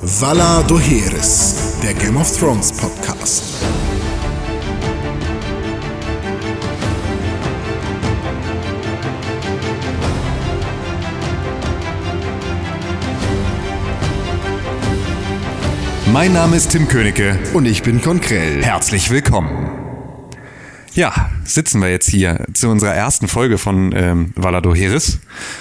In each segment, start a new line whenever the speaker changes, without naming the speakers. Vala Doheris, der Game of Thrones Podcast.
Mein Name ist Tim Königke.
Und ich bin Konkrell.
Herzlich willkommen. Ja, sitzen wir jetzt hier zu unserer ersten Folge von ähm, Valado Heris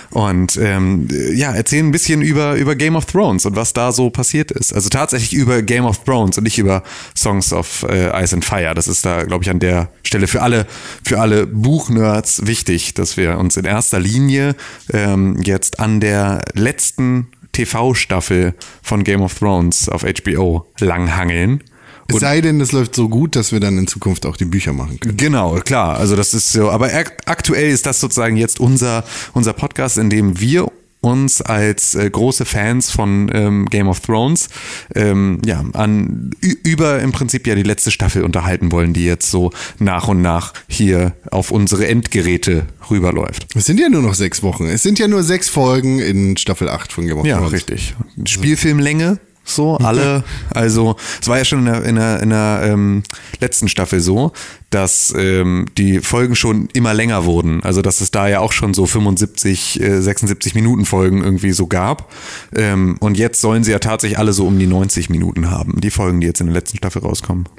und ähm, ja, erzählen ein bisschen über, über Game of Thrones und was da so passiert ist. Also tatsächlich über Game of Thrones und nicht über Songs of äh, Ice and Fire. Das ist da, glaube ich, an der Stelle für alle, für alle Buchnerds wichtig, dass wir uns in erster Linie ähm, jetzt an der letzten TV-Staffel von Game of Thrones auf HBO langhangeln.
Es sei denn, es läuft so gut, dass wir dann in Zukunft auch die Bücher machen können.
Genau, klar. Also das ist so. Aber ak- aktuell ist das sozusagen jetzt unser, unser Podcast, in dem wir uns als äh, große Fans von ähm, Game of Thrones ähm, ja, an, ü- über im Prinzip ja die letzte Staffel unterhalten wollen, die jetzt so nach und nach hier auf unsere Endgeräte rüberläuft.
Es sind ja nur noch sechs Wochen. Es sind ja nur sechs Folgen in Staffel 8 von Game of
Ja,
Thrones.
richtig. Spielfilmlänge, so, alle. also, es war ja schon in der, in der, in der ähm, letzten Staffel so, dass ähm, die Folgen schon immer länger wurden. Also, dass es da ja auch schon so 75, äh, 76 Minuten Folgen irgendwie so gab. Ähm, und jetzt sollen sie ja tatsächlich alle so um die 90 Minuten haben, die Folgen, die jetzt in der letzten Staffel rauskommen.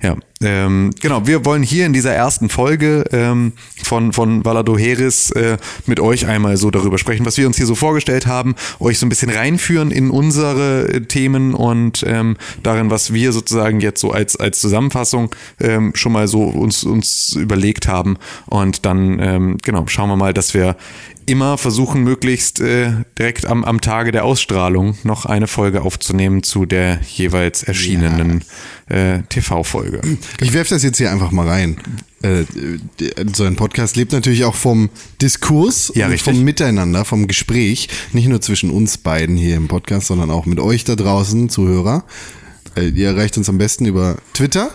Ja, ähm, genau. Wir wollen hier in dieser ersten Folge ähm, von, von Valado Heris äh, mit euch einmal so darüber sprechen, was wir uns hier so vorgestellt haben, euch so ein bisschen reinführen in unsere äh, Themen und ähm, darin, was wir sozusagen jetzt so als, als Zusammenfassung ähm, schon mal so uns, uns überlegt haben. Und dann, ähm, genau, schauen wir mal, dass wir immer versuchen, möglichst äh, direkt am, am Tage der Ausstrahlung noch eine Folge aufzunehmen zu der jeweils erschienenen äh, TV-Folge.
Ich werfe das jetzt hier einfach mal rein. Äh, äh, so ein Podcast lebt natürlich auch vom Diskurs
Ja,
und
richtig.
vom Miteinander, vom Gespräch. Nicht nur zwischen uns beiden hier im Podcast, sondern auch mit euch da draußen, Zuhörer. Äh, ihr erreicht uns am besten über Twitter.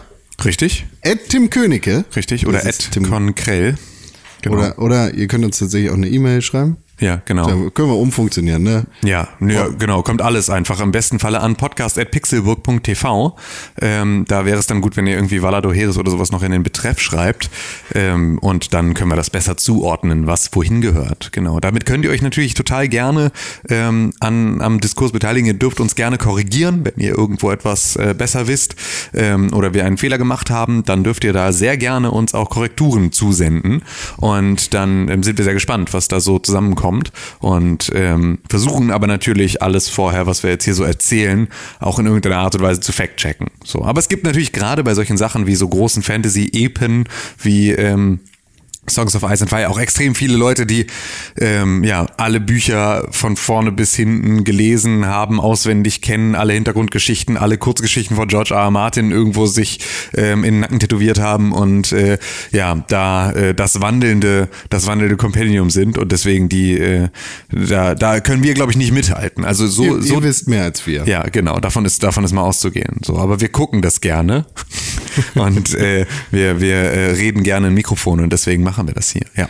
Richtig?
At Tim Königke.
Richtig. Oder
Das
Ed
ist Tim
Konkrell. Genau.
oder, oder ihr könnt uns tatsächlich auch eine E-Mail schreiben.
ja, genau.
Da können wir umfunktionieren, ne?
Ja, nö, genau, kommt alles einfach. Im besten Falle an podcast.pixelburg.tv. Ähm, da wäre es dann gut, wenn ihr irgendwie Valado Heres oder sowas noch in den Betreff schreibt. Ähm, und dann können wir das besser zuordnen, was wohin gehört. Genau. Damit könnt ihr euch natürlich total gerne ähm, an, am Diskurs beteiligen. Ihr dürft uns gerne korrigieren, wenn ihr irgendwo etwas äh, besser wisst ähm, oder wir einen Fehler gemacht haben, dann dürft ihr da sehr gerne uns auch Korrekturen zusenden. Und dann ähm, sind wir sehr gespannt, was da so zusammenkommt. Und ähm, versuchen aber natürlich alles vorher, was wir jetzt hier so erzählen, auch in irgendeiner Art und Weise zu fact-checken. So. Aber es gibt natürlich gerade bei solchen Sachen wie so großen Fantasy-Epen wie ähm, Songs of Ice and Fire auch extrem viele Leute, die ähm, ja alle Bücher von vorne bis hinten gelesen haben, auswendig kennen, alle Hintergrundgeschichten, alle Kurzgeschichten von George R. R. Martin irgendwo sich ähm, in den Nacken tätowiert haben und äh, ja da äh, das wandelnde das wandelnde Compendium sind und deswegen die äh, da da können wir glaube ich nicht mithalten. Also so
Ihr,
so
ihr wisst mehr als wir.
ja, genau. Davon ist, davon ist mal auszugehen. So, aber wir gucken das gerne und äh, wir, wir äh, reden gerne in Mikrofone und deswegen machen wir das hier. Ja,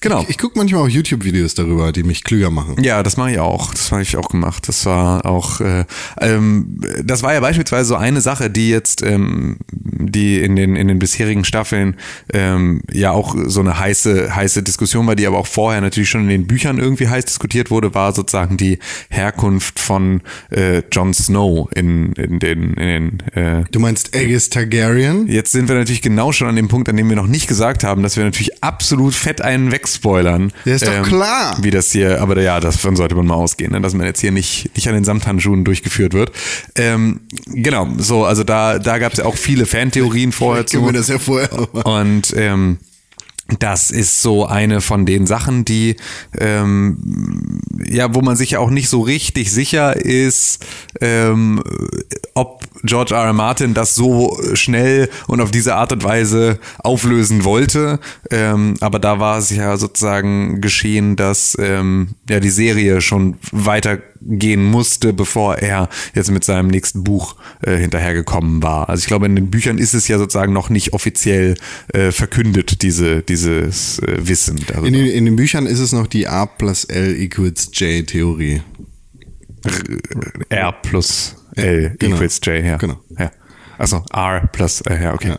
genau.
Ich gucke manchmal auch YouTube-Videos darüber, die mich klüger machen.
Ja, das mache ich auch. Das habe ich auch gemacht. Das war auch, äh, ähm, das war ja beispielsweise so eine Sache, die jetzt, ähm, die in den in den bisherigen Staffeln ähm, ja auch so eine heiße heiße Diskussion war, die aber auch vorher natürlich schon in den Büchern irgendwie heiß diskutiert wurde, war sozusagen die Herkunft von äh, Jon Snow in in den in den äh,
Du meinst Aegis Targaryen?
Jetzt sind wir natürlich genau schon an dem Punkt, an dem wir noch nicht gesagt haben, dass wir natürlich absolut fett einen wegspoilern. Ähm,
Ja, ist doch klar.
Wie das hier, aber ja, davon sollte man mal ausgehen, ne, dass man jetzt hier nicht, nicht an den Samthandschuhen durchgeführt wird. Ähm, genau, so, also da, da gab es ja auch viele Fantheorien vorher
Können
zu.
wir das ja vorher
Und ähm, das ist so eine von den Sachen, die ähm, ja, wo man sich ja auch nicht so richtig sicher ist, ähm, ob George R. R. Martin das so schnell und auf diese Art und Weise auflösen wollte. Ähm, aber da war es ja sozusagen geschehen, dass ähm, ja die Serie schon weitergehen musste, bevor er jetzt mit seinem nächsten Buch äh, hinterhergekommen war. Also ich glaube, in den Büchern ist es ja sozusagen noch nicht offiziell äh, verkündet, diese, dieses äh, Wissen darüber.
In den, in den Büchern ist es noch die A plus L equals J Theorie.
R plus L
genau.
equals J, ja.
Genau.
Ja. Achso, R plus, äh, ja, okay.
Ja.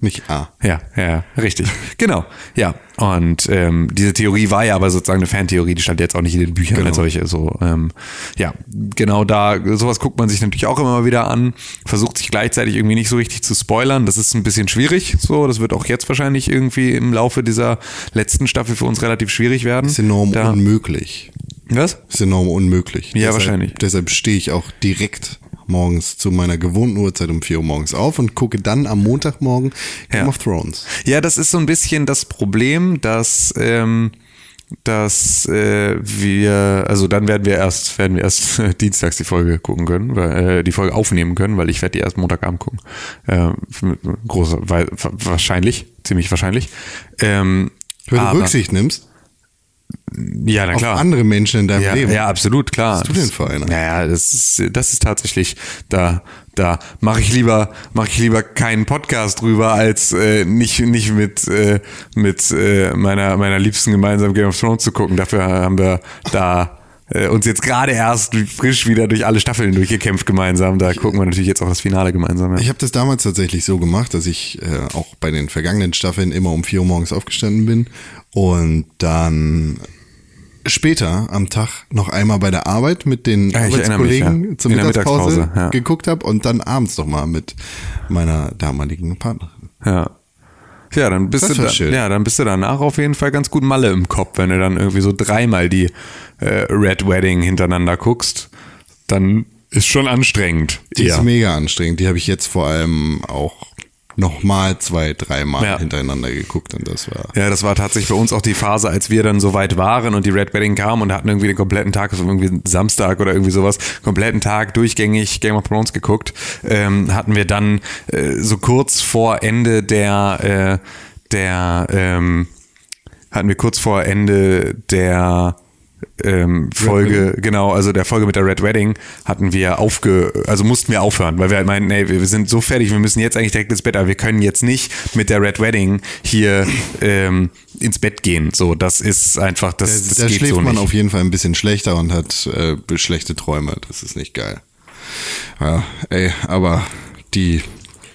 Nicht A.
Ja, ja, richtig. Genau, ja. Und ähm, diese Theorie war ja aber sozusagen eine Fantheorie, die stand jetzt auch nicht in den Büchern
Genau.
als solche. So, ähm, ja, genau da, sowas guckt man sich natürlich auch immer mal wieder an, versucht sich gleichzeitig irgendwie nicht so richtig zu spoilern. Das ist ein bisschen schwierig, so. Das wird auch jetzt wahrscheinlich irgendwie im Laufe dieser letzten Staffel für uns relativ schwierig werden.
Ist enorm
da,
unmöglich.
Was?
Ist enorm unmöglich.
Ja,
deshalb,
wahrscheinlich.
Deshalb stehe ich auch direkt morgens zu meiner gewohnten Uhrzeit um 4 Uhr morgens auf und gucke dann am Montagmorgen Game
Ja.
of Thrones.
Ja, das ist so ein bisschen das Problem, dass, ähm, dass äh, wir, also dann werden wir erst, werden wir erst äh, dienstags die Folge gucken können, weil, äh, die Folge aufnehmen können, weil ich werde die erst Montagabend gucken. Äh, große, weil, wahrscheinlich, ziemlich wahrscheinlich. Ähm,
Wenn du
aber-
Rücksicht nimmst
ja, na
auf
klar.
andere Menschen in deinem
ja,
Leben.
Ja, absolut, klar. Was
du denn für einer?
Naja, das ist, das ist tatsächlich, da, da mache ich lieber, mache ich lieber keinen Podcast drüber, als äh, nicht, nicht mit, äh, mit äh, meiner, meiner Liebsten gemeinsam Game of Thrones zu gucken. Dafür haben wir da äh, uns jetzt gerade erst frisch wieder durch alle Staffeln durchgekämpft gemeinsam. Da gucken wir natürlich jetzt auch das Finale gemeinsam. Ja.
Ich habe das damals tatsächlich so gemacht, dass ich äh, auch bei den vergangenen Staffeln immer um 4 Uhr morgens aufgestanden bin und dann später am Tag noch einmal bei der Arbeit mit den
Ja, ich erinnere mich,
Arbeitskollegen
ja.
zur
In der
Mittagspause,
Mittagspause, ja.
geguckt habe und dann abends nochmal mit meiner damaligen Partnerin.
ja. Ja, dann bist
Das
du
war
da,
schön.
ja, dann bist du danach auf jeden Fall ganz gut Malle im Kopf, wenn du dann irgendwie so dreimal die äh, Red Wedding hintereinander guckst, dann ist schon anstrengend.
Die
Ja.
ist mega anstrengend. Die habe ich jetzt vor allem auch nochmal zwei, dreimal
Ja.
hintereinander geguckt und das war.
Ja, das war tatsächlich bei uns auch die Phase, als wir dann so weit waren und die Red Wedding kam und hatten irgendwie den kompletten Tag, also irgendwie Samstag oder irgendwie sowas, kompletten Tag durchgängig Game of Thrones geguckt, ähm, hatten wir dann äh, so kurz vor Ende der, äh, der, ähm, hatten wir kurz vor Ende der ähm, Folge, genau, also der Folge mit der Red Wedding hatten wir aufge, also mussten wir aufhören, weil wir halt meinten, ey, wir wir sind so fertig, wir müssen jetzt eigentlich direkt ins Bett, aber wir können jetzt nicht mit der Red Wedding hier ähm, ins Bett gehen. So, das ist einfach, das, das
da
geht
schläft
so
man
nicht.
auf jeden Fall ein bisschen schlechter und hat äh, schlechte Träume. Das ist nicht geil. Ja, ey, aber die,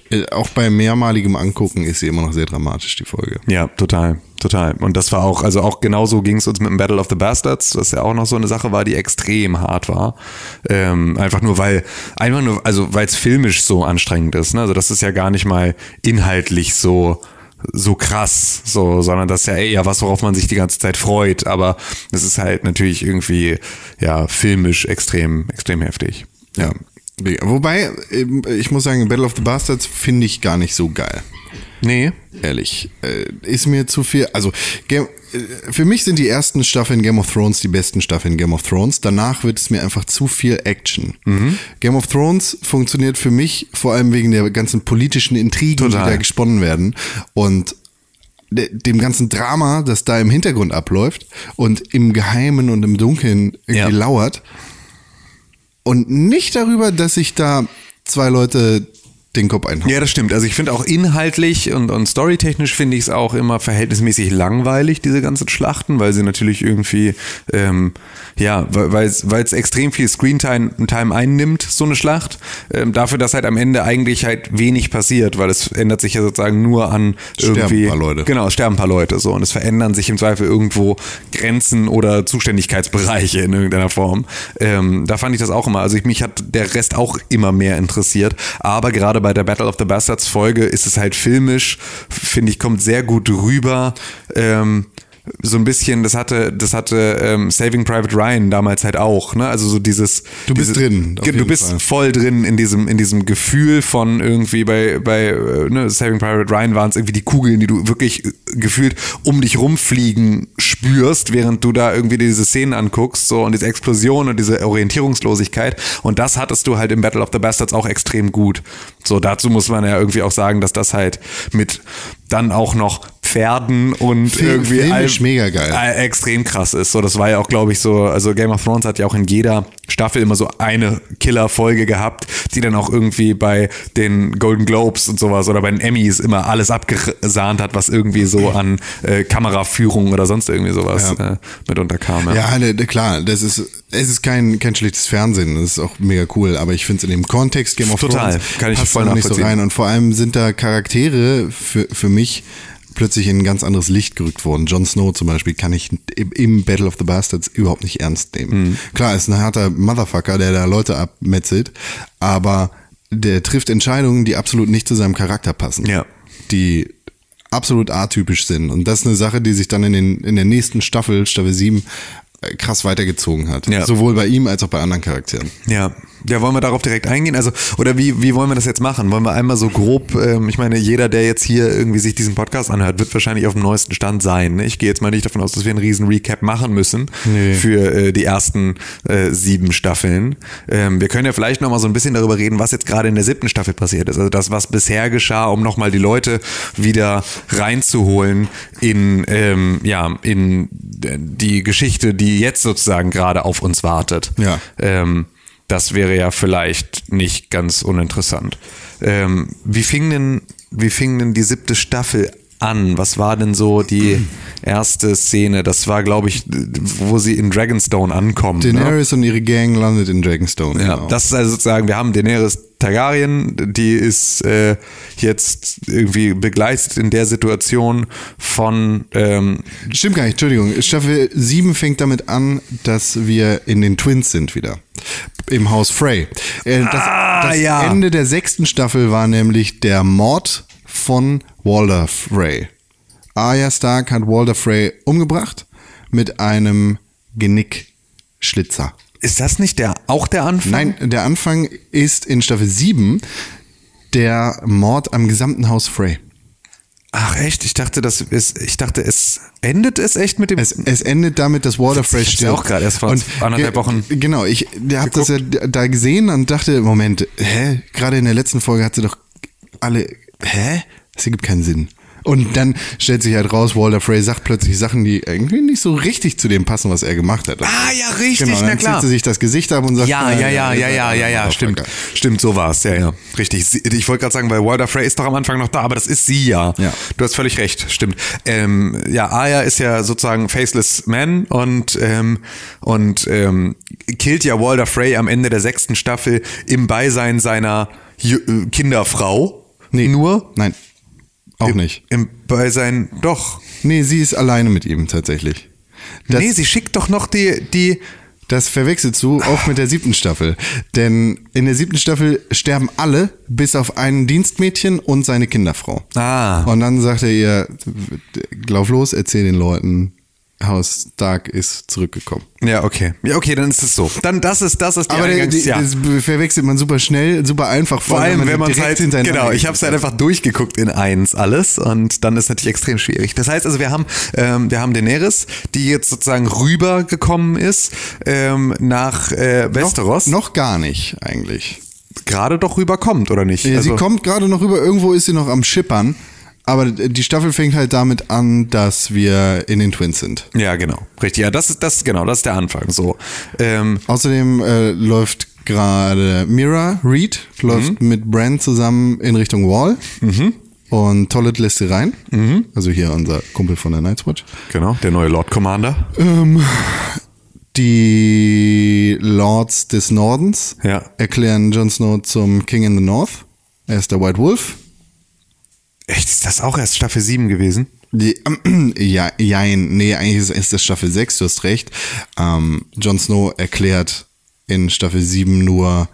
äh, auch bei mehrmaligem Angucken ist sie immer noch sehr dramatisch, die Folge.
Ja, total, total. Und das war auch, also auch genauso ging es uns mit dem Battle of the Bastards, was ja auch noch so eine Sache war, die extrem hart war. Ähm, einfach nur, weil, einfach nur, also weil es filmisch so anstrengend ist. Ne? Also das ist ja gar nicht mal inhaltlich so so krass, so, sondern das ist ja eher was, worauf man sich die ganze Zeit freut, aber es ist halt natürlich irgendwie, ja, filmisch extrem, extrem heftig.
Ja. Wobei, ähm, ich muss sagen, Battle of the Bastards finde ich gar nicht so geil.
Nee.
ehrlich. Äh, ist mir zu viel. Also, Game, äh, für mich sind die ersten Staffeln Game of Thrones die besten Staffeln Game of Thrones. Danach wird es mir einfach zu viel Action.
Mhm.
Game of Thrones funktioniert für mich vor allem wegen der ganzen politischen Intrigen,
Total.
die da gesponnen werden. Und de- dem ganzen Drama, das da im Hintergrund abläuft und im Geheimen und im Dunkeln irgendwie
Ja.
lauert. Und nicht darüber, dass sich da zwei Leute den Kopf einhauen.
Ja, das stimmt. Also ich finde auch inhaltlich und, und storytechnisch finde ich es auch immer verhältnismäßig langweilig, diese ganzen Schlachten, weil sie natürlich irgendwie, ähm, ja, weil es extrem viel Screentime Time einnimmt, so eine Schlacht. Ähm, dafür, dass halt am Ende eigentlich halt wenig passiert, weil es ändert sich ja sozusagen nur an
Sterben
irgendwie.
ein paar Leute.
Genau, es sterben ein paar Leute so und es verändern sich im Zweifel irgendwo Grenzen oder Zuständigkeitsbereiche in irgendeiner Form. Ähm, da fand ich das auch immer. Also ich, mich hat der Rest auch immer mehr interessiert. Aber gerade bei der Battle of the Bastards Folge ist es halt filmisch, finde ich, kommt sehr gut rüber. Ähm, so ein bisschen, das hatte, das hatte ähm, Saving Private Ryan damals halt auch, ne? Also so dieses.
Du bist
dieses,
drin, auf
Ge- Du
jeden
bist
Fall.
voll drin in diesem, in diesem Gefühl von irgendwie bei, bei äh, ne, Saving Private Ryan waren es irgendwie die Kugeln, die du wirklich äh, gefühlt um dich rumfliegen spürst, während du da irgendwie diese Szenen anguckst, so und diese Explosion und diese Orientierungslosigkeit. Und das hattest du halt im Battle of the Bastards auch extrem gut. So, dazu muss man ja irgendwie auch sagen, dass das halt mit dann auch noch Pferden und
Film-
irgendwie
filmisch mega geil.
all- Äh, extrem krass ist. So, das war ja auch, glaube ich, so, also Game of Thrones hat ja auch in jeder Staffel immer so eine Killer-Folge gehabt, die dann auch irgendwie bei den Golden Globes und sowas oder bei den Emmys immer alles abgesahnt hat, was irgendwie so an äh, Kameraführung oder sonst irgendwie sowas äh, mitunter kam. Ja.
Ja, ne, ne, klar, das ist, es ist kein, kein schlechtes Fernsehen, das ist auch mega cool, aber ich finde es in dem Kontext Game of
Total,
Thrones
kann ich
passt
voll
da noch nicht so
nachvollziehen.
rein und vor allem sind da Charaktere für, für mich plötzlich in ein ganz anderes Licht gerückt worden. Jon Snow zum Beispiel kann ich im- im Battle of the Bastards überhaupt nicht ernst
Mhm.
nehmen. Klar, ist ein harter Motherfucker, der da Leute abmetzelt, aber der trifft Entscheidungen, die absolut nicht zu seinem Charakter passen.
Ja.
Die absolut atypisch sind. Und das ist eine Sache, die sich dann in, den, in der nächsten Staffel, Staffel 7, äh, krass weitergezogen hat.
Ja.
Sowohl bei ihm als auch bei anderen Charakteren.
Ja, ja, wollen wir darauf direkt eingehen? Also, oder wie, wie wollen wir das jetzt machen? Wollen wir einmal so grob, ähm, ich meine, jeder, der jetzt hier irgendwie sich diesen Podcast anhört, wird wahrscheinlich auf dem neuesten Stand sein. Ne? Ich gehe jetzt mal nicht davon aus, dass wir einen riesen Recap machen müssen
Nee.
für äh, die ersten äh, sieben Staffeln. Ähm, wir können ja vielleicht nochmal so ein bisschen darüber reden, was jetzt gerade in der siebten Staffel passiert ist. Also das, was bisher geschah, um nochmal die Leute wieder reinzuholen in, ähm, ja, in äh, die Geschichte, die jetzt sozusagen gerade auf uns wartet.
Ja.
Ähm, das wäre ja vielleicht nicht ganz uninteressant. Ähm, wie, fing denn, wie fing denn die siebte Staffel an? Was war denn so die erste Szene? Das war, glaube ich, wo sie in Dragonstone ankommen. ne?
Daenerys und ihre Gang landet in Dragonstone.
Ja,
genau.
das ist also sozusagen, wir haben Daenerys Targaryen, die ist äh, jetzt irgendwie begleitet in der Situation von ähm,
Stimmt gar nicht, Entschuldigung. Staffel 7 fängt damit an, dass wir in den Twins sind wieder. Im Haus Frey. Äh, Das,
Ah,
das
ja.
Ende der sechsten Staffel war nämlich der Mord von Walder Frey. Arya Stark hat Walder Frey umgebracht mit einem Genickschlitzer.
ist das nicht der auch der Anfang?
Nein, der Anfang ist in Staffel 7 der Mord am gesamten Haus Frey.
Ach echt? Ich dachte, das ist, ich dachte, es endet es echt mit dem.
Es, es endet damit, dass Walter
Witzig, ich
Fresh
hab's ja
stirbt.
auch gerade erst vor anderthalb
ge-
Wochen
Genau, ich habe das ja d- da gesehen und dachte, Moment, hä? Gerade in der letzten Folge hat sie doch alle, hä? Das ergibt keinen Sinn. Und dann stellt sich halt raus, Walter Frey sagt plötzlich Sachen, die irgendwie nicht so richtig zu dem passen, was er gemacht hat.
ah ja, richtig,
genau,
na
dann zieht
klar.
sie sich das Gesicht ab und sagt,
Ja,
äh,
ja, ja,
äh,
ja, ja,
äh,
ja, ja,
Motherfucker.
stimmt. Stimmt, so war es, ja, ja. Richtig. Sie- Ich wollte gerade sagen, weil Walter Frey ist doch am Anfang noch da, aber das ist sie ja.
Ja.
Du hast völlig recht, stimmt. Ähm, ja, Aya ist ja sozusagen Faceless Man und, ähm, und ähm, killt ja Walter Frey am Ende der sechsten Staffel im Beisein seiner Ju- äh, Kinderfrau.
Nee.
Nur?
Nein, auch nicht.
Im Beisein, doch.
Nee, sie ist alleine mit ihm tatsächlich. Das,
nee, sie schickt doch noch die, die,
Das verwechselst du auch mit der siebten Staffel. Denn in der siebten Staffel sterben alle, bis auf ein Dienstmädchen und seine Kinderfrau.
Ah.
Und dann sagt er ihr, lauf los, erzähl den Leuten, Haus Stark ist zurückgekommen.
ja, okay. Ja, okay, dann ist es so. Dann, das ist, das ist die
Aber der,
Eingangs-
die,
ja.
das verwechselt man super schnell, super einfach.
Vor allem, wenn man
direkt
halt,
hintereinander
genau, ich
geht.
habe es halt einfach durchgeguckt in eins alles und dann ist natürlich extrem schwierig. Das heißt also, wir haben, ähm, wir haben Daenerys, die jetzt sozusagen rübergekommen ist ähm, nach äh, Westeros.
Noch gar nicht eigentlich.
Gerade doch rüberkommt, oder nicht?
Ja,
Also-
sie kommt gerade noch rüber, irgendwo ist sie noch am Schippern. Aber die Staffel fängt halt damit an, dass wir in den Twins sind.
Ja, genau. Richtig. Ja, das ist das, genau, das ist der Anfang. So. Ähm,
Außerdem äh, läuft gerade Mira Reed läuft mit Brand zusammen in Richtung Wall. Und Tollet lässt sie rein. Also hier unser Kumpel von der Night's Watch.
genau, der neue Lord Commander.
Die Lords des Nordens
Ja.
erklären Jon Snow zum King in the North. Er ist der White Wolf.
Echt, ist das auch erst Staffel 7 gewesen?
Die, ja, jein, nee, eigentlich ist, ist das Staffel 6, du hast recht. Ähm, Jon Snow erklärt in Staffel 7 nur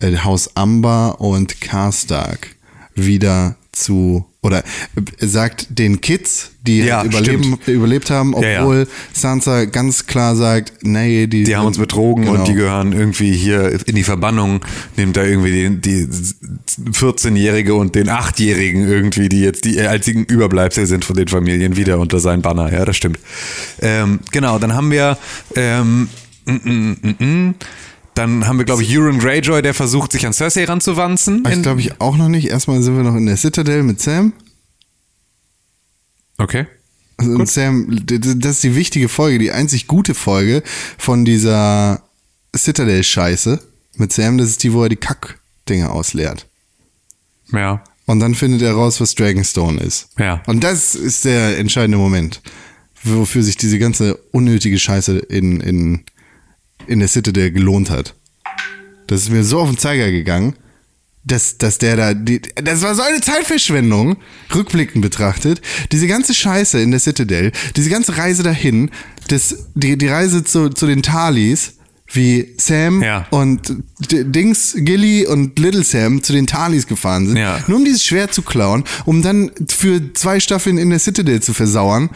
äh, Haus Amber und Karstark wieder zu, oder äh, sagt den Kids, die
Ja,
halt überleben, überlebt haben,
Ja, ja.
obwohl Sansa ganz klar sagt, nee, die,
Die haben uns betrogen
Genau.
und die gehören irgendwie hier in die Verbannung, nimmt da irgendwie den, die 14-Jährige und den 8-Jährigen irgendwie, die jetzt die einzigen Überbleibsel sind von den Familien, wieder unter seinen Banner. Ja, das stimmt. Ähm, genau, dann haben wir, ähm, mm, mm, mm, mm. dann haben wir, glaube ich, Euron Greyjoy, der versucht, sich an Cersei ranzuwanzen.
Das
In,
glaube ich auch noch nicht. Erstmal sind wir noch in der Citadel mit Sam.
Okay.
Und Also Sam, d- d- das ist die wichtige Folge, die einzig gute Folge von dieser Citadel-Scheiße mit Sam. Das ist die, wo er die Kack-Dinge ausleert.
Ja.
Und dann findet er raus, was Dragonstone ist.
Ja.
Und das ist der entscheidende Moment, wofür sich diese ganze unnötige Scheiße in, in, in der Citadel gelohnt hat. Das ist mir so auf den Zeiger gegangen, dass, dass der da. Die, das war so eine Zeitverschwendung, rückblickend betrachtet. Diese ganze Scheiße in der Citadel, diese ganze Reise dahin, das, die, die Reise zu, zu den Talis, wie Sam
Ja.
und D Dings, Gilly und Little Sam zu den Talis gefahren sind,
Ja.
nur um dieses Schwert zu klauen, um dann für zwei Staffeln in der Citadel zu versauern.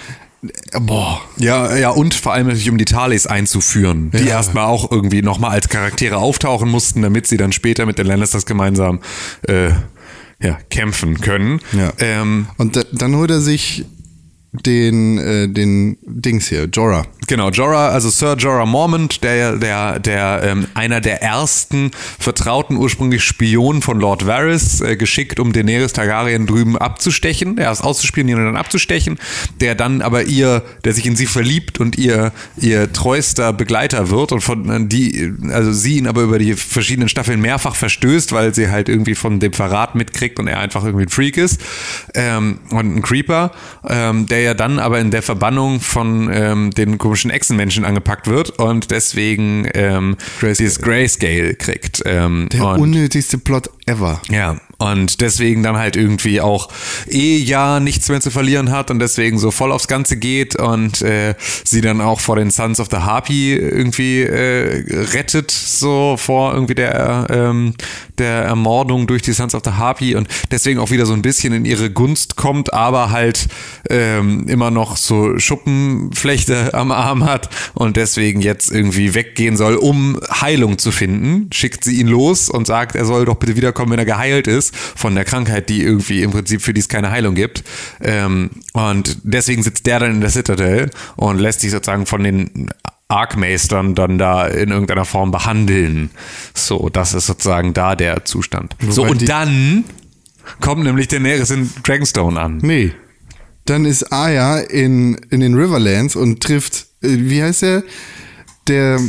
Boah.
Ja, ja, und vor allem natürlich, um die Talis einzuführen, die
Ja.
erstmal auch irgendwie nochmal als Charaktere auftauchen mussten, damit sie dann später mit den Lannisters gemeinsam äh, ja, kämpfen können.
Ja.
Ähm,
Und da, dann holt er sich den, äh, den Dings hier, Jorah.
Genau, Jorah, also Sir Jorah Mormont, der, der, der ähm, einer der ersten vertrauten ursprünglich Spionen von Lord Varys, äh, geschickt, um Daenerys Targaryen drüben abzustechen, erst auszuspielen und dann abzustechen, der dann aber ihr, der sich in sie verliebt und ihr, ihr treuster Begleiter wird und von äh, die, also sie ihn aber über die verschiedenen Staffeln mehrfach verstößt, weil sie halt irgendwie von dem Verrat mitkriegt und er einfach irgendwie ein Freak ist ähm, und ein Creeper, ähm, der ja dann aber in der Verbannung von ähm, den komischen Echsenmenschen angepackt wird und deswegen ähm,
Grayscale.
dieses Grayscale kriegt. Ähm,
Der
und
unnötigste Plot ever.
ja, und deswegen dann halt irgendwie auch eh ja nichts mehr zu verlieren hat und deswegen so voll aufs Ganze geht und äh, sie dann auch vor den Sons of the Harpy irgendwie äh, rettet, so vor irgendwie der, ähm, der Ermordung durch die Sons of the Harpy und deswegen auch wieder so ein bisschen in ihre Gunst kommt, aber halt ähm, immer noch so Schuppenflechte äh, am Arm hat und deswegen jetzt irgendwie weggehen soll, um Heilung zu finden, schickt sie ihn los und sagt, er soll doch bitte wiederkommen, wenn er geheilt ist von der Krankheit, die irgendwie im Prinzip für die es keine Heilung gibt. Ähm, und deswegen sitzt der dann in der Citadel und lässt sich sozusagen von den Arkmeistern dann da in irgendeiner Form behandeln. So, das ist sozusagen da der Zustand. so,
Wobei die-
und dann kommt nämlich Daenerys in Dragonstone an.
Nee. Dann ist Aya in, in den Riverlands und trifft, äh, wie heißt der? Der,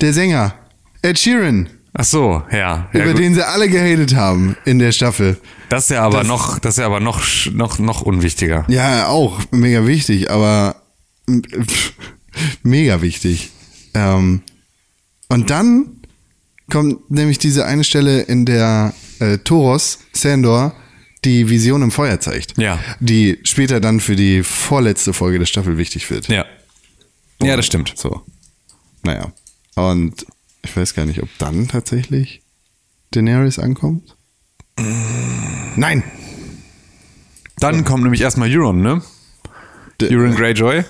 der Sänger. Ed Sheeran.
Ach so, ja. ja
über
gut.
den sie alle gehatet haben in der Staffel.
Das ist ja aber noch, das ist ja aber noch, sch- noch, noch unwichtiger.
Ja, auch mega wichtig, aber m- pff, mega wichtig. Ähm, und dann kommt nämlich diese eine Stelle, in der äh, Toros Sandor die Vision im Feuer zeigt.
Ja.
Die später dann für die vorletzte Folge der Staffel wichtig wird.
Ja. Ja, das stimmt.
So. Naja. Und ich weiß gar nicht, ob dann tatsächlich Daenerys ankommt. Nein!
Dann kommt nämlich erstmal Euron, ne?
D-
Euron Greyjoy,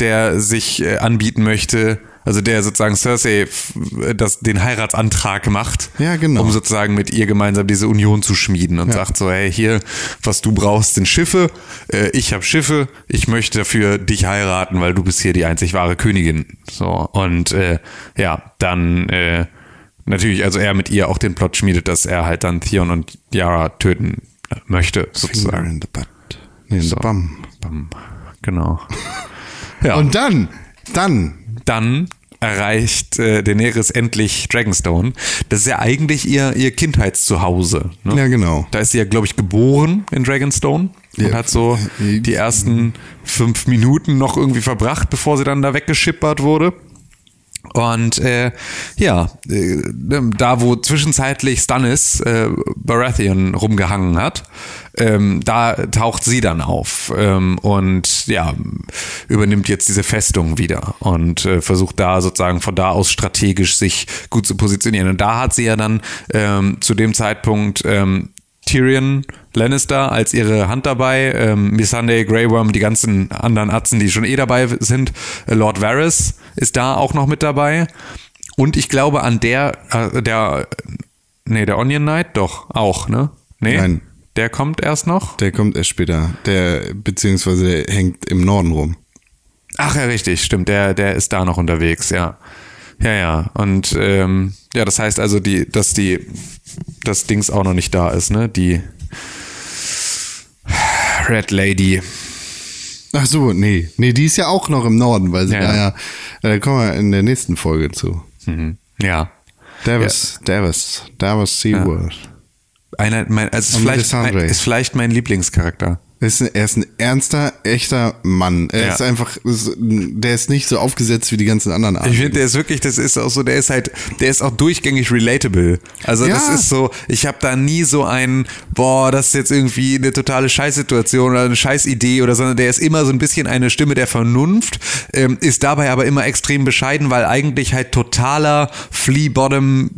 der sich äh, anbieten möchte, also der sozusagen Cersei f- äh, das, den Heiratsantrag macht.
Ja, genau.
Um sozusagen mit ihr gemeinsam diese Union zu schmieden und
Ja.
sagt so, hey, hier, was du brauchst, sind Schiffe. Äh, ich habe Schiffe. Ich möchte dafür dich heiraten, weil du bist hier die einzig wahre Königin. So, und äh, ja, dann äh, natürlich, also er mit ihr auch den Plot schmiedet, dass er halt dann Theon und Yara töten möchte, sozusagen.
in the butt. Nee, in the bum.
Bam. Genau. Ja,
Und
und
dann, dann,
dann erreicht äh, Daenerys endlich Dragonstone. Das ist ja eigentlich ihr, ihr Kindheitszuhause. Ne?
Ja, genau.
Da ist sie ja, glaube ich, geboren in Dragonstone und
Ja.
hat so die ersten fünf Minuten noch irgendwie verbracht, bevor sie dann da weggeschippert wurde. Und äh, ja, äh, da wo zwischenzeitlich Stannis äh, Baratheon rumgehangen hat, ähm, da taucht sie dann auf ähm, und ja, übernimmt jetzt diese Festung wieder und äh, versucht da sozusagen von da aus strategisch sich gut zu positionieren. Und da hat sie ja dann ähm, zu dem Zeitpunkt ähm, Tyrion Lannister als ihre Hand dabei, ähm, Missandei, Grey Worm, die ganzen anderen Atzen, die schon eh dabei sind. Äh, Lord Varys ist da auch noch mit dabei. Und ich glaube an der, äh, der, nee, der Onion Knight doch auch, ne? Nee,
Nein.
der kommt erst noch.
der kommt erst später. Der, beziehungsweise der hängt im Norden rum.
Ach ja, richtig, stimmt. Der, der ist da noch unterwegs, ja. Ja, ja. Und ähm, ja, das heißt also, die, dass die das Dings auch noch nicht da ist, ne? Die Red Lady.
Ach so, nee. Nee, die ist ja auch noch im Norden, weil sie
Ja.
da ja. Da kommen wir in der nächsten Folge zu.
Mhm. Ja.
Davos, Davos, Davos SeaWorld.
Einer, mein, also ist,
Und
vielleicht,
Melisandre.
mein, ist vielleicht mein Lieblingscharakter.
Ist ein, er ist ein ernster, echter Mann. Er
Ja.
ist einfach, ist, der ist nicht so aufgesetzt wie die ganzen anderen Arten.
Ich finde, der ist wirklich, das ist auch so, der ist halt, der ist auch durchgängig relatable. Also das
Ja.
ist so, ich habe da nie so einen, boah, das ist jetzt irgendwie eine totale Scheißsituation oder eine Scheißidee oder so, sondern der ist immer so ein bisschen eine Stimme der Vernunft, ähm, ist dabei aber immer extrem bescheiden, weil eigentlich halt totaler Flea-Bottom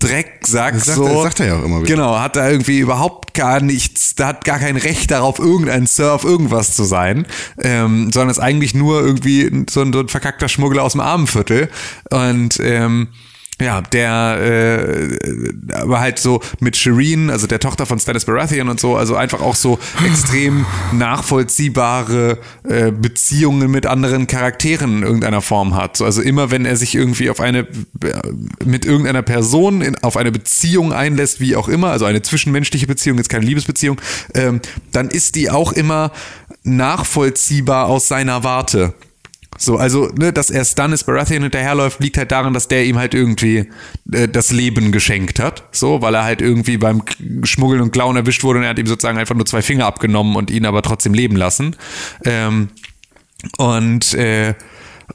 Dreck sagt
Das sagt-
so.
das sagt er ja auch immer wieder.
Genau, hat da irgendwie überhaupt gar nichts, da hat gar kein Recht darauf, irgendein Surf, irgendwas zu sein, ähm, sondern ist eigentlich nur irgendwie so ein, so ein verkackter Schmuggler aus dem Armenviertel. Und ähm, ja, der äh, aber halt so mit Shireen, also der Tochter von Stannis Baratheon und so, also einfach auch so extrem nachvollziehbare äh, Beziehungen mit anderen Charakteren in irgendeiner Form hat. So, also immer wenn er sich irgendwie auf eine äh, mit irgendeiner Person in, auf eine Beziehung einlässt, wie auch immer, also eine zwischenmenschliche Beziehung, jetzt keine Liebesbeziehung, ähm, dann ist die auch immer nachvollziehbar aus seiner Warte. So, also, ne, dass er Stannis Baratheon hinterherläuft, liegt halt daran, dass der ihm halt irgendwie äh, das Leben geschenkt hat. So, weil er halt irgendwie beim K- Schmuggeln und Klauen erwischt wurde und er hat ihm sozusagen einfach nur zwei Finger abgenommen und ihn aber trotzdem leben lassen. Ähm, und äh,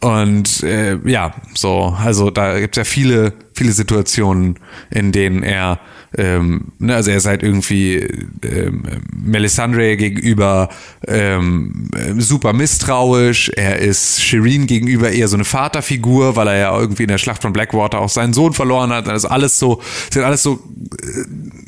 und äh, ja, so, also da gibt's ja viele, viele Situationen, in denen er, ähm, ne, also er ist halt irgendwie ähm, Melisandre gegenüber ähm, äh, super misstrauisch, er ist Shireen gegenüber eher so eine Vaterfigur, weil er ja irgendwie in der Schlacht von Blackwater auch seinen Sohn verloren hat. Also alles so, sind alles so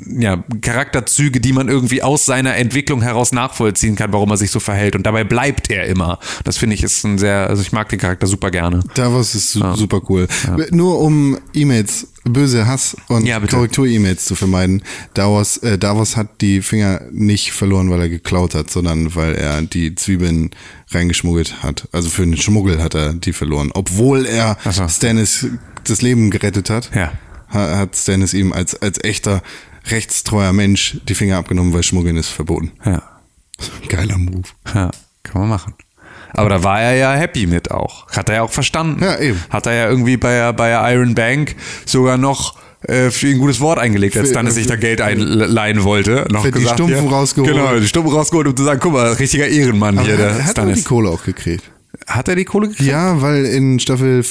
ja, Charakterzüge, die man irgendwie aus seiner Entwicklung heraus nachvollziehen kann, warum er sich so verhält. Und dabei bleibt er immer. Das finde ich ist ein sehr, also ich mag den Charakter super gerne.
Davos ist su super cool. Nur um E-Mails, böse Hass und
Ja, bitte.
Korrektur-E-Mails zu vermeiden. Davos, äh, Davos hat die Finger nicht verloren, weil er geklaut hat, sondern weil er die Zwiebeln reingeschmuggelt hat. Also für den Schmuggel hat er die verloren. Obwohl er
Ach so.
Stannis das Leben gerettet hat,
Ja.
ha- hat Stannis ihm als, als echter rechtstreuer Mensch die Finger abgenommen, weil Schmuggeln ist verboten.
Ja,
Geiler Move.
ja, kann man machen. Aber da war er ja happy mit auch. Hat er ja auch verstanden.
Ja, eben.
Hat er ja irgendwie bei, bei der Iron Bank sogar noch äh, für ihn ein gutes Wort eingelegt, als
Für-
Stannis sich da Geld einleihen wollte. Noch
Für die
gesagt,
Stumpfen
ja,
rausgeholt.
Genau, die Stumpfen rausgeholt, um zu sagen, guck mal, richtiger Ehrenmann
Aber
hier,
er hat,
der
hat er die
Stannis.
Kohle auch gekriegt.
Hat er die Kohle gekriegt?
Ja, weil in Staffel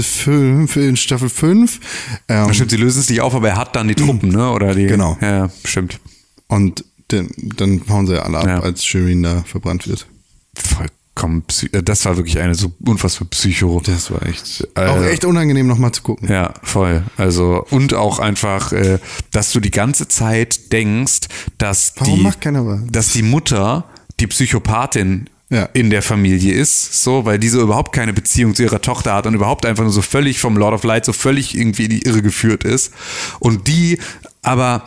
5, in Staffel 5, ähm,
Stimmt, sie lösen es nicht auf, aber er hat dann die Truppen, ne? Oder die,
Mhm. Genau.
Ja, stimmt.
und den, dann hauen sie ja alle ab,
Ja.
als Shireen da verbrannt wird.
Vollkommen, psy- äh, das war wirklich eine so unfassbar Psycho.
Das war echt,
Äh,
auch echt unangenehm nochmal zu gucken.
Ja, voll. Also, und auch einfach, äh, dass du die ganze Zeit denkst, dass
Warum
die,
macht keiner was?
dass die Mutter die Psychopathin
Ja.
in der Familie ist, so, weil diese überhaupt keine Beziehung zu ihrer Tochter hat und überhaupt einfach nur so völlig vom Lord of Light so völlig irgendwie in die Irre geführt ist. Und die aber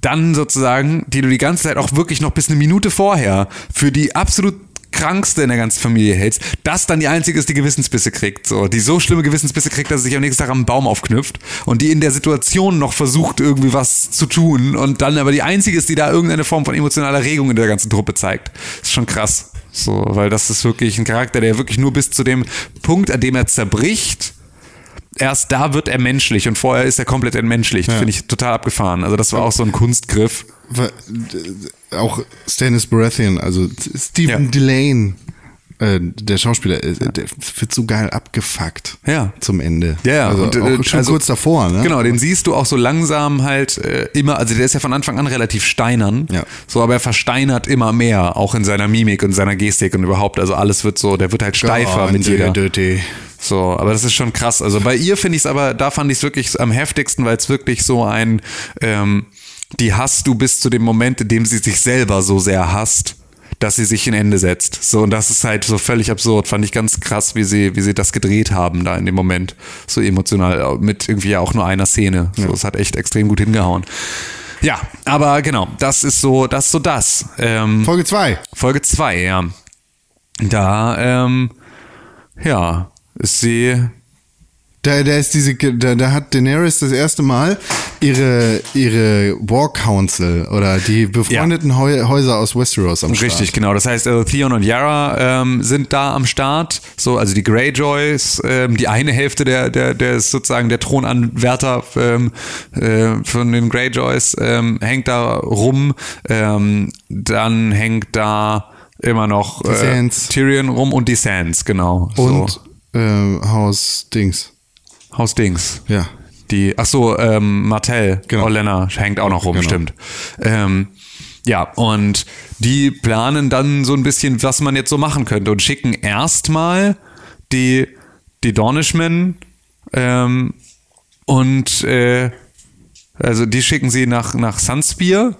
dann sozusagen, die du die ganze Zeit auch wirklich noch bis eine Minute vorher für die absolut krankste in der ganzen Familie hältst, das dann die einzige ist, die Gewissensbisse kriegt, so, die so schlimme Gewissensbisse kriegt, dass sie sich am nächsten Tag am Baum aufknüpft und die in der Situation noch versucht, irgendwie was zu tun und dann aber die einzige ist, die da irgendeine Form von emotionaler Regung in der ganzen Truppe zeigt. Ist schon krass. So, weil das ist wirklich ein Charakter, der wirklich nur bis zu dem Punkt, an dem er zerbricht, erst da wird er menschlich und vorher ist er komplett entmenschlicht. Finde ich total abgefahren. Also das war auch so ein Kunstgriff.
Weil, äh, Auch Stannis Baratheon, also Stephen
Ja.
Delane, äh, der Schauspieler, äh, der wird so geil abgefuckt.
Ja.
Zum Ende.
Ja, ja.
Also
Und, äh,
auch schon
also-
kurz davor, ne?
Genau, den siehst du auch so langsam halt äh, immer, also der ist ja von Anfang an relativ steinern,
Ja.
so, aber er versteinert immer mehr, auch in seiner Mimik und seiner Gestik und überhaupt, also alles wird so, der wird halt
Genau,
steifer mit jeder.
Dirty.
So, aber das ist schon krass. Also bei ihr finde ich es aber, da fand ich es wirklich am heftigsten, weil es wirklich so ein, ähm, die hasst du bis zu dem Moment, in dem sie sich selber so sehr hasst, dass sie sich ein Ende setzt. So, und das ist halt so völlig absurd. Fand ich ganz krass, wie sie, wie sie das gedreht haben da in dem Moment. So emotional, äh, mit irgendwie ja auch nur einer Szene. So, es hat echt extrem gut hingehauen. Ja, aber genau, das ist so, das ist so das. Ähm,
Folge 2.
Folge 2, ja. Da, ähm, ja, ist sie
Da, da ist diese, da, da hat Daenerys das erste Mal ihre, ihre War Council oder die befreundeten Heu- Häuser aus Westeros am Start.
Richtig, genau. Das heißt, also Theon und Yara ähm, sind da am Start. So, also die Greyjoys, ähm, die eine Hälfte der, der, der ist sozusagen der Thronanwärter ähm, äh, von den Greyjoys, ähm, hängt da rum. Ähm, dann hängt da immer noch äh,
Sands.
Tyrion rum und die Sands, genau.
Und
so.
ähm, Haus Dings.
Haus Dings.
Ja.
Die, ach so, ähm, Martell,
Genau.
Olenna hängt auch noch rum,
Genau.
stimmt. Ähm, ja, und die planen dann so ein bisschen, was man jetzt so machen könnte und schicken erstmal die, die Dornishmen ähm, und äh, also die schicken sie nach, nach Sunspear.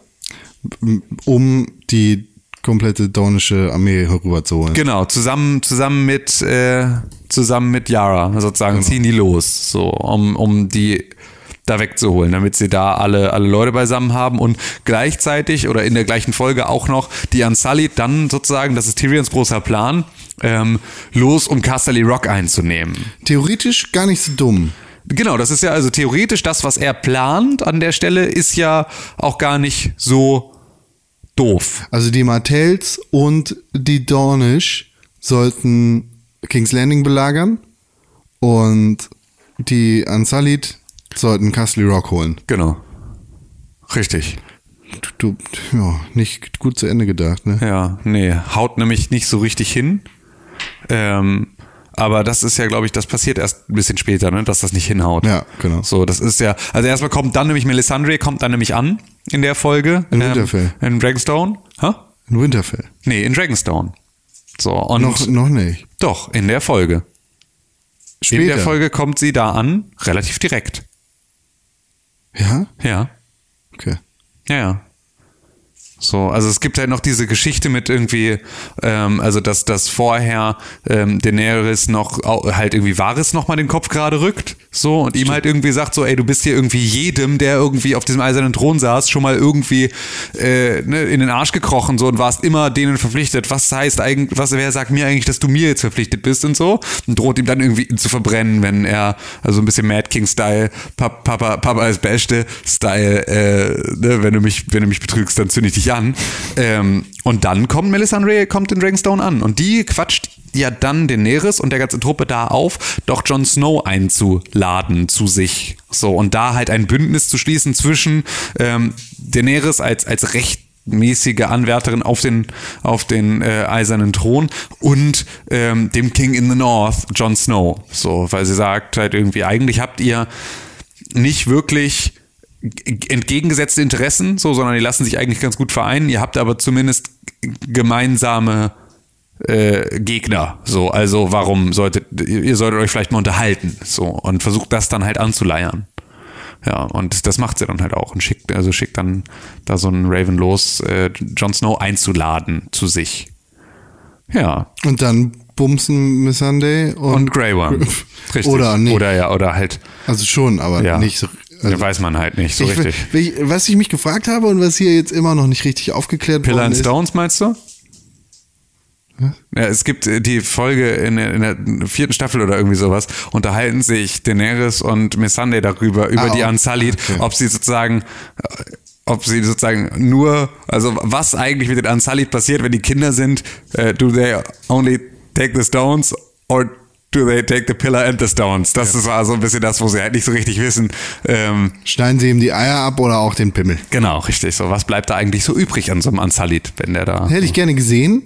Um die komplette dornische Armee rüberzuholen.
Genau, zusammen, zusammen mit äh, zusammen mit Yara sozusagen ziehen die los, so um, um die da wegzuholen, damit sie da alle, alle Leute beisammen haben und gleichzeitig oder in der gleichen Folge auch noch die Unsullied dann sozusagen, das ist Tyrions großer Plan, ähm, los, um Casterly Rock einzunehmen.
Theoretisch gar nicht so dumm.
Genau, das ist ja also theoretisch das, was er plant an der Stelle, ist ja auch gar nicht so doof.
Also die Martells und die Dornish sollten King's Landing belagern und die Unsullied sollten Castle Rock holen.
Genau. Richtig.
Du, du, ja, nicht gut zu Ende gedacht, ne?
Ja, nee, haut nämlich nicht so richtig hin. Ähm, aber das ist ja, glaube ich, das passiert erst ein bisschen später, ne, dass das nicht hinhaut.
Ja, genau.
So, das ist ja, also erstmal kommt dann nämlich Melisandre, kommt dann nämlich an in der Folge. Ähm,
In Winterfell.
In Dragonstone. Hä?
In Winterfell.
Nee, in Dragonstone. So, und
Noch, noch nicht.
doch, in der Folge.
Später.
In der Folge kommt sie da an, relativ direkt.
Ja?
Ja.
Okay.
Ja, ja. So, also es gibt halt noch diese Geschichte mit irgendwie, ähm, also dass, dass vorher ähm, Daenerys noch au- halt irgendwie Varys nochmal den Kopf gerade rückt, so, und ihm halt irgendwie sagt so, ey, du bist hier irgendwie jedem, der irgendwie auf diesem eisernen Thron saß, schon mal irgendwie äh, ne, in den Arsch gekrochen so und warst immer denen verpflichtet. Was heißt eigentlich, was, wer sagt mir eigentlich, dass du mir jetzt verpflichtet bist und so? Und droht ihm dann irgendwie ihn zu verbrennen, wenn er, also ein bisschen Mad King-Style, Papa, Papa, Papa ist Beste-Style, äh, ne, wenn du mich, wenn du mich betrügst, dann zünde ich dich an. Ähm, und dann kommt Melisandre, kommt in Dragonstone an und die quatscht ja dann Daenerys und der ganzen Truppe da auf, doch Jon Snow einzuladen zu sich. So, und da halt ein Bündnis zu schließen zwischen ähm, Daenerys als, als rechtmäßige Anwärterin auf den, auf den äh, eisernen Thron und ähm, dem King in the North, Jon Snow. So, weil sie sagt halt irgendwie, eigentlich habt ihr nicht wirklich g- entgegengesetzte Interessen, so, sondern die lassen sich eigentlich ganz gut vereinen. Ihr habt aber zumindest g- gemeinsame äh, Gegner. So, also warum solltet ihr ihr solltet euch vielleicht mal unterhalten, so und versucht das dann halt anzuleiern. Ja, und das macht sie dann halt auch und schickt also schickt dann da so einen Raven los, äh, Jon Snow einzuladen zu sich. Ja,
Und dann bumsen Miss Sunday und,
und Grey Worm. Richtig.
Oder nicht.
Oder ja, oder halt
also schon, aber
ja.
nicht so. also äh,
Ja, weiß man halt nicht so
ich,
richtig.
ich, was ich mich gefragt habe und was hier jetzt immer noch nicht richtig aufgeklärt
Pillar
worden
and
ist.
Stones meinst du? Ja, es gibt äh, die Folge in der, in der vierten Staffel oder irgendwie sowas, unterhalten sich Daenerys und Missandei darüber, über
Ah,
die
oh.
Unsullied,
Okay.
ob sie sozusagen, äh, ob sie sozusagen nur, also was eigentlich mit den Unsullied passiert, wenn die Kinder sind, äh, do they only take the stones or do they take the pillar and the stones? Das ist also ein bisschen das, wo sie halt nicht so richtig wissen, ähm,
Schneiden sie ihm die Eier ab oder auch den Pimmel?
genau, richtig, so was bleibt da eigentlich so übrig an so einem Unsullied, wenn der da...
Hätte ich gerne gesehen.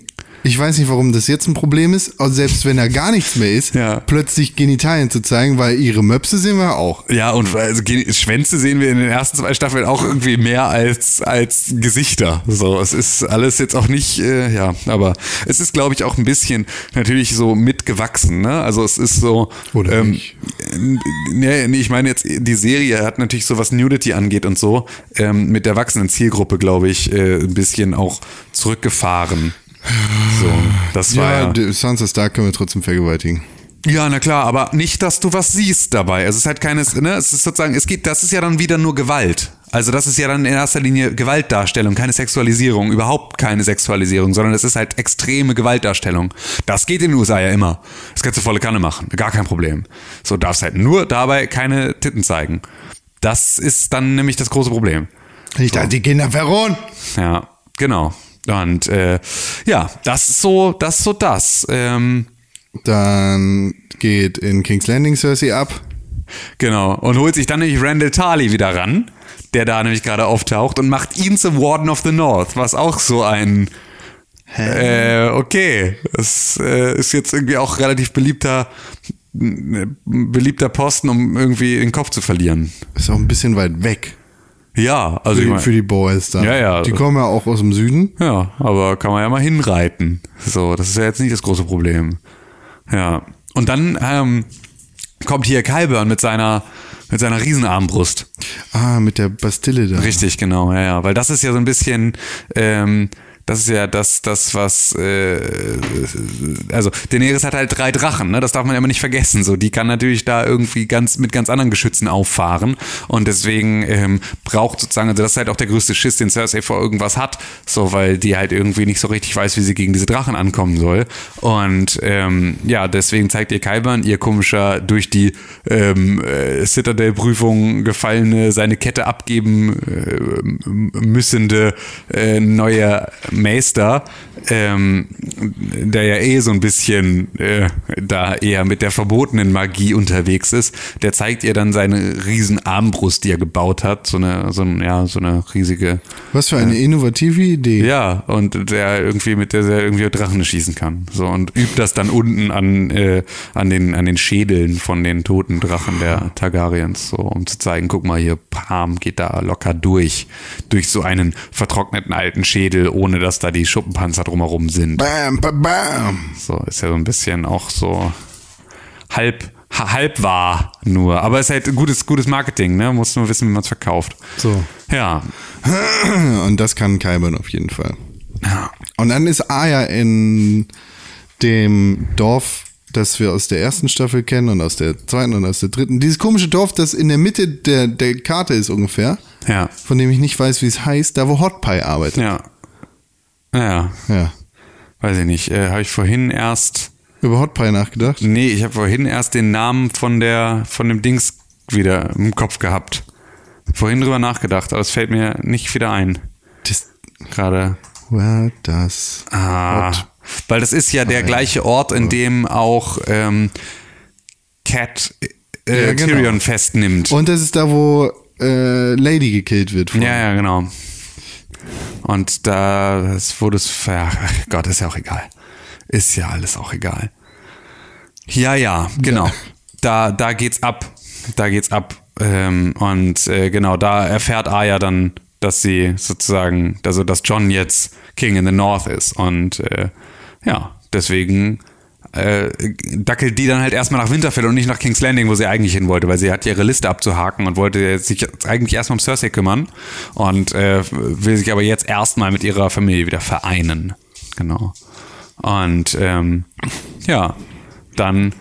Ich weiß nicht, warum das jetzt ein Problem ist. Und selbst wenn da gar nichts mehr ist,
Ja.
plötzlich Genitalien zu zeigen, weil ihre Möpse sehen wir auch.
Ja, und also, Gen- Schwänze sehen wir in den ersten zwei Staffeln auch irgendwie mehr als, als Gesichter. So, es ist alles jetzt auch nicht, äh, ja, aber es ist, glaube ich, auch ein bisschen natürlich so mitgewachsen, ne? Also es ist so.
Oder
ähm,
nicht.
n- Nee, nee, ich meine jetzt, die Serie hat natürlich so, was Nudity angeht und so, ähm, mit der wachsenden Zielgruppe, glaube ich, äh, ein bisschen auch zurückgefahren. So, das war ja,
Ja, ja. Sansa Stark können wir trotzdem vergewaltigen.
ja, na klar, Also aber nicht, dass du was siehst dabei. Es ist halt keines, ne, es ist sozusagen, es geht, das ist ja dann wieder nur Gewalt. Also das ist ja dann in erster Linie Gewaltdarstellung, keine Sexualisierung, überhaupt keine Sexualisierung, sondern es ist halt extreme Gewaltdarstellung. Das geht in den USA ja immer. Das kannst du volle Kanne machen, gar kein Problem. So darfst halt nur dabei keine Titten zeigen. Das ist dann nämlich das große Problem.
Nicht an die Kinder verrohen.
Ja, genau. Und äh, ja, das ist so, das ist so das. Ähm,
Dann geht in King's Landing Cersei ab.
Genau. Und holt sich dann nämlich Randall Tarley wieder ran, der da nämlich gerade auftaucht und macht ihn zum Warden of the North, was auch so ein äh, okay. Das äh, ist jetzt irgendwie auch relativ beliebter n- beliebter Posten, um irgendwie den Kopf zu verlieren.
Ist auch ein bisschen weit weg
Ja, also ich
für,
mein,
für die Boys da.
Ja, ja.
Die kommen ja auch aus dem Süden.
ja, aber kann man ja mal hinreiten. So, das ist ja jetzt nicht das große Problem. Ja. Und dann ähm, kommt hier Kyburn mit seiner mit seiner Riesenarmbrust.
Ah, mit der Bastille da.
Richtig, genau, ja, ja. Weil das ist ja so ein bisschen, ähm, das ist ja das, das, was, äh, also Daenerys hat halt drei Drachen, ne? Das darf man immer nicht vergessen. So, die kann natürlich da irgendwie ganz mit ganz anderen Geschützen auffahren. Und deswegen ähm, braucht sozusagen, also das ist halt auch der größte Schiss, den Cersei vor irgendwas hat, so weil die halt irgendwie nicht so richtig weiß, wie sie gegen diese Drachen ankommen soll. Und ähm, ja, deswegen zeigt ihr Kaiban, ihr komischer, durch die ähm, äh, Citadel-Prüfung gefallene, seine Kette abgeben äh, m- müssende äh, neue Meister, ähm, der ja eh so ein bisschen äh, da eher mit der verbotenen Magie unterwegs ist, der zeigt ihr dann seine riesen Armbrust, die er gebaut hat, so eine, so ein, ja, so eine riesige.
Was für eine innovative Idee.
Ja, und der irgendwie mit der der irgendwie Drachen schießen kann. So und übt das dann unten an äh, an den an den Schädeln von den toten Drachen der Targaryens, so um zu zeigen, guck mal hier, pam, geht da locker durch durch so einen vertrockneten alten Schädel, ohne dass da die Schuppenpanzer drumherum sind.
Bam, bam, bam.
So ist ja so ein bisschen auch so halb ha- halb wahr nur, aber ist halt gutes gutes Marketing, ne? Muss nur wissen, wie man es verkauft.
So.
Ja,
Und das kann Kaiban auf jeden Fall. Und dann ist Aya in dem Dorf, das wir aus der ersten Staffel kennen und aus der zweiten und aus der dritten. Dieses komische Dorf, das in der Mitte der, der Karte ist ungefähr,
ja,
von dem ich nicht weiß, wie es heißt, da wo Hot Pie arbeitet.
ja, ja.
Ja.
weiß ich nicht, äh, habe ich vorhin erst,
Über Hot Pie nachgedacht.
nee, ich habe vorhin erst den Namen von der, von dem Dings wieder im Kopf gehabt. Vorhin drüber nachgedacht, aber es fällt mir nicht wieder ein.
Das,
Gerade.
well, das.
Ah, weil das ist ja der gleiche Ort, in dem auch ähm, Cat äh,
Ja, genau.
Tyrion festnimmt.
Und das ist da, wo äh, Lady gekillt wird. von-
ja, ja, genau. Und da das wurde es. ver- Ach Gott, ist ja auch egal. Ist ja alles auch egal. Ja, ja, genau. Da, da geht's ab. Da geht's ab. Ähm, und äh, genau, da erfährt Aya dann, dass sie sozusagen, also dass John jetzt King in the North ist. Und äh, ja, deswegen äh, dackelt die dann halt erstmal nach Winterfell und nicht nach King's Landing, wo sie eigentlich hin wollte, weil sie hat ihre Liste abzuhaken und wollte jetzt sich jetzt eigentlich erstmal um Cersei kümmern und äh, will sich aber jetzt erstmal mit ihrer Familie wieder vereinen. Genau. Und ähm, ja, dann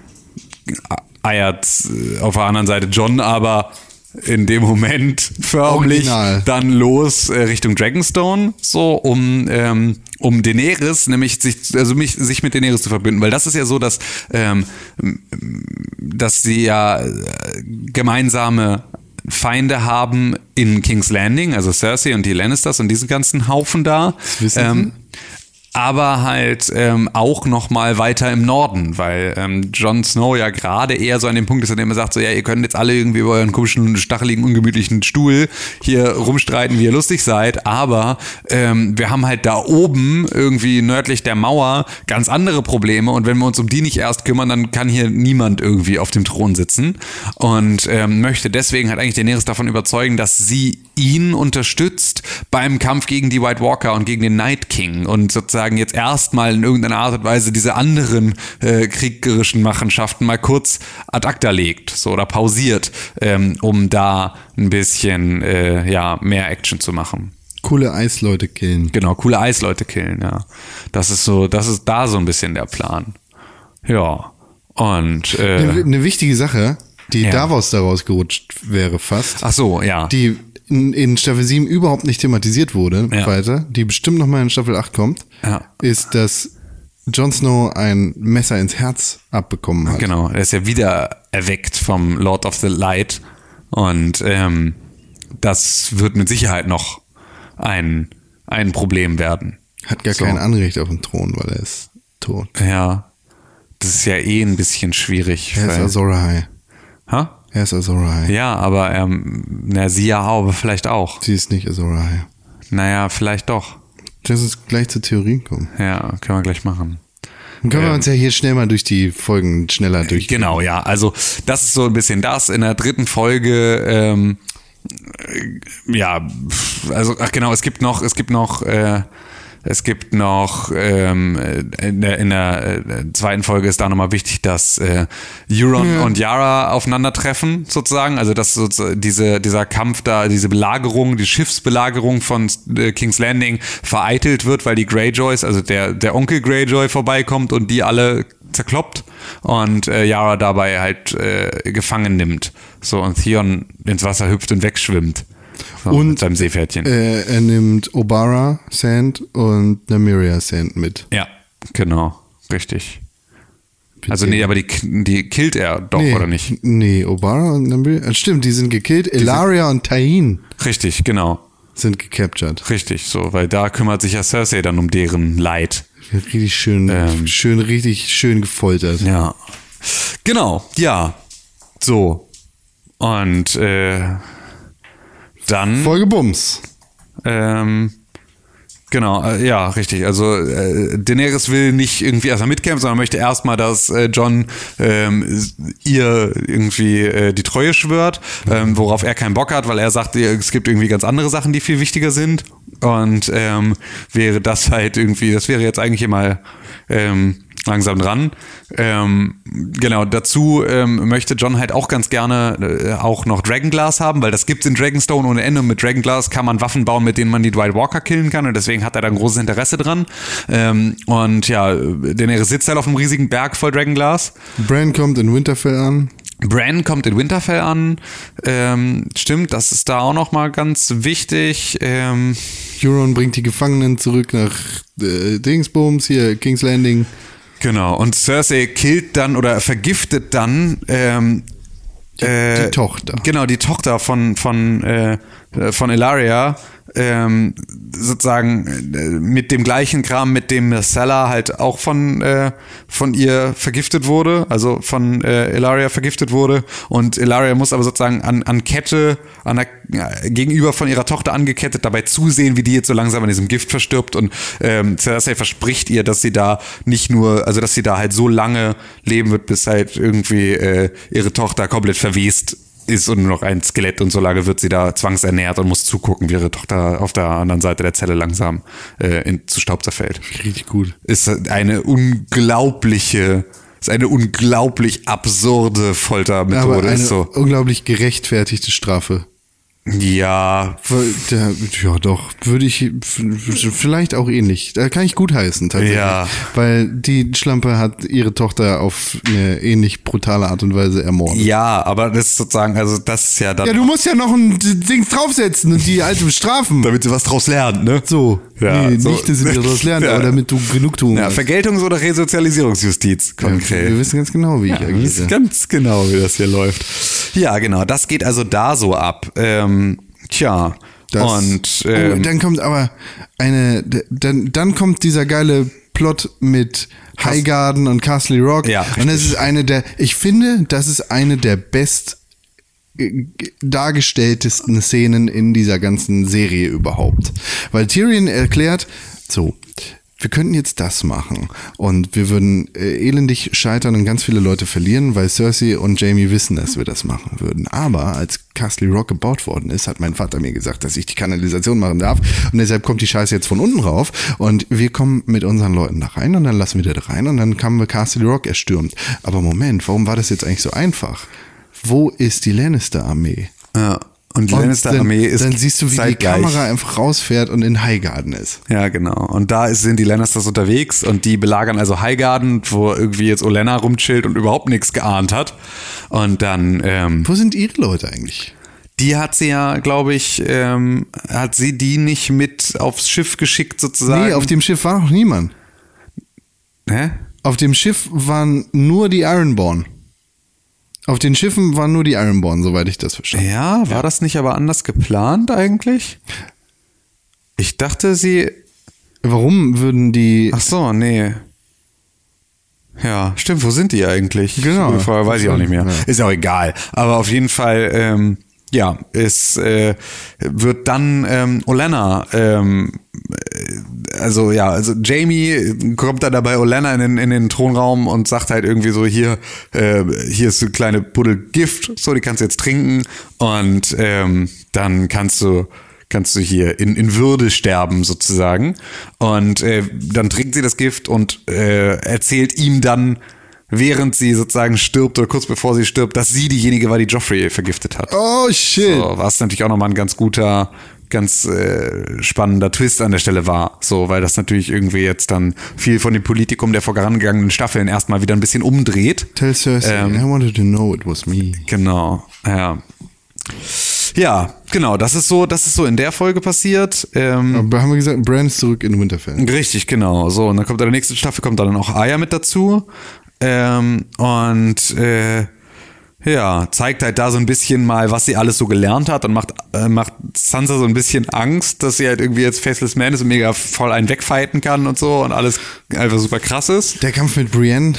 eiert äh, auf der anderen Seite John aber in dem Moment förmlich
Original.
dann los äh, Richtung Dragonstone, so um, ähm, um Daenerys, nämlich sich, also mich, sich mit Daenerys zu verbünden, weil das ist ja so, dass, ähm, dass sie ja äh, gemeinsame Feinde haben in King's Landing, also Cersei und die Lannisters und diesen ganzen Haufen da.
wissen sie.
Ähm, aber halt ähm, auch noch mal weiter im Norden, weil ähm, Jon Snow ja gerade eher so an dem Punkt ist, an dem er sagt, so ja, ihr könnt jetzt alle irgendwie über euren komischen, stacheligen, ungemütlichen Stuhl hier rumstreiten, wie ihr lustig seid, aber ähm, wir haben halt da oben irgendwie nördlich der Mauer ganz andere Probleme und wenn wir uns um die nicht erst kümmern, dann kann hier niemand irgendwie auf dem Thron sitzen und ähm, möchte deswegen halt eigentlich Daenerys davon überzeugen, dass sie ihn unterstützt beim Kampf gegen die White Walker und gegen den Night King und sozusagen jetzt erstmal in irgendeiner Art und Weise diese anderen äh, kriegerischen Machenschaften mal kurz ad acta legt so, oder pausiert, ähm, um da ein bisschen äh, ja, mehr Action zu machen.
Coole Eisleute killen.
Genau, coole Eisleute killen, ja. Das ist so, das ist da so ein bisschen der Plan. Ja. Und äh,
Eine, eine wichtige Sache, die
Ja.
Davos daraus gerutscht wäre fast.
ach so, ja.
Die in, in Staffel 7 überhaupt nicht thematisiert wurde,
Ja.
weiter, die bestimmt nochmal in Staffel 8 kommt,
Ja.
ist, dass Jon Snow ein Messer ins Herz abbekommen hat.
Genau, er ist ja wieder erweckt vom Lord of the Light und ähm, das wird mit Sicherheit noch ein, ein Problem werden.
Hat gar
So.
kein Anrecht auf den Thron, weil er ist tot.
Ja, das ist ja eh ein bisschen schwierig.
Er ist
weil-
Azor Ahai.
ha?
Er ist Azor Ahai.
Ja, aber ähm, na, sie ja auch, aber vielleicht auch.
Sie ist nicht Azor Ahai.
Naja, vielleicht doch.
Lass uns gleich zu Theorien kommen.
Ja, können wir gleich machen.
Dann können wir
Ähm.
uns ja hier schnell mal durch die Folgen schneller durch.
Genau, ja. Also das ist so ein bisschen das. In der dritten Folge, ähm, äh, ja, pf, also ach genau, es gibt noch, es gibt noch, äh, es gibt noch ähm, äh, in der, in der äh, zweiten Folge ist da nochmal wichtig, dass äh, Euron und Yara aufeinandertreffen sozusagen. Also dass sozusagen diese, dieser Kampf da, diese Belagerung, die Schiffsbelagerung von äh, Kings Landing vereitelt wird, weil die Greyjoys, also der, der Onkel Greyjoy vorbeikommt und die alle zerkloppt und äh, Yara dabei halt äh, gefangen nimmt. So und Theon ins Wasser hüpft und wegschwimmt. So,
Und,
mit seinem Seepferdchen.
Äh, er nimmt Obara Sand und Namiria Sand mit.
ja, genau. Richtig. Also nee, aber die, die killt er doch,
Nee,
oder nicht?
Nee, Obara und Namiria. äh, Stimmt, die sind gekillt. Elaria und Tain
Richtig, genau.
sind gecaptured.
Richtig, so, weil da kümmert sich ja Cersei dann um deren Leid.
Richtig schön,
Ähm.
schön, richtig schön gefoltert.
Ja. Genau, ja. So. Und äh, dann.
Folge Bums.
Ähm, genau, äh, ja, richtig. Also äh, Daenerys will nicht irgendwie erstmal mitkämpfen, sondern möchte erstmal, dass äh, John ähm, s- ihr irgendwie äh, die Treue schwört, ähm, worauf er keinen Bock hat, weil er sagt, ihr- es gibt irgendwie ganz andere Sachen, die viel wichtiger sind. Und ähm, wäre das halt irgendwie, das wäre jetzt eigentlich immer ähm, langsam dran. Ähm, genau, dazu ähm, möchte John halt auch ganz gerne äh, auch noch Dragonglass haben, weil das gibt's in Dragonstone ohne Ende. Und mit Dragonglass kann man Waffen bauen, mit denen man die Dwight Walker killen kann. Und deswegen hat er da ein großes Interesse dran. Ähm, und ja, Daenerys sitzt halt auf einem riesigen Berg voll Dragonglass.
Bran kommt in Winterfell an.
Bran kommt in Winterfell an. Ähm, stimmt, das ist da auch noch mal ganz wichtig. Ähm,
Euron bringt die Gefangenen zurück nach äh, Dingsbums, hier, King's Landing.
genau. Und Cersei killt dann oder vergiftet dann ähm,
die Tochter.
Genau, die Tochter von, von, äh, äh, von Ilaria, ähm, sozusagen äh, mit dem gleichen Kram, mit dem Marcella halt auch von, äh, von ihr vergiftet wurde, also von äh, Ilaria vergiftet wurde. Und Ilaria muss aber sozusagen an, an Kette, an der, ja, gegenüber von ihrer Tochter angekettet, dabei zusehen, wie die jetzt so langsam an diesem Gift verstirbt. Und ähm, Cersei verspricht ihr, dass sie da nicht nur, also dass sie da halt so lange leben wird, bis halt irgendwie äh, ihre Tochter komplett verwest ist und nur noch ein Skelett und so lange wird sie da zwangsernährt und muss zugucken, wie ihre Tochter auf der anderen Seite der Zelle langsam äh, in, zu Staub zerfällt.
Richtig gut.
Ist eine unglaubliche, ist eine unglaublich absurde
Aber
Foltermethode.
eine
Ist so,
unglaublich gerechtfertigte Strafe.
ja,
Weil der- Ja, doch, würde ich f- f- vielleicht auch ähnlich. Da kann ich gut heißen, tatsächlich.
Ja.
Weil die Schlampe hat ihre Tochter auf eine ähnlich brutale Art und Weise ermordet.
ja, aber das ist sozusagen, also das ist ja dann,
Ja, du musst ja noch ein D- Dings draufsetzen und die alte bestrafen.
damit sie was draus lernt, ne?
So.
Ja,
nee,
so.
nicht, dass sie wieder was lernt,
Ja.
aber damit du Genugtuung
Ja,
hast.
Vergeltungs- oder Resozialisierungsjustiz konkret.
Wir wissen ganz genau, wie ich
Ja, das ist
agiere.
ganz genau, wie das hier läuft. Ja, genau. Das geht also da so ab. Ähm, tja.
Das-
und
oh,
ähm,
dann kommt aber eine, d- dann, dann kommt dieser geile Plot mit Highgarden und Castle Rock.
Ja,
und das
richtig.
ist eine der, ich finde, das ist eine der best äh, dargestelltesten Szenen in dieser ganzen Serie überhaupt. Weil Tyrion erklärt, so, wir könnten jetzt das machen und wir würden äh, elendig scheitern und ganz viele Leute verlieren, weil Cersei und Jamie wissen, dass wir das machen würden. Aber als Castle Rock gebaut worden ist, hat mein Vater mir gesagt, dass ich die Kanalisation machen darf und deshalb kommt die Scheiße jetzt von unten rauf und wir kommen mit unseren Leuten da rein und dann lassen wir das rein und dann haben wir Castle Rock erstürmt. Aber Moment, warum war das jetzt eigentlich so einfach? Wo ist die Lannister-Armee?
ja, und die
Und
Lannister-Armee
dann,
ist
Dann siehst du, wie die
zeitgleich.
Kamera einfach rausfährt und in Highgarden ist.
Ja, genau. Und da ist- sind die Lannisters unterwegs und die belagern also Highgarden, wo irgendwie jetzt Olenna rumchillt und überhaupt nichts geahnt hat. Und dann ähm,
Wo sind ihre Leute eigentlich?
die hat sie ja, glaube ich, ähm, hat sie die nicht mit aufs Schiff geschickt sozusagen?
Nee, auf dem Schiff war noch niemand.
Hä?
Auf dem Schiff waren nur die Ironborn. Auf den Schiffen waren nur die Ironborn, soweit ich das verstehe.
Ja, war das nicht aber anders geplant eigentlich? Ich dachte, sie.
Warum würden die.
Ach so, nee. Ja, stimmt, wo sind die eigentlich?
Genau.
Gute Frage, weiß ich auch nicht mehr.
Ja.
Ist auch egal. Aber auf jeden Fall, ähm, ja, es äh, wird dann ähm, Olena, ähm, äh, also ja, also Jamie kommt dann dabei Olena in den, in den Thronraum und sagt halt irgendwie so, hier, äh, hier ist so eine kleine Buddel Gift, so, die kannst du jetzt trinken und ähm, dann kannst du kannst du hier in, in Würde sterben sozusagen. Und äh, dann trinkt sie das Gift und äh, erzählt ihm dann, während sie sozusagen stirbt oder kurz bevor sie stirbt, dass sie diejenige war, die Joffrey vergiftet hat.
oh shit!
So, was natürlich auch nochmal ein ganz guter, ganz äh, spannender Twist an der Stelle war. So, weil das natürlich irgendwie jetzt dann viel von dem Politikum der vorangegangenen Staffeln erstmal wieder ein bisschen umdreht.
Tell Cersei,
Ähm.
I wanted to know it was me.
Genau, ja. Ja, genau, das ist so, das ist so in der Folge passiert. Ähm,
Aber haben wir gesagt, Bran ist zurück in Winterfell.
Richtig, genau. So, und dann kommt in der nächsten Staffel kommt dann auch Aya mit dazu. Ähm, und äh, ja, zeigt halt da so ein bisschen mal, was sie alles so gelernt hat und macht, äh, macht Sansa so ein bisschen Angst, dass sie halt irgendwie jetzt Faceless Man ist und mega voll einen wegfighten kann und so und alles einfach super krass ist.
Der Kampf mit Brienne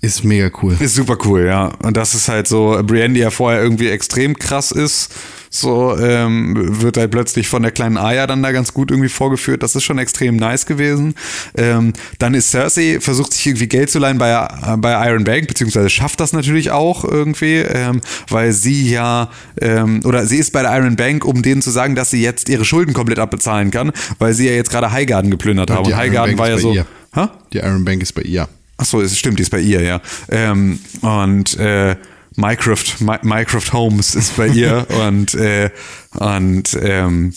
ist mega cool.
Ist super cool, ja. Und das ist halt so, Brienne, die ja vorher irgendwie extrem krass ist, so ähm, wird halt plötzlich von der kleinen Aya dann da ganz gut irgendwie vorgeführt. Das ist schon extrem nice gewesen. Ähm, dann ist Cersei, versucht sich irgendwie Geld zu leihen bei, äh, bei Iron Bank, beziehungsweise schafft das natürlich auch irgendwie, ähm, weil sie ja, ähm, oder sie ist bei der Iron Bank, um denen zu sagen, dass sie jetzt ihre Schulden komplett abbezahlen kann, weil sie ja jetzt gerade Highgarden geplündert haben.
die
Und
Iron
Highgarden
Bank
war
ist bei
ja so.
ihr.
Hä?
Die Iron Bank ist bei ihr.
Ach so, es stimmt, die ist bei ihr, ja. Ähm, und äh, Mycroft, My Mycroft Holmes ist bei ihr und äh, und ähm,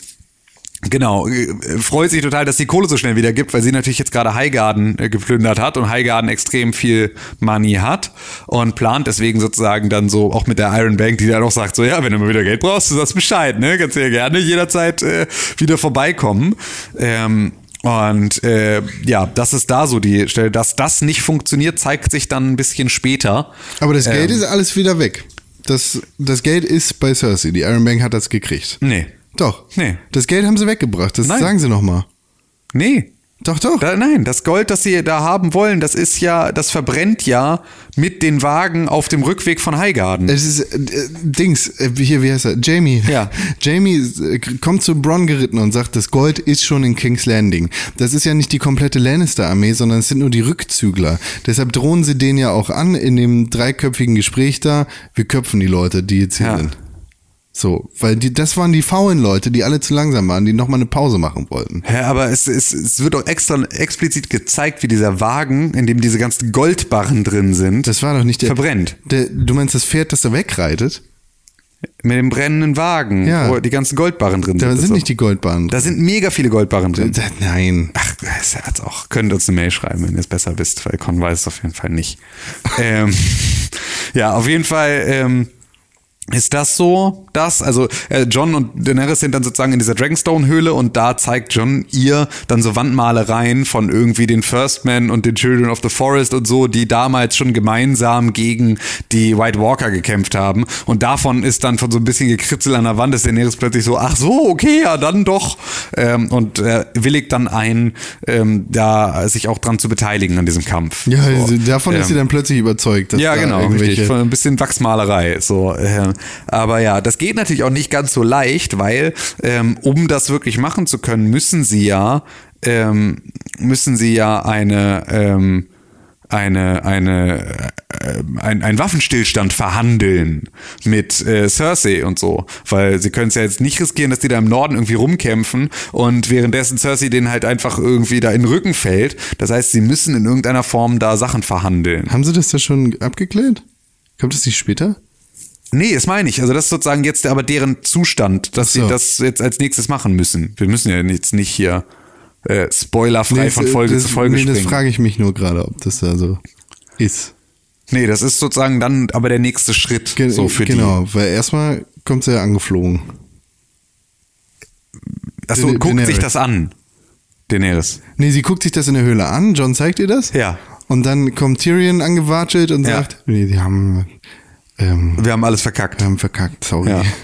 Genau, äh, freut sich total, dass die Kohle so schnell wieder gibt, weil sie natürlich jetzt gerade Highgarden äh, geplündert hat und Highgarden extrem viel Money hat und plant deswegen sozusagen dann so auch mit der Iron Bank, die dann auch sagt, so ja, wenn du mal wieder Geld brauchst, du sagst Bescheid, ne? Kannst du ja gerne jederzeit äh, wieder vorbeikommen. Ähm, und äh, ja, das ist da so die Stelle. Dass das nicht funktioniert, zeigt sich dann ein bisschen später.
Aber das
Ähm.
Geld ist alles wieder weg. Das, das Geld ist bei Cersei. Die Iron Bank hat das gekriegt.
Nee.
Doch.
Hm. Nee.
Das Geld haben sie weggebracht. Das
Nein.
sagen sie nochmal.
Nee.
Doch, doch.
Da, nein, das Gold, das sie da haben wollen, das ist ja, das verbrennt ja mit den Wagen auf dem Rückweg von Highgarden.
Es ist äh, Dings, äh, hier, wie heißt er? Jamie.
Ja.
Jamie äh, kommt zu Bronn geritten und sagt, das Gold ist schon in King's Landing. Das ist ja nicht die komplette Lannister-Armee, sondern es sind nur die Rückzügler. Deshalb drohen sie den ja auch an in dem dreiköpfigen Gespräch da. Wir köpfen die Leute, die jetzt hier
Ja.
sind. So, weil die, das waren die faulen Leute, die alle zu langsam waren, die nochmal eine Pause machen wollten.
Hä, aber es, es, es wird auch extra explizit gezeigt, wie dieser Wagen, in dem diese ganzen Goldbarren drin sind,
Das war doch nicht der.
verbrennt.
Der, du meinst das Pferd, das da wegreitet?
Mit dem brennenden Wagen,
Ja.
wo die ganzen Goldbarren drin
Da
sind.
sind
Das-
nicht die Goldbahnen.
da
drin.
sind mega viele Goldbarren drin.
Da- Nein.
Ach, das hat's auch. Könnt uns eine Mail schreiben, wenn ihr es besser wisst, weil Con weiß es auf jeden Fall nicht. ähm, ja, auf jeden Fall ähm, ist das so, das, also äh, John und Daenerys sind dann sozusagen in dieser Dragonstone-Höhle und da zeigt John ihr dann so Wandmalereien von irgendwie den First Men und den Children of the Forest und so, die damals schon gemeinsam gegen die White Walker gekämpft haben. Und davon ist dann von so ein bisschen Gekritzel an der Wand ist Daenerys plötzlich so, ach so, okay, ja, dann doch. Ähm, und äh, willigt dann ein, ähm, da sich auch dran zu beteiligen an diesem Kampf.
Ja,
so.
also davon ist
Ähm,
sie dann plötzlich überzeugt. Dass
ja,
da
genau,
irgendwelche
richtig. Von ein bisschen Wachsmalerei. So, äh, aber ja, das geht natürlich auch nicht ganz so leicht, weil ähm, um das wirklich machen zu können, müssen sie ja, ähm, müssen sie ja eine, ähm, eine, eine, äh, ein, ein Waffenstillstand verhandeln mit äh, Cersei und so. Weil sie können es ja jetzt nicht riskieren, dass die da im Norden irgendwie rumkämpfen und währenddessen Cersei den halt einfach irgendwie da in den Rücken fällt. Das heißt, sie müssen in irgendeiner Form da Sachen verhandeln.
Haben sie das da schon abgeklärt? Kommt das nicht später?
Nee, das meine ich. Also das ist sozusagen jetzt aber deren Zustand, dass
so.
sie das jetzt als nächstes machen müssen. Wir müssen ja jetzt nicht hier äh, spoilerfrei
Nee,
von
das-
Folge
das,
zu Folge
nee, das
springen.
frage ich mich nur gerade, ob das da so ist.
Nee, das ist sozusagen dann aber der nächste Schritt
Ge
so für
genau, weil erstmal kommt sie ja angeflogen.
die. Achso,
Da-
guckt sich
Daenerys.
das an. Daenerys.
Nee, sie guckt sich das in der Höhle an. John zeigt ihr das.
Ja.
Und dann kommt Tyrion angewatschelt und
Ja.
sagt, nee, die haben, ähm,
Wir haben alles verkackt.
die haben verkackt, sorry.
Ja.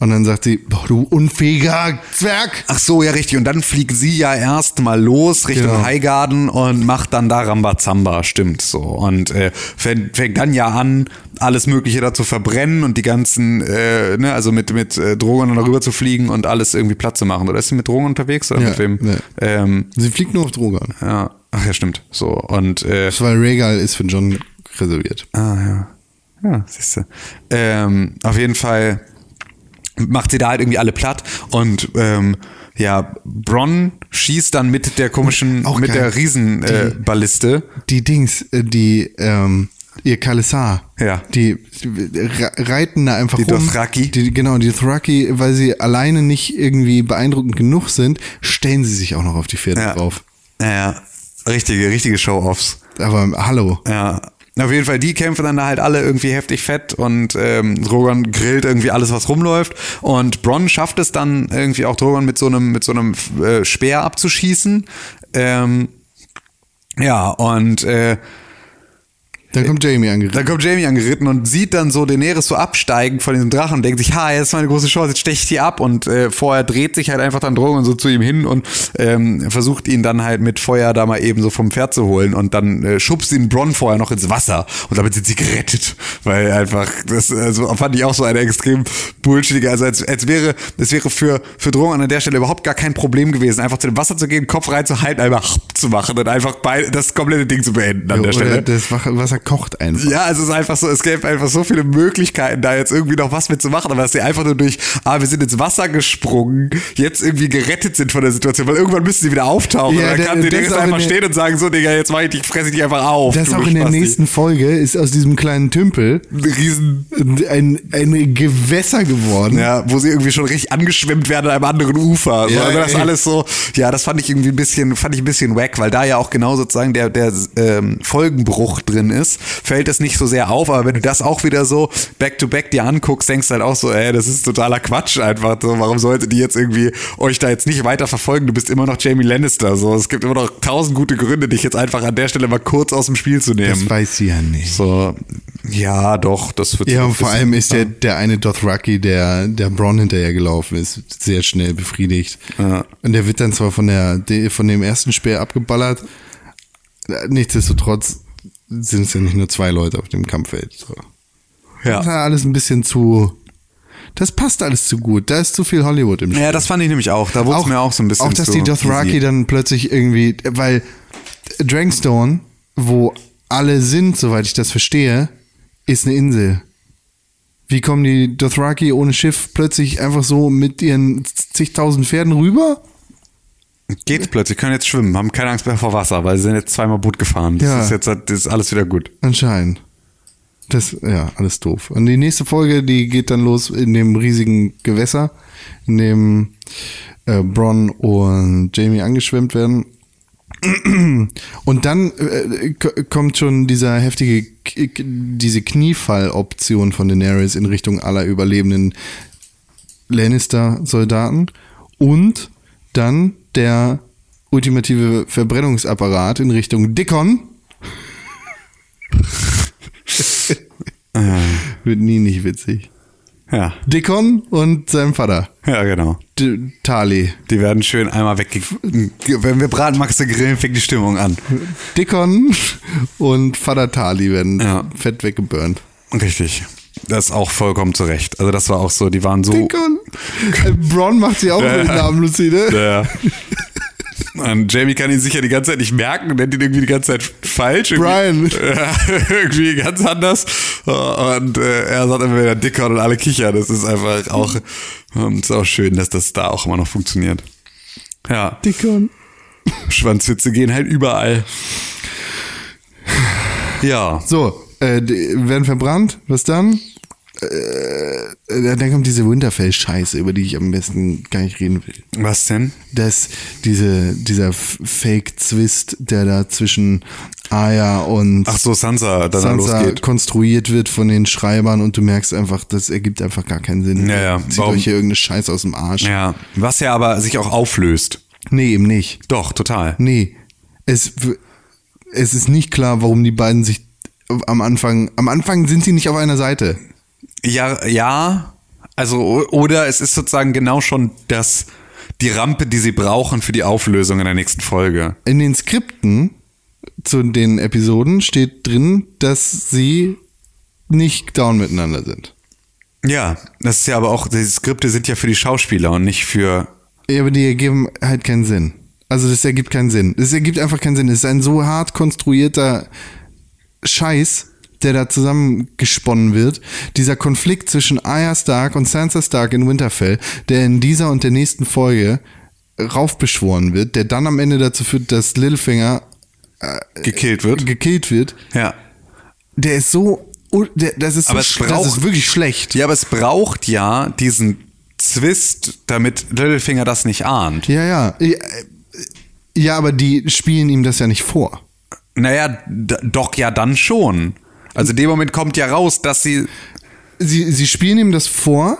Und dann sagt sie, boah, du unfähiger Zwerg.
Ach so, ja, richtig. Und dann fliegt sie ja erst mal los Richtung
Genau.
Highgarden und macht dann da Rambazamba, stimmt so. Und äh, fängt, fängt dann ja an, alles Mögliche da zu verbrennen und die ganzen, äh, ne, also mit, mit äh, Drogen dann darüber zu fliegen und alles irgendwie platt zu machen. Oder ist sie mit Drogen unterwegs oder
Ja,
mit wem?
ja.
Ähm,
Sie fliegt nur auf Drogen. an.
ja. Ach ja, stimmt. So. Und äh,
Das war Regal ist für John reserviert.
Ah, ja. Ja, siehst du. Ähm, auf jeden Fall macht sie da halt irgendwie alle platt und ähm, ja, Bronn schießt dann mit der komischen,
Auch
mit
geil.
der Riesenballiste. Äh, Balliste.
Die Dings, äh, die, ähm, ihr Kalesar,
Ja.
die, die re- reiten da einfach
Die
rum.
Dothraki.
Die, genau, die Dothraki, weil sie alleine nicht irgendwie beeindruckend genug sind, stellen sie sich auch noch auf die Pferde
ja.
drauf.
Ja, ja. richtige, richtige Show-Offs.
Aber hallo.
Ja. Auf jeden Fall, die kämpfen dann da halt alle irgendwie heftig fett und ähm, Drogon grillt irgendwie alles, was rumläuft. Und Bronn schafft es dann irgendwie auch Drogon mit so einem, mit so einem äh, Speer abzuschießen. Ähm, ja, und äh,
Dann kommt Jamie angeritten.
Dann kommt Jamie angeritten und sieht dann so Daenerys so absteigen von diesem Drachen und denkt sich, ha, jetzt ist meine große Chance, jetzt steche ich die ab. Und äh, vorher dreht sich halt einfach dann Drogon so zu ihm hin und ähm, versucht ihn dann halt mit Feuer da mal eben so vom Pferd zu holen. Und dann äh, schubst ihn Bronn vorher noch ins Wasser. Und damit sind sie gerettet. Weil einfach, das also, fand ich auch so eine extrem bullshittige, also als, als wäre, es wäre für, für Drogon an der Stelle überhaupt gar kein Problem gewesen, einfach zu dem Wasser zu gehen, Kopf reinzuhalten, einfach zu machen und einfach bei, das komplette Ding zu beenden an der Stelle.
Oder das Wach- Wasser kocht einfach.
Ja, also es ist einfach so, es gäbe einfach so viele Möglichkeiten, da jetzt irgendwie noch was mit zu machen, aber dass sie einfach nur durch, ah, wir sind ins Wasser gesprungen, jetzt irgendwie gerettet sind von der Situation, weil irgendwann müssen sie wieder auftauchen.
Ja,
und dann
der-
kann sie
das
direkt
auch in
einfach
der-
stehen und sagen, so, Digga, jetzt mach ich dich, fresse ich dich einfach auf.
Das
du
auch in der
Spasti.
nächsten Folge ist aus diesem kleinen Tümpel
Riesen.
ein, ein Gewässer geworden.
Ja, wo sie irgendwie schon richtig angeschwemmt werden an einem anderen Ufer. So,
Ja,
also das
ey.
alles so, ja, das fand ich irgendwie ein bisschen, fand ich ein bisschen wack, weil da ja auch genau sozusagen der, der ähm, Folgenbruch drin ist, fällt es nicht so sehr auf, aber wenn du das auch wieder so back-to-back dir anguckst, denkst du halt auch so, ey, das ist totaler Quatsch einfach. So, warum solltet ihr jetzt irgendwie euch da jetzt nicht weiter verfolgen? Du bist immer noch Jamie Lannister. So, es gibt immer noch tausend gute Gründe, dich jetzt einfach an der Stelle mal kurz aus dem Spiel zu
Das
nehmen.
weiß sie ja nicht.
So, ja, doch, das wird
Ja, und
das-
vor allem ist der, der eine Dothraki, der, der Bronn hinterhergelaufen ist, sehr schnell befriedigt.
Ja.
Und der wird dann zwar von, der, de- von dem ersten Speer abgeballert, nichtsdestotrotz sind es ja nicht nur zwei Leute auf dem Kampffeld. So.
ja.
Das ist ja alles ein bisschen zu. Das passt alles zu gut. Da ist zu viel Hollywood im Spiel.
Ja, das fand ich nämlich auch. Da wurde es mir auch so ein bisschen
Auch, dass
zu
die Dothraki
easy.
dann plötzlich irgendwie, weil Dragonstone, wo alle sind, soweit ich das verstehe, ist eine Insel. Wie kommen die Dothraki ohne Schiff plötzlich einfach so mit ihren zigtausend Pferden rüber?
Geht plötzlich, können jetzt schwimmen, haben keine Angst mehr vor Wasser, weil sie sind jetzt zweimal Boot gefahren. Das
Ja.
ist jetzt das ist alles wieder gut.
Anscheinend. Das, ja, alles doof. Und die nächste Folge, die geht dann los in dem riesigen Gewässer, in dem äh, Bronn und Jamie angeschwemmt werden. Und dann äh, k- kommt schon dieser heftige, K- K- diese Kniefall-Option von Daenerys in Richtung aller überlebenden Lannister-Soldaten. Und dann der ultimative Verbrennungsapparat in Richtung Dickon. Wird nie nicht witzig.
Ja,
Dickon und seinem Vater,
ja, genau.
D Tali.
Die werden schön einmal wegge... Wenn wir braten, Maxe grillen, fängt die Stimmung an.
Dickon und Vater Tali werden
Ja.
fett weggeburnt.
Richtig. Das ist auch vollkommen zu Recht. Also das war auch so, die waren so...
Dickon. Oh. Äh, Braun macht sie auch
Ja.
mit dem Namen Lucide.
Ja. Und Jamie kann ihn sicher die ganze Zeit nicht merken, nennt ihn irgendwie die ganze Zeit falsch. Irgendwie,
Brian.
Ja, irgendwie ganz anders. Und äh, er sagt immer wieder Dicker und alle kichern. Das ist einfach auch, ähm, ist auch schön, dass das da auch immer noch funktioniert. Ja,
Dickon.
Schwanzwitze gehen halt überall. Ja.
So, äh, die werden verbrannt. Was dann? Äh, dann kommt diese Winterfell-Scheiße, über die ich am besten gar nicht reden will.
Was denn?
dass diese, dieser F- Fake-Zwist, der da zwischen Ah ja, und
Ach so, Sansa, dann
Sansa
losgeht.
konstruiert wird von den Schreibern und du merkst einfach, das ergibt einfach gar keinen Sinn.
Ja, ja,
Zieht
warum-
euch hier irgendeine Scheiße aus dem Arsch.
Ja, was ja aber sich auch auflöst.
Nee, eben nicht.
Doch, total.
Nee. Es, w- es ist nicht klar, warum die beiden sich am Anfang, am Anfang sind sie nicht auf einer Seite.
Ja, ja, also o- oder es ist sozusagen genau schon das die Rampe, die sie brauchen für die Auflösung in der nächsten Folge.
In den Skripten zu den Episoden steht drin, dass sie nicht down miteinander sind.
Ja, das ist ja aber auch die Skripte sind ja für die Schauspieler und nicht für
Ja, aber die ergeben halt keinen Sinn. Also das ergibt keinen Sinn. Das ergibt einfach keinen Sinn. Es ist ein so hart konstruierter Scheiß, der da zusammengesponnen wird. Dieser Konflikt zwischen Arya Stark und Sansa Stark in Winterfell, der in dieser und der nächsten Folge raufbeschworen wird, der dann am Ende dazu führt, dass Littlefinger
gekillt wird.
gekillt wird.
Ja.
Der ist so... oh, Der, das, ist
Aber es
so sch- das
braucht-
ist wirklich schlecht.
Ja, aber es braucht ja diesen Zwist, damit Littlefinger das nicht ahnt.
Ja, ja. Ja, äh, Ja, aber die spielen ihm das ja nicht vor.
Naja, d- doch ja dann schon. Also in dem Moment kommt ja raus, dass sie
sie, sie spielen ihm das vor,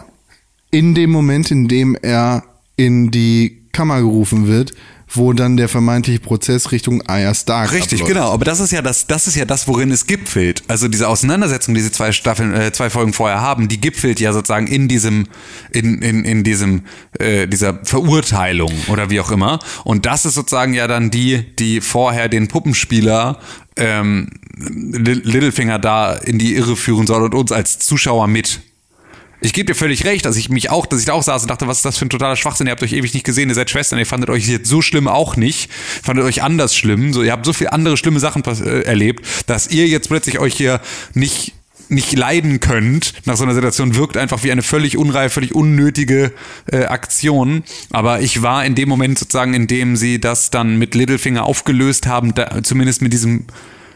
in dem Moment, in dem er in die Kammer gerufen wird, wo dann der vermeintliche Prozess Richtung Arya Stark
Richtig,
abläuft.
genau. Aber das ist ja das, das ist ja das, worin es gipfelt. Also diese Auseinandersetzung, die sie zwei Staffeln, äh, zwei Folgen vorher haben, die gipfelt ja sozusagen in diesem, in, in, in diesem, äh, dieser Verurteilung oder wie auch immer. Und das ist sozusagen ja dann die, die vorher den Puppenspieler ähm, Li- Littlefinger da in die Irre führen soll und uns als Zuschauer mit. Ich gebe dir völlig recht, dass ich mich auch, dass ich da auch saß und dachte, was ist das für ein totaler Schwachsinn? Ihr habt euch ewig nicht gesehen, ihr seid Schwestern, ihr fandet euch jetzt so schlimm auch nicht, fandet euch anders schlimm, so ihr habt so viel andere schlimme Sachen pass- äh, erlebt, dass ihr jetzt plötzlich euch hier nicht nicht leiden könnt nach so einer Situation wirkt einfach wie eine völlig unreife, völlig unnötige äh, Aktion. Aber ich war in dem Moment sozusagen, in dem sie das dann mit Littlefinger aufgelöst haben, da, zumindest mit diesem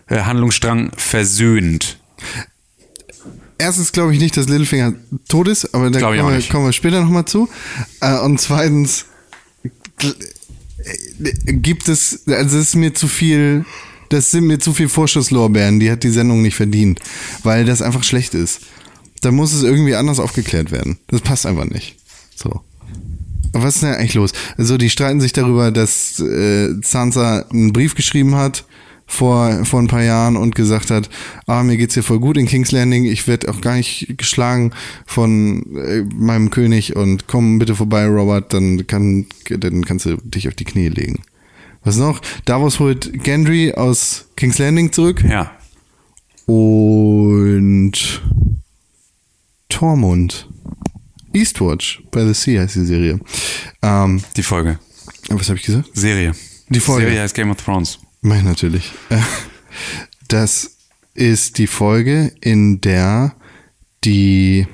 äh, Handlungsstrang versöhnt.
Erstens glaube ich nicht, dass Littlefinger tot ist, aber da
Glaub ich auch
kommen wir,
nicht.
kommen wir später nochmal zu. Äh, Und zweitens gl- äh, gibt es, also es ist mir zu viel, das sind mir zu viel Vorschusslorbeeren, die hat die Sendung nicht verdient, weil das einfach schlecht ist. Da muss es irgendwie anders aufgeklärt werden. Das passt einfach nicht. So. Aber was ist denn eigentlich los? Also die streiten sich darüber, dass äh, Sansa einen Brief geschrieben hat vor, vor ein paar Jahren und gesagt hat, ah, mir geht's hier voll gut in King's Landing, ich werde auch gar nicht geschlagen von äh, meinem König und komm bitte vorbei, Robert, dann, kann, dann kannst du dich auf die Knie legen. Was noch? Davos holt Gendry aus King's Landing zurück
Ja.
und Tormund. Eastwatch by the Sea heißt die Serie. Ähm,
Die Folge.
was habe ich gesagt?
Serie.
Die Folge.
Serie heißt Game of Thrones.
Mein natürlich. Äh, Das ist die Folge, in der die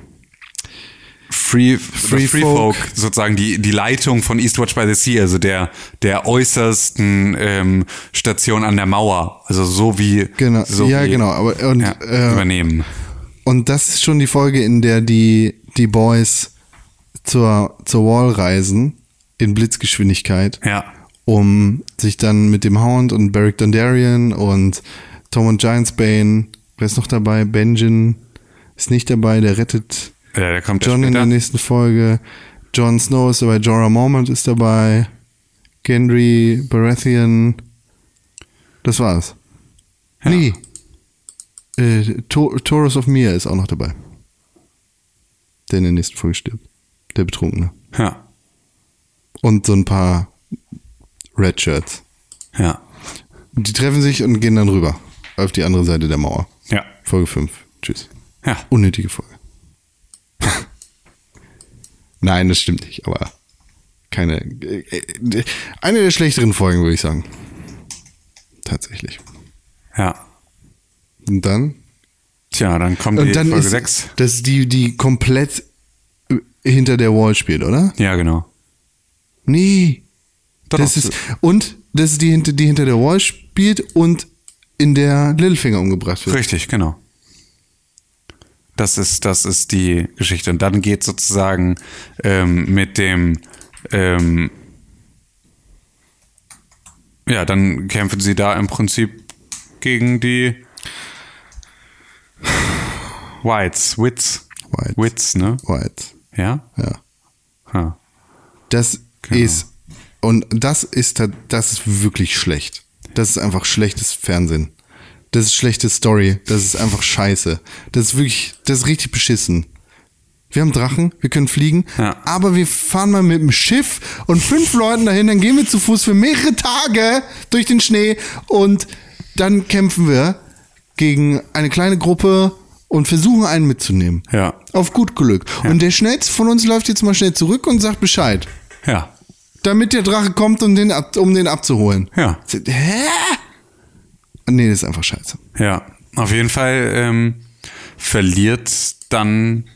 Free, Free, Free Folk,
Folk.
sozusagen die, die Leitung von Eastwatch by the Sea, also der, der äußersten ähm, Station an der Mauer, also so wie.
genau,
so
ja
wie,
genau, aber und
Ja,
äh,
übernehmen.
Und das ist schon die Folge, in der die, die Boys zur, zur Wall reisen, in Blitzgeschwindigkeit,
Ja.
um sich dann mit dem Hound und Beric Dondarrion und Tom und Giantsbane, wer ist noch dabei? Benjin ist nicht dabei, der rettet
Ja, Äh, der kommt ja
John in der
später.
nächsten Folge. Jon Snow ist dabei, Jorah Mormont ist dabei, Gendry, Baratheon. Das war's.
Ja.
Nee. Äh, to Taurus of Mir ist auch noch dabei. Der in der nächsten Folge stirbt. Der Betrunkene.
Ja.
Und so ein paar Red Shirts.
Ja.
Die treffen sich und gehen dann rüber. Auf die andere Seite der Mauer.
Ja.
Folge 5. Tschüss.
Ja.
Unnötige Folge. Nein, das stimmt nicht, aber keine. äh, äh, Eine der schlechteren Folgen, würde ich sagen. Tatsächlich.
Ja.
Und dann?
Tja, dann kommt die
Und dann
Folge
ist
6.
das ist die, die komplett äh, hinter der Wall spielt, oder?
Ja, genau.
Nee.
Doch,
das
doch.
ist, und das ist die, hinter- die hinter der Wall spielt und in der Littlefinger umgebracht wird.
Richtig, genau. Das ist, das ist die Geschichte. Und dann geht sozusagen ähm, mit dem. Ähm, ja, dann kämpfen sie da im Prinzip gegen die Whites, Wits.
Whites.
Wits, ne?
White.
Ja?
Ja.
Ha.
Das
Genau.
ist und das ist ta- das ist wirklich schlecht. Das ist einfach schlechtes Fernsehen. Das ist schlechte Story. Das ist einfach scheiße. Das ist wirklich, das ist richtig beschissen. Wir haben Drachen, wir können fliegen,
Ja.
aber wir fahren mal mit dem Schiff und fünf Leuten dahin, dann gehen wir zu Fuß für mehrere Tage durch den Schnee und dann kämpfen wir gegen eine kleine Gruppe und versuchen einen mitzunehmen.
Ja.
Auf gut Glück. Und der schnellste von uns läuft jetzt mal schnell zurück und sagt Bescheid.
Ja.
Damit der Drache kommt, um den, ab, um den abzuholen.
Ja.
Hä? Nee, das ist einfach scheiße.
Ja. Auf jeden Fall ähm, verliert dann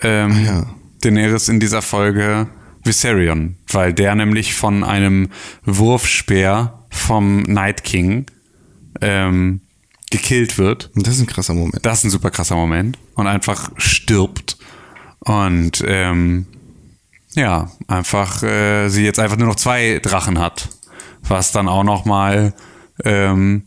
ähm,
ja.
Daenerys in dieser Folge Viserion, weil der nämlich von einem Wurfspeer vom Night King ähm, gekillt wird.
Und das ist ein krasser Moment.
Das ist ein super krasser Moment. Und einfach stirbt. Und ähm, ja, einfach äh, sie jetzt einfach nur noch zwei Drachen hat. Was dann auch nochmal ähm,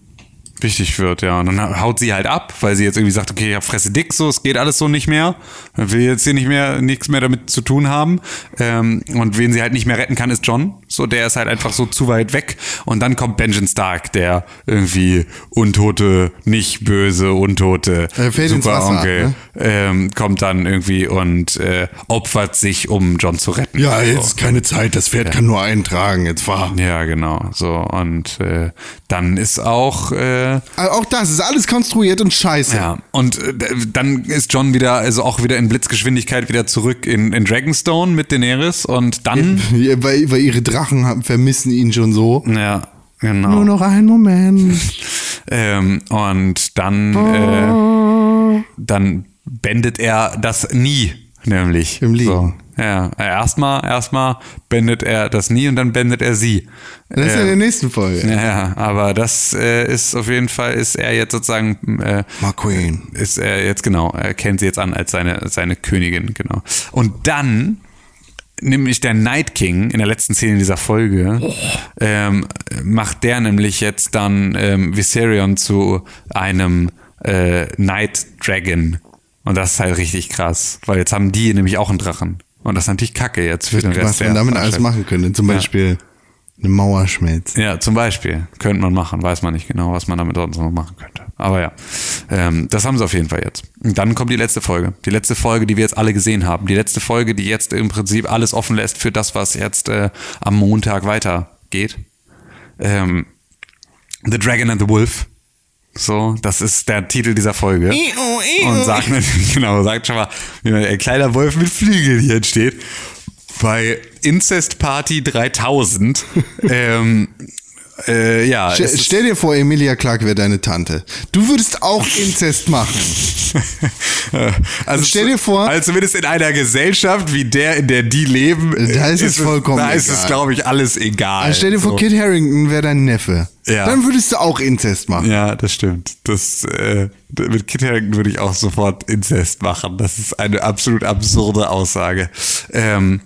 wichtig wird, ja. Und dann haut sie halt ab, weil sie jetzt irgendwie sagt, okay, ich hab fresse dick, so, es geht alles so nicht mehr. Will jetzt hier nicht mehr, nichts mehr damit zu tun haben. Ähm, und wen sie halt nicht mehr retten kann, ist John. So, der ist halt einfach so zu weit weg. Und dann kommt Benjamin Stark, der irgendwie untote, nicht böse, untote
Er fällt ins Wasser ab,
Superonkel
ne?
ähm, kommt dann irgendwie und äh, opfert sich, um John zu retten.
Ja, jetzt ist keine Zeit. Das Pferd kann nur einen tragen. Jetzt fahr.
Ja, genau. So, und äh, dann ist auch. Äh,
Also auch das ist alles konstruiert und scheiße.
ja, und äh, dann ist John wieder, also auch wieder in Blitzgeschwindigkeit wieder zurück in, in Dragonstone mit Daenerys und dann.
Ja, Weil, weil ihre Drachen haben, vermissen ihn schon so.
Ja, genau.
Nur noch einen Moment.
Ähm, und dann, äh, dann bändet er das nie, nämlich.
Im Liegen.
Ja, erstmal, erstmal bändet er das nie und dann bändet er sie.
Das ist ja in der nächsten Folge.
Ja, ja, aber das äh, ist auf jeden Fall, ist er jetzt sozusagen, äh,
McQueen.
ist er jetzt genau, er kennt sie jetzt an als seine, seine Königin, genau. Und dann, nämlich der Night King in der letzten Szene dieser Folge, ähm, macht der nämlich jetzt dann ähm, Viserion zu einem äh, Night Dragon. Und das ist halt richtig krass, weil jetzt haben die nämlich auch einen Drachen. Und das ist natürlich kacke jetzt für den
Was
Rest
man
der
damit alles
Staffel.
machen könnte. Zum
Ja.
Beispiel eine Mauer schmelzen.
Ja, zum Beispiel. Könnte man machen. Weiß man nicht genau, was man damit sonst noch machen könnte. Aber ja, ähm, das haben sie auf jeden Fall jetzt. Und dann kommt die letzte Folge. Die letzte Folge, die wir jetzt alle gesehen haben. Die letzte Folge, die jetzt im Prinzip alles offen lässt für das, was jetzt äh, am Montag weitergeht. Ähm, the Dragon and the Wolf. So, das ist der Titel dieser Folge. Und sagt natürlich, genau, sagt schon mal, wie ein kleiner Wolf mit Flügeln hier entsteht. Bei Incest Party 3000. ähm, äh, ja,
Ste-
es ist-
Stell dir vor, Emilia Clark wäre deine Tante. Du würdest auch Inzest machen.
also
stell dir vor-
also zumindest in einer Gesellschaft wie der, in der die leben,
Da ist es vollkommen
Da ist es,
egal.
glaube ich, alles egal.
Also stell dir vor, Kit Harrington wäre dein Neffe.
Ja.
Dann würdest du auch Inzest machen.
Ja, das stimmt. Das, äh, mit Kit Harington würde ich auch sofort Inzest machen. Das ist eine absolut absurde Aussage. Ähm,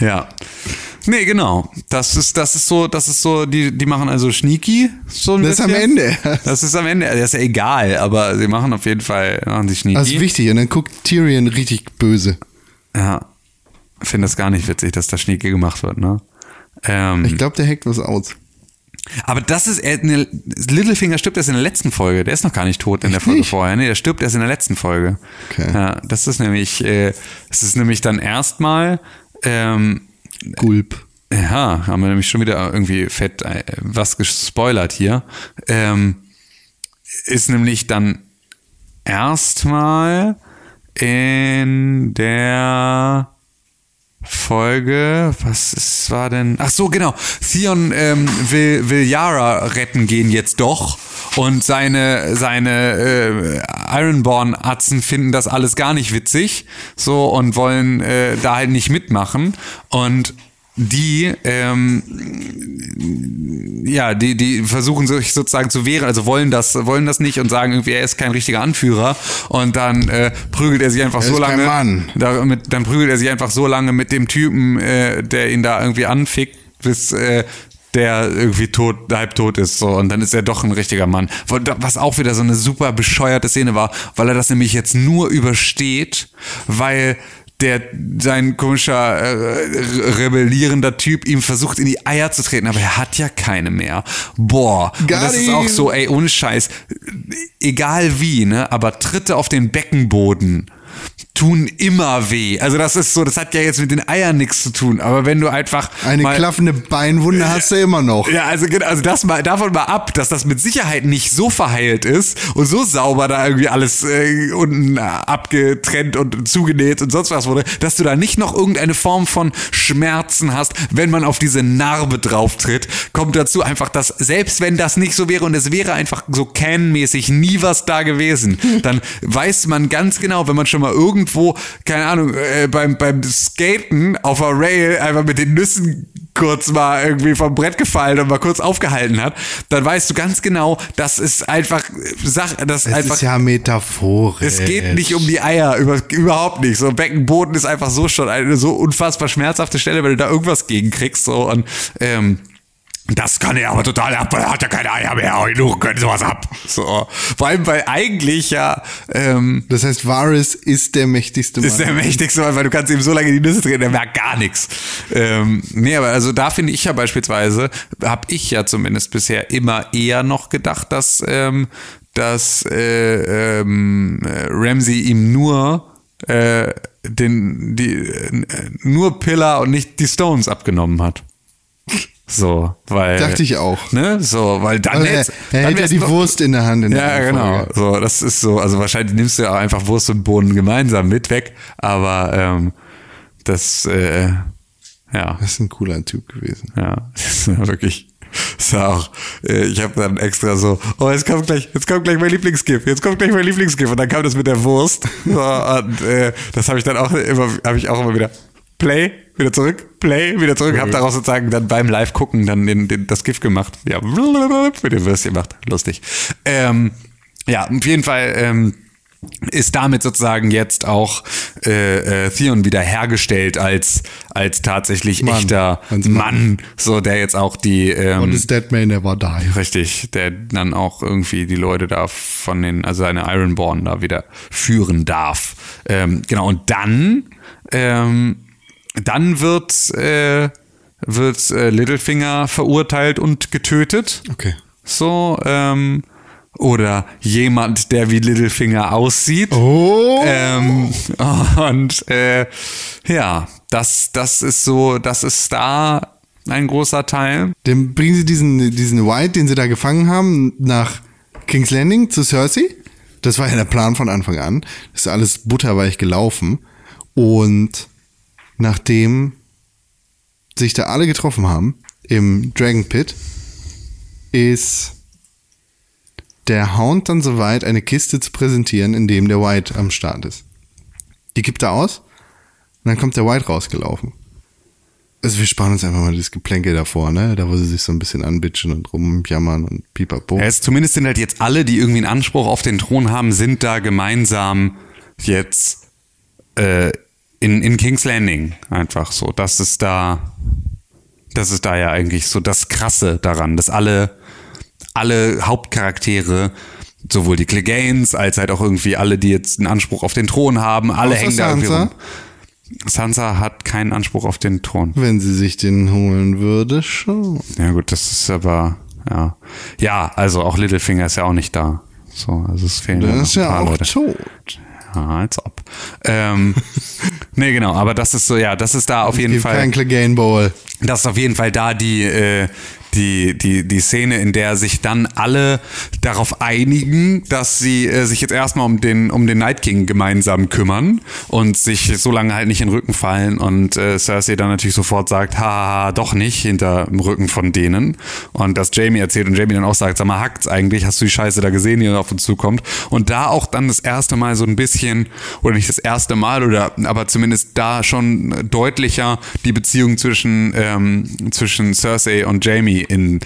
ja. Nee, genau. Das ist, das ist so, das ist so, die, die machen also Sneaky. So ein
Das ist am
bisschen.
Ende.
Das ist am Ende. Das ist ja egal, aber sie machen auf jeden Fall, machen sie Sneaky.
Das ist Also wichtig. Und dann guckt Tyrion richtig böse.
ja. Ich finde das gar nicht witzig, dass da Sneaky gemacht wird, ne? Ähm,
Ich glaube, der hackt was aus.
Aber das ist, er, ne, Littlefinger stirbt erst in der letzten Folge. Der ist noch gar nicht tot in der Folge
nicht?
vorher. Nee, der stirbt erst in der letzten Folge.
Okay.
Ja, das ist nämlich, äh, das ist nämlich dann erstmal, ähm,
Gulp.
ja, haben wir nämlich schon wieder irgendwie fett äh, was gespoilert hier. Ähm, ist nämlich dann erstmal in der Folge, was ist, war denn? Ach so, genau. Theon ähm, will, will Yara retten gehen jetzt doch. Und seine, seine äh, Ironborn-Atzen finden das alles gar nicht witzig. So und wollen äh, da halt nicht mitmachen. Und die ähm, ja, die, die versuchen sich sozusagen zu wehren, also wollen das, wollen das nicht und sagen irgendwie, er ist kein richtiger Anführer. Und dann äh, prügelt er sich einfach so
ist kein
lange.
Mann.
Damit, dann prügelt er sich einfach so lange mit dem Typen, äh, der ihn da irgendwie anfickt, bis äh, der irgendwie tot, halb tot ist. So. Und dann ist er doch ein richtiger Mann. Wo- da- Was auch wieder so eine super bescheuerte Szene war, weil er das nämlich jetzt nur übersteht, weil der sein komischer äh, re- rebellierender Typ ihm versucht in die Eier zu treten, aber er hat ja keine mehr. Boah, und
Got
das ist auch
him.
so, Oh, ey, ohne Scheiß, egal wie, ne, aber Tritte auf den Beckenboden tun immer weh. Also das ist so, das hat ja jetzt mit den Eiern nichts zu tun, aber wenn du einfach
Eine
mal,
klaffende Beinwunde hast du immer noch.
ja, also, genau, also das mal, davon mal ab, dass das mit Sicherheit nicht so verheilt ist und so sauber da irgendwie alles äh, unten äh, abgetrennt und zugenäht und sonst was wurde, dass du da nicht noch irgendeine Form von Schmerzen hast, wenn man auf diese Narbe drauf tritt, kommt dazu einfach, dass selbst wenn das nicht so wäre und es wäre einfach so can-mäßig nie was da gewesen, dann weiß man ganz genau, wenn man schon mal irgendwo, keine Ahnung, äh, beim, beim Skaten auf der Rail einfach mit den Nüssen kurz mal irgendwie vom Brett gefallen und mal kurz aufgehalten hat, dann weißt du ganz genau, das ist einfach Sache, das
Es
einfach.
ist ja metaphorisch.
es geht nicht um die Eier, über, überhaupt nicht. So Beckenboden ist einfach so schon eine so unfassbar schmerzhafte Stelle, wenn du da irgendwas gegen kriegst. So und ähm, das kann er aber total ab, er hat ja keine Eier mehr, aber genug können sowas ab. So. Vor allem, weil eigentlich ja ähm,
Das heißt, Varys ist der mächtigste Mann.
ist der mächtigste Mann, weil du kannst ihm so lange in die Nüsse drehen, der merkt gar nichts. Ähm, nee, aber also da finde ich ja beispielsweise, habe ich ja zumindest bisher immer eher noch gedacht, dass, ähm, dass äh, ähm, äh, Ramsey ihm nur äh, den, die, äh, nur Pillar und nicht die Stones abgenommen hat. So, weil.
Dachte ich auch.
Ne? So, weil dann
Aber er
hätt's-
er
dann
hält ja
wär's
die
noch-
Wurst in der Hand. In
ja,
der
genau.
Folge.
So, das ist so. Also wahrscheinlich nimmst du ja auch einfach Wurst und Bohnen gemeinsam mit weg, aber ähm, das, äh, ja,
Das ist ein cooler Typ gewesen.
ja, das ist wirklich. Das war auch, äh, ich habe dann extra so, oh, jetzt kommt gleich, jetzt kommt gleich mein Lieblingsgift, jetzt kommt gleich mein Lieblingsgift. Und dann kam das mit der Wurst. So, und äh, das habe ich dann auch immer, habe ich auch immer wieder Play, wieder zurück, Play, wieder zurück. Habe daraus sozusagen dann beim Live-Gucken dann den, den, das Gift gemacht. Ja, mit dem Würstchen gemacht. Lustig. Ähm, ja, auf jeden Fall. Ähm, ist damit sozusagen jetzt auch äh, äh, Theon wieder hergestellt als, als tatsächlich
Mann.
echter
Als
Mann.
Mann.
so der jetzt auch die
Und
ähm,
das Deadman, der war da.
richtig, der dann auch irgendwie die Leute da von den, also seine Ironborn da wieder führen darf. Ähm, genau, und dann, ähm, dann wird, äh, wird äh, Littlefinger verurteilt und getötet.
Okay.
So, ähm, oder jemand, der wie Littlefinger aussieht.
Oh!
Ähm, und äh, ja, das, das ist so, das ist da ein großer Teil.
Dann bringen sie diesen, diesen White, den sie da gefangen haben, nach King's Landing zu Cersei. Das war ja der Plan von Anfang an. Das ist alles butterweich gelaufen. Und nachdem sich da alle getroffen haben im Dragon Pit, ist der Hound dann soweit, eine Kiste zu präsentieren, in dem der White am Start ist. Die kippt er aus und dann kommt der White rausgelaufen. Also wir sparen uns einfach mal das Geplänkel davor, ne? Da wo sie sich so ein bisschen anbitschen und rumjammern und pipapo.
Ja, jetzt zumindest sind halt jetzt alle, die irgendwie einen Anspruch auf den Thron haben, sind da gemeinsam jetzt äh, in, in King's Landing einfach so. Das ist da, das ist da ja eigentlich so das Krasse daran, dass alle, alle Hauptcharaktere, sowohl die Cleganes als halt auch irgendwie alle, die jetzt einen Anspruch auf den Thron haben, alle
Außer
hängen da irgendwie
Sansa.
rum. Sansa hat keinen Anspruch auf den Thron.
Wenn sie sich den holen würde, schon.
Ja, gut, das ist aber, ja. Ja, also auch Littlefinger ist ja auch nicht da. So, also es fehlen
Dann
noch
ist
ein
ja
paar
auch
Leute.
tot.
Ja, als ob. Ähm, nee, genau, aber das ist so, ja, das ist da auf jeden
Gibt
Fall,
keinen Clegane Bowl.
das ist auf jeden Fall da die, äh, die, die, die Szene, in der sich dann alle darauf einigen, dass sie äh, sich jetzt erstmal um den, um den Night King gemeinsam kümmern und sich so lange halt nicht in den Rücken fallen und äh, Cersei dann natürlich sofort sagt, haha, doch nicht, hinter dem Rücken von denen. Und dass Jamie erzählt und Jamie dann auch sagt, sag mal, hackt's eigentlich, hast du die Scheiße da gesehen, die auf uns zukommt? Und da auch dann das erste Mal so ein bisschen, oder nicht das erste Mal, oder aber zumindest da schon deutlicher die Beziehung zwischen, ähm, zwischen Cersei und Jamie in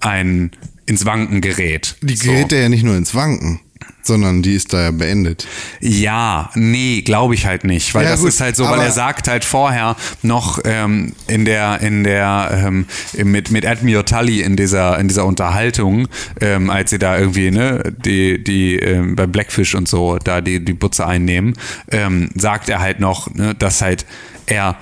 ein ins Wanken gerät.
Die gerät ja nicht nur ins Wanken. sondern die ist da ja beendet.
Ja, nee, glaube ich halt nicht, weil
Ja,
das
gut,
ist halt so, weil
aber-
er sagt halt vorher noch ähm, in der in der ähm, mit mit Admiral Tully in dieser in dieser Unterhaltung, ähm, als sie da irgendwie ne die die ähm, bei Blackfish und so da die die Butze einnehmen, ähm, sagt er halt noch, ne, dass halt er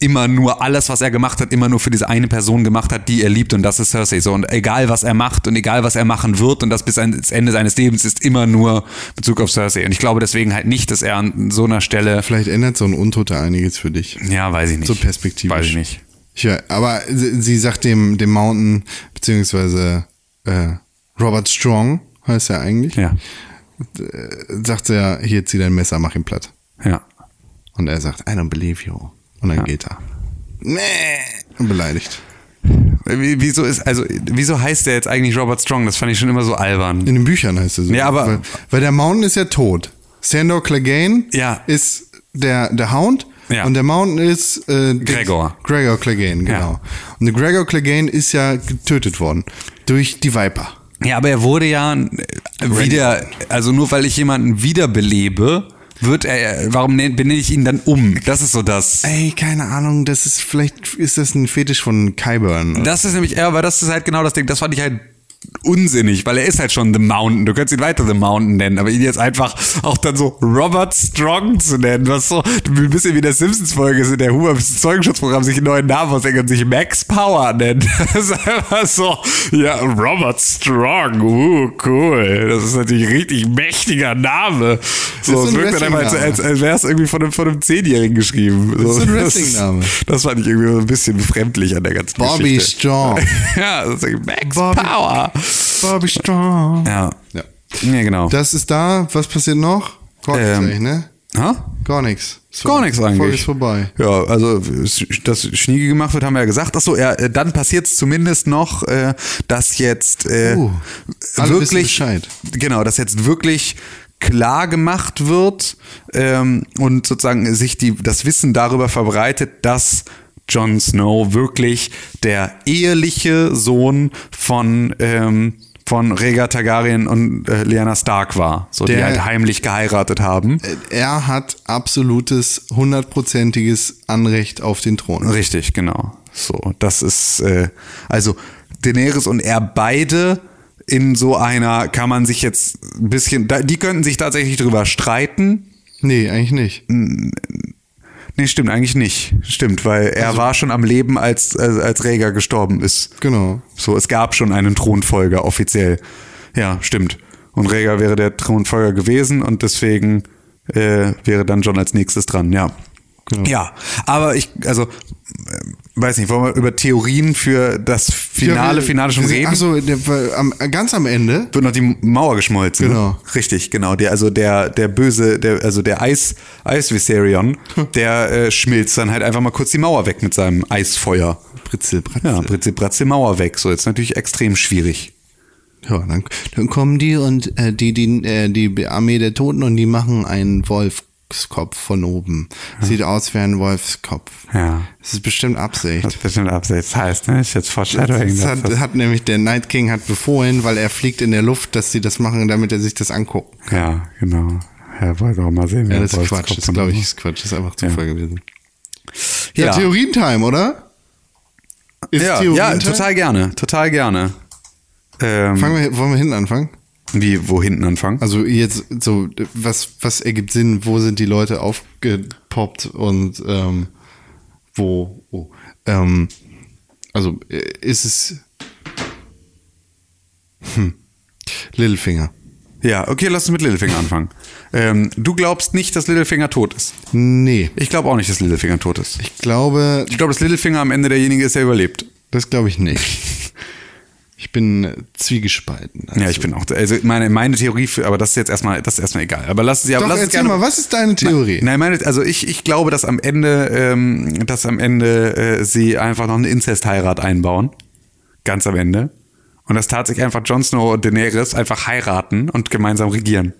immer nur alles, was er gemacht hat, immer nur für diese eine Person gemacht hat, die er liebt und das ist Cersei. So, und egal, was er macht und egal, was er machen wird und das bis ans Ende seines Lebens ist immer nur Bezug auf Cersei. Und ich glaube deswegen halt nicht, dass er an so einer Stelle,
Vielleicht ändert so ein Untoter einiges für dich.
ja, weiß ich nicht.
So perspektivisch.
Weiß ich nicht.
Ja, aber sie, sie sagt dem, dem Mountain, beziehungsweise äh, Robert Strong, heißt er eigentlich,
Ja,
sagt er, hier zieh dein Messer, mach ihn platt.
ja.
Und er sagt, I don't believe you. Und dann geht er. Nee. Beleidigt.
Wie- Wieso ist, also, wieso heißt der jetzt eigentlich Robert Strong? Das fand ich schon immer so albern.
In den Büchern heißt er so.
Ja, aber-
Weil, weil der Mountain ist ja tot. Sandor Clegane
Ja.
ist der, der Hound.
Ja.
Und der Mountain ist äh,
Gregor.
Gregor Clegane, genau. Und der Gregor Clegane ist ja getötet worden durch die Viper.
Ja, aber er wurde ja äh, wieder, also nur weil ich jemanden wiederbelebe, wird er, warum nen- benenne ich ihn dann um? Das ist so das.
Ey, keine Ahnung, das ist vielleicht ist das ein Fetisch von Kyburn.
Das ist nämlich, ja, aber das ist halt genau das Ding. Das fand ich halt unsinnig, weil er ist halt schon The Mountain. Du könntest ihn weiter The Mountain nennen, aber ihn jetzt einfach auch dann so Robert Strong zu nennen, was so ein bisschen wie in der Simpsons-Folge ist, in der Huber im Zeugenschutzprogramm sich einen neuen Namen ausdenken und sich Max Power nennt. Das ist einfach so, ja, Robert Strong, uh, cool. Das ist natürlich ein richtig mächtiger Name. So,
Das ist
es
ein
wirkt dann einfach, als,
Wrestling-Name.
als, als wäre es irgendwie von einem, von einem Zehnjährigen geschrieben. So,
Das ist ein Wrestling-Name.
Das, das fand ich irgendwie so ein bisschen befremdlich an der ganzen
Bobby
Geschichte.
Strong.
Ja, das ist Max
Bobby-
Power.
Bobby Strong.
Ja.
Ja.
Ja, genau.
Das ist da. Was passiert noch? Gar nichts,
Ähm.
eigentlich, ne?
ha?
Gar nichts.
Gar nichts
Folge
eigentlich.
ist vorbei.
Ja, also dass Schniege gemacht wird, haben wir ja gesagt. Achso, ja, äh, dann passiert es zumindest noch, äh, dass jetzt äh,
Oh, alle wissen
wirklich,
Bescheid.
genau, dass jetzt wirklich klar gemacht wird ähm, und sozusagen sich die, das Wissen darüber verbreitet, dass Jon Snow wirklich der eheliche Sohn von ähm, von Rhaegar Targaryen und äh, Lyanna Stark war, so die
Der-
halt heimlich geheiratet haben.
Er hat absolutes, hundertprozentiges Anrecht auf den Thron.
Richtig, genau. So, das ist äh, also Daenerys und er beide in so einer kann man sich jetzt ein bisschen, da, die könnten sich tatsächlich drüber streiten.
Nee, eigentlich nicht.
Hm. Nee, stimmt eigentlich nicht. Stimmt, weil er war schon am Leben, als als, als Rhaegar gestorben ist.
Genau.
So, es gab schon einen Thronfolger offiziell. Ja, stimmt. Und Rhaegar wäre der Thronfolger gewesen und deswegen äh, wäre dann John als nächstes dran. Ja.
Genau.
Ja, aber ich, also, äh, weiß nicht, wollen wir über Theorien für das Finale, Finale schon reden?
Achso, ganz am Ende.
wird noch die Mauer geschmolzen. Ne?
Genau.
Richtig, genau. Der, also der, der böse, der, also der Eis, Eis Viserion, der äh, schmilzt dann halt einfach mal kurz die Mauer weg mit seinem Eisfeuer.
Britzel, Bratzel.
Ja, Prinzip Bratze Mauer weg. So, jetzt natürlich extrem schwierig.
Ja, dann, dann kommen die und äh, die, die, äh, die Armee der Toten und die machen einen Wolfskopf von oben. Sieht aus wie ein Wolfskopf.
Ja.
Das ist bestimmt
Was
Absicht.
bestimmt abseits heißt, ne? Ist jetzt Foreshadowing.
Das hat, hat nämlich der Night King hat befohlen, weil er fliegt in der Luft, dass sie das machen, damit er sich das anguckt.
ja, genau. Er wollte auch mal sehen,
Ja, das ist Quatsch. Das glaube ich ist Quatsch. Das ist einfach Zufall gewesen. Ja,
Ja.
Theorientime, oder? Ist
Ja, ja,
Theorientime?
total gerne. Total gerne.
Fangen
Ähm,
wir, wollen wir hinten anfangen?
wie, wo hinten anfangen?
Also jetzt so, was, was ergibt Sinn? Wo sind die Leute aufgepoppt und ähm, wo? Oh, ähm, also äh, ist es hm, Littlefinger?
Ja, okay, lass uns mit Littlefinger anfangen. Ähm, du glaubst nicht, dass Littlefinger tot ist.
Nee,
Ich glaube auch nicht, dass Littlefinger tot ist.
ich glaube,
Ich glaube, dass Littlefinger am Ende derjenige ist, der überlebt.
das glaube ich nicht. Ich bin äh, zwiegespalten.
Ja, ich bin auch. Also meine, meine Theorie für, aber das ist jetzt erstmal, das ist erstmal egal. Aber lass es ja,
Doch,
lass es
erzähl mal, was ist deine Theorie?
Nein, meine, also ich, ich glaube, dass am Ende, ähm, dass am Ende äh, sie einfach noch eine Inzestheirat einbauen. Ganz am Ende. Und dass tatsächlich einfach Jon Snow und Daenerys einfach heiraten und gemeinsam regieren.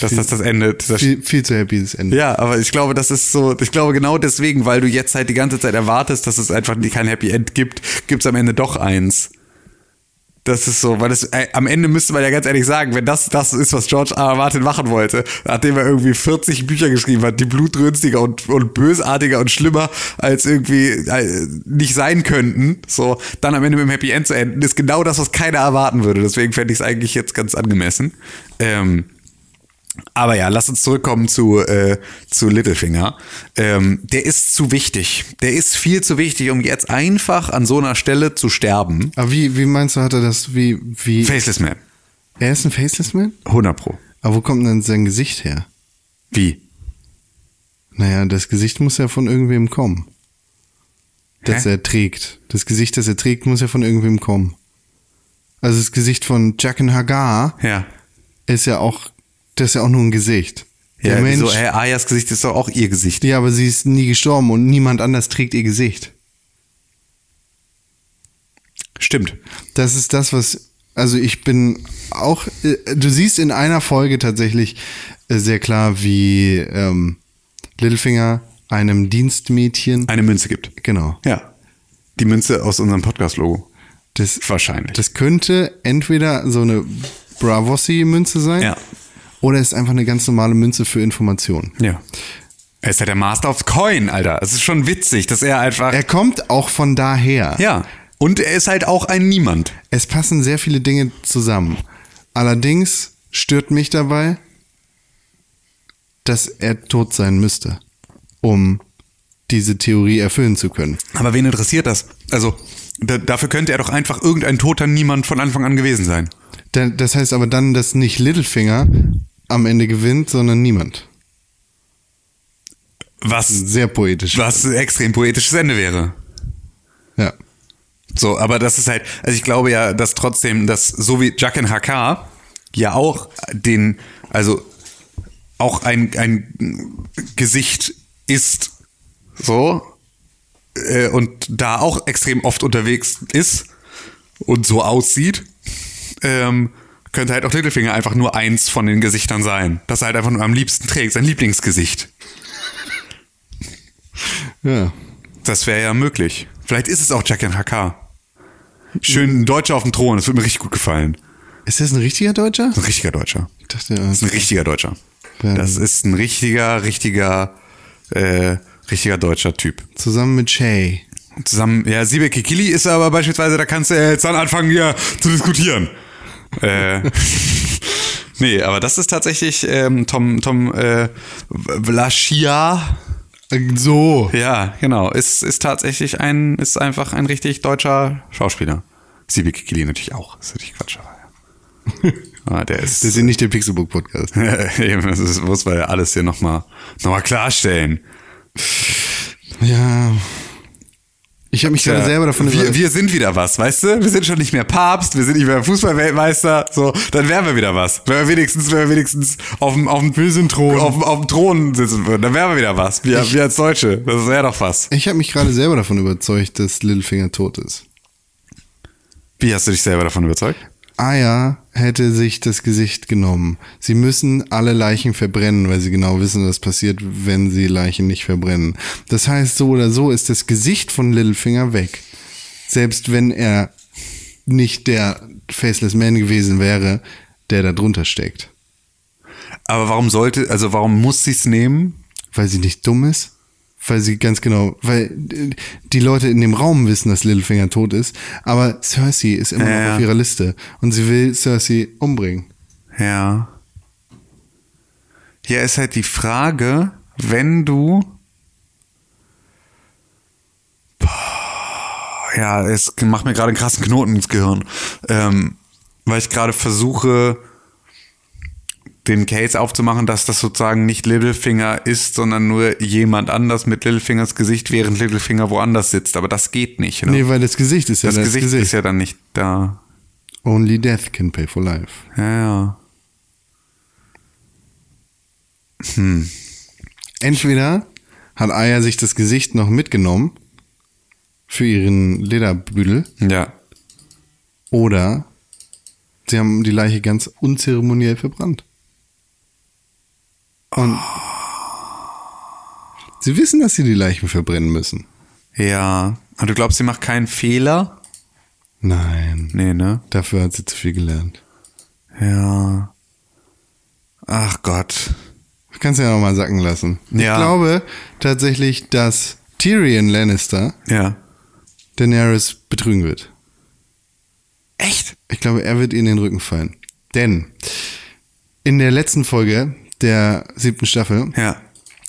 Dass das das Ende dieser
viel, viel zu happy das Ende.
Ja, aber ich glaube, das ist so, ich glaube genau deswegen, weil du jetzt halt die ganze Zeit erwartest, dass es einfach nie kein Happy End gibt, gibt's am Ende doch eins. Das ist so, weil das äh, am Ende müsste man ja ganz ehrlich sagen, wenn das das ist, was George R. R. Martin machen wollte, nachdem er irgendwie 40 Bücher geschrieben hat, die blutrünstiger und, und bösartiger und schlimmer als irgendwie äh, nicht sein könnten, so dann am Ende mit dem Happy End zu enden, ist genau das, was keiner erwarten würde. Deswegen fände ich es eigentlich jetzt ganz angemessen. Ähm, aber ja, lass uns zurückkommen zu, äh, zu Littlefinger. Ähm, der ist zu wichtig. Der ist viel zu wichtig, um jetzt einfach an so einer Stelle zu sterben.
Aber wie, wie meinst du, hat er das, wie, wie.
Faceless Man.
er ist ein Faceless Man?
100 Pro.
Aber wo kommt denn sein Gesicht her?
Wie?
Naja, das Gesicht muss ja von irgendwem kommen. Das er trägt. Das Gesicht, das er trägt, muss ja von irgendwem kommen. Also das Gesicht von Jaqen Hagar
Ja.
ist ja auch, das ist ja auch nur ein Gesicht.
Ja, wieso? Hey, Ayas Gesicht ist doch auch ihr Gesicht.
ja, aber sie ist nie gestorben und niemand anders trägt ihr Gesicht.
Stimmt.
Das ist das, was, also ich bin auch, äh, du siehst in einer Folge tatsächlich äh, sehr klar, wie ähm, Littlefinger einem Dienstmädchen,
Eine Münze gibt.
genau,
Ja. Die Münze aus unserem Podcast-Logo.
das
Wahrscheinlich.
Das könnte entweder so eine Bravossi-Münze sein.
Ja.
Oder ist einfach eine ganz normale Münze für Informationen.
ja. Er ist ja der Master of Coin, Alter. Es ist schon witzig, dass er einfach.
Er kommt auch von daher.
ja. Und er ist halt auch ein Niemand.
Es passen sehr viele Dinge zusammen. Allerdings stört mich dabei, dass er tot sein müsste, um diese Theorie erfüllen zu können.
Aber wen interessiert das? Also, da, dafür könnte er doch einfach irgendein toter Niemand von Anfang an gewesen sein.
Da- Das heißt aber dann, dass nicht Littlefinger am Ende gewinnt, sondern niemand.
Was,
Sehr poetisch.
was ein extrem poetisches Ende wäre.
Ja.
So, aber das ist halt, also ich glaube ja, dass trotzdem, dass so wie Jack and Hakar ja auch den, also auch ein, ein Gesicht ist, so, äh, und da auch extrem oft unterwegs ist und so aussieht, ähm, könnte halt auch Littlefinger einfach nur eins von den Gesichtern sein. Das er halt einfach nur am liebsten trägt, sein Lieblingsgesicht.
Ja.
Das wäre ja möglich. Vielleicht ist es auch Jack and Hakar. Schön ein Deutscher auf dem Thron, das würde mir richtig gut gefallen.
Ist das ein richtiger Deutscher?
Ein richtiger Deutscher.
Ich dachte, ja,
Das ist ein richtiger Deutscher.
Ja.
Das ist ein richtiger, richtiger, äh, richtiger deutscher Typ.
zusammen mit Shay.
Zusammen, ja, Sibek Kikili ist aber beispielsweise, da kannst du ja jetzt dann anfangen, hier zu diskutieren. äh, nee, aber das ist tatsächlich ähm, Tom, Tom äh, Vlaschia.
Äh, So.
Ja, genau. Ist, ist tatsächlich ein, ist einfach ein richtig deutscher Schauspieler. Sibi Kikili natürlich auch. Ist natürlich Quatsch, aber ja. aber der ist.
Das ist ja nicht der Pixelbook-Podcast.
eben, das ist, muss man ja alles hier nochmal noch mal klarstellen.
Ja. Ich habe mich gerade
Ja,
selber davon
wir,
über-
wir sind wieder was, weißt du? Wir sind schon nicht mehr Papst, wir sind nicht mehr Fußballweltmeister, so, dann wären wir wieder was. Wenn wir wenigstens, wenn wir wenigstens auf dem, auf dem, Thron. Auf, dem- auf dem Thron sitzen würden, dann wären wir wieder was. Wir, wir als Deutsche, das wäre doch was.
Ich habe mich gerade selber davon überzeugt, dass Littlefinger tot ist.
Wie hast du dich selber davon überzeugt?
Aya hätte sich das Gesicht genommen. Sie müssen alle Leichen verbrennen, weil sie genau wissen, was passiert, wenn sie Leichen nicht verbrennen. Das heißt, so oder so ist das Gesicht von Littlefinger weg. Selbst wenn er nicht der Faceless Man gewesen wäre, der da drunter steckt.
Aber warum sollte, also warum muss sie es nehmen?
Weil sie nicht dumm ist? Weil sie ganz genau, weil äh, die Leute in dem Raum wissen, dass Littlefinger tot ist, aber Cersei ist immer
Ja.
noch auf ihrer Liste und sie will Cersei umbringen.
Ja. Hier ist halt die Frage, wenn du. Boah, Ja, es macht mir gerade einen krassen Knoten ins Gehirn. Ähm, weil ich gerade versuche, den Case aufzumachen, dass das sozusagen nicht Littlefinger ist, sondern nur jemand anders mit Littlefingers Gesicht, während Littlefinger woanders sitzt. Aber das geht nicht. Ne?
Nee, weil das Gesicht ist ja
das, Gesicht, Gesicht ist ja dann nicht da.
Only death can pay for life.
Ja, ja.
Entweder hat Aya sich das Gesicht noch mitgenommen für ihren Lederbüdel
Ja.
oder sie haben die Leiche ganz unzeremoniell verbrannt. Und sie wissen, dass sie die Leichen verbrennen müssen.
Ja. Und du glaubst, sie macht keinen Fehler?
Nein.
Nee, ne?
Dafür hat sie zu viel gelernt.
Ja. Ach Gott.
Kannst du ja nochmal sacken lassen.
Ja.
Ich glaube tatsächlich, dass Tyrion Lannister
Ja.
Daenerys betrügen wird.
Echt?
Ich glaube, er wird ihr in den Rücken fallen. Denn in der letzten Folge der siebten Staffel
Ja.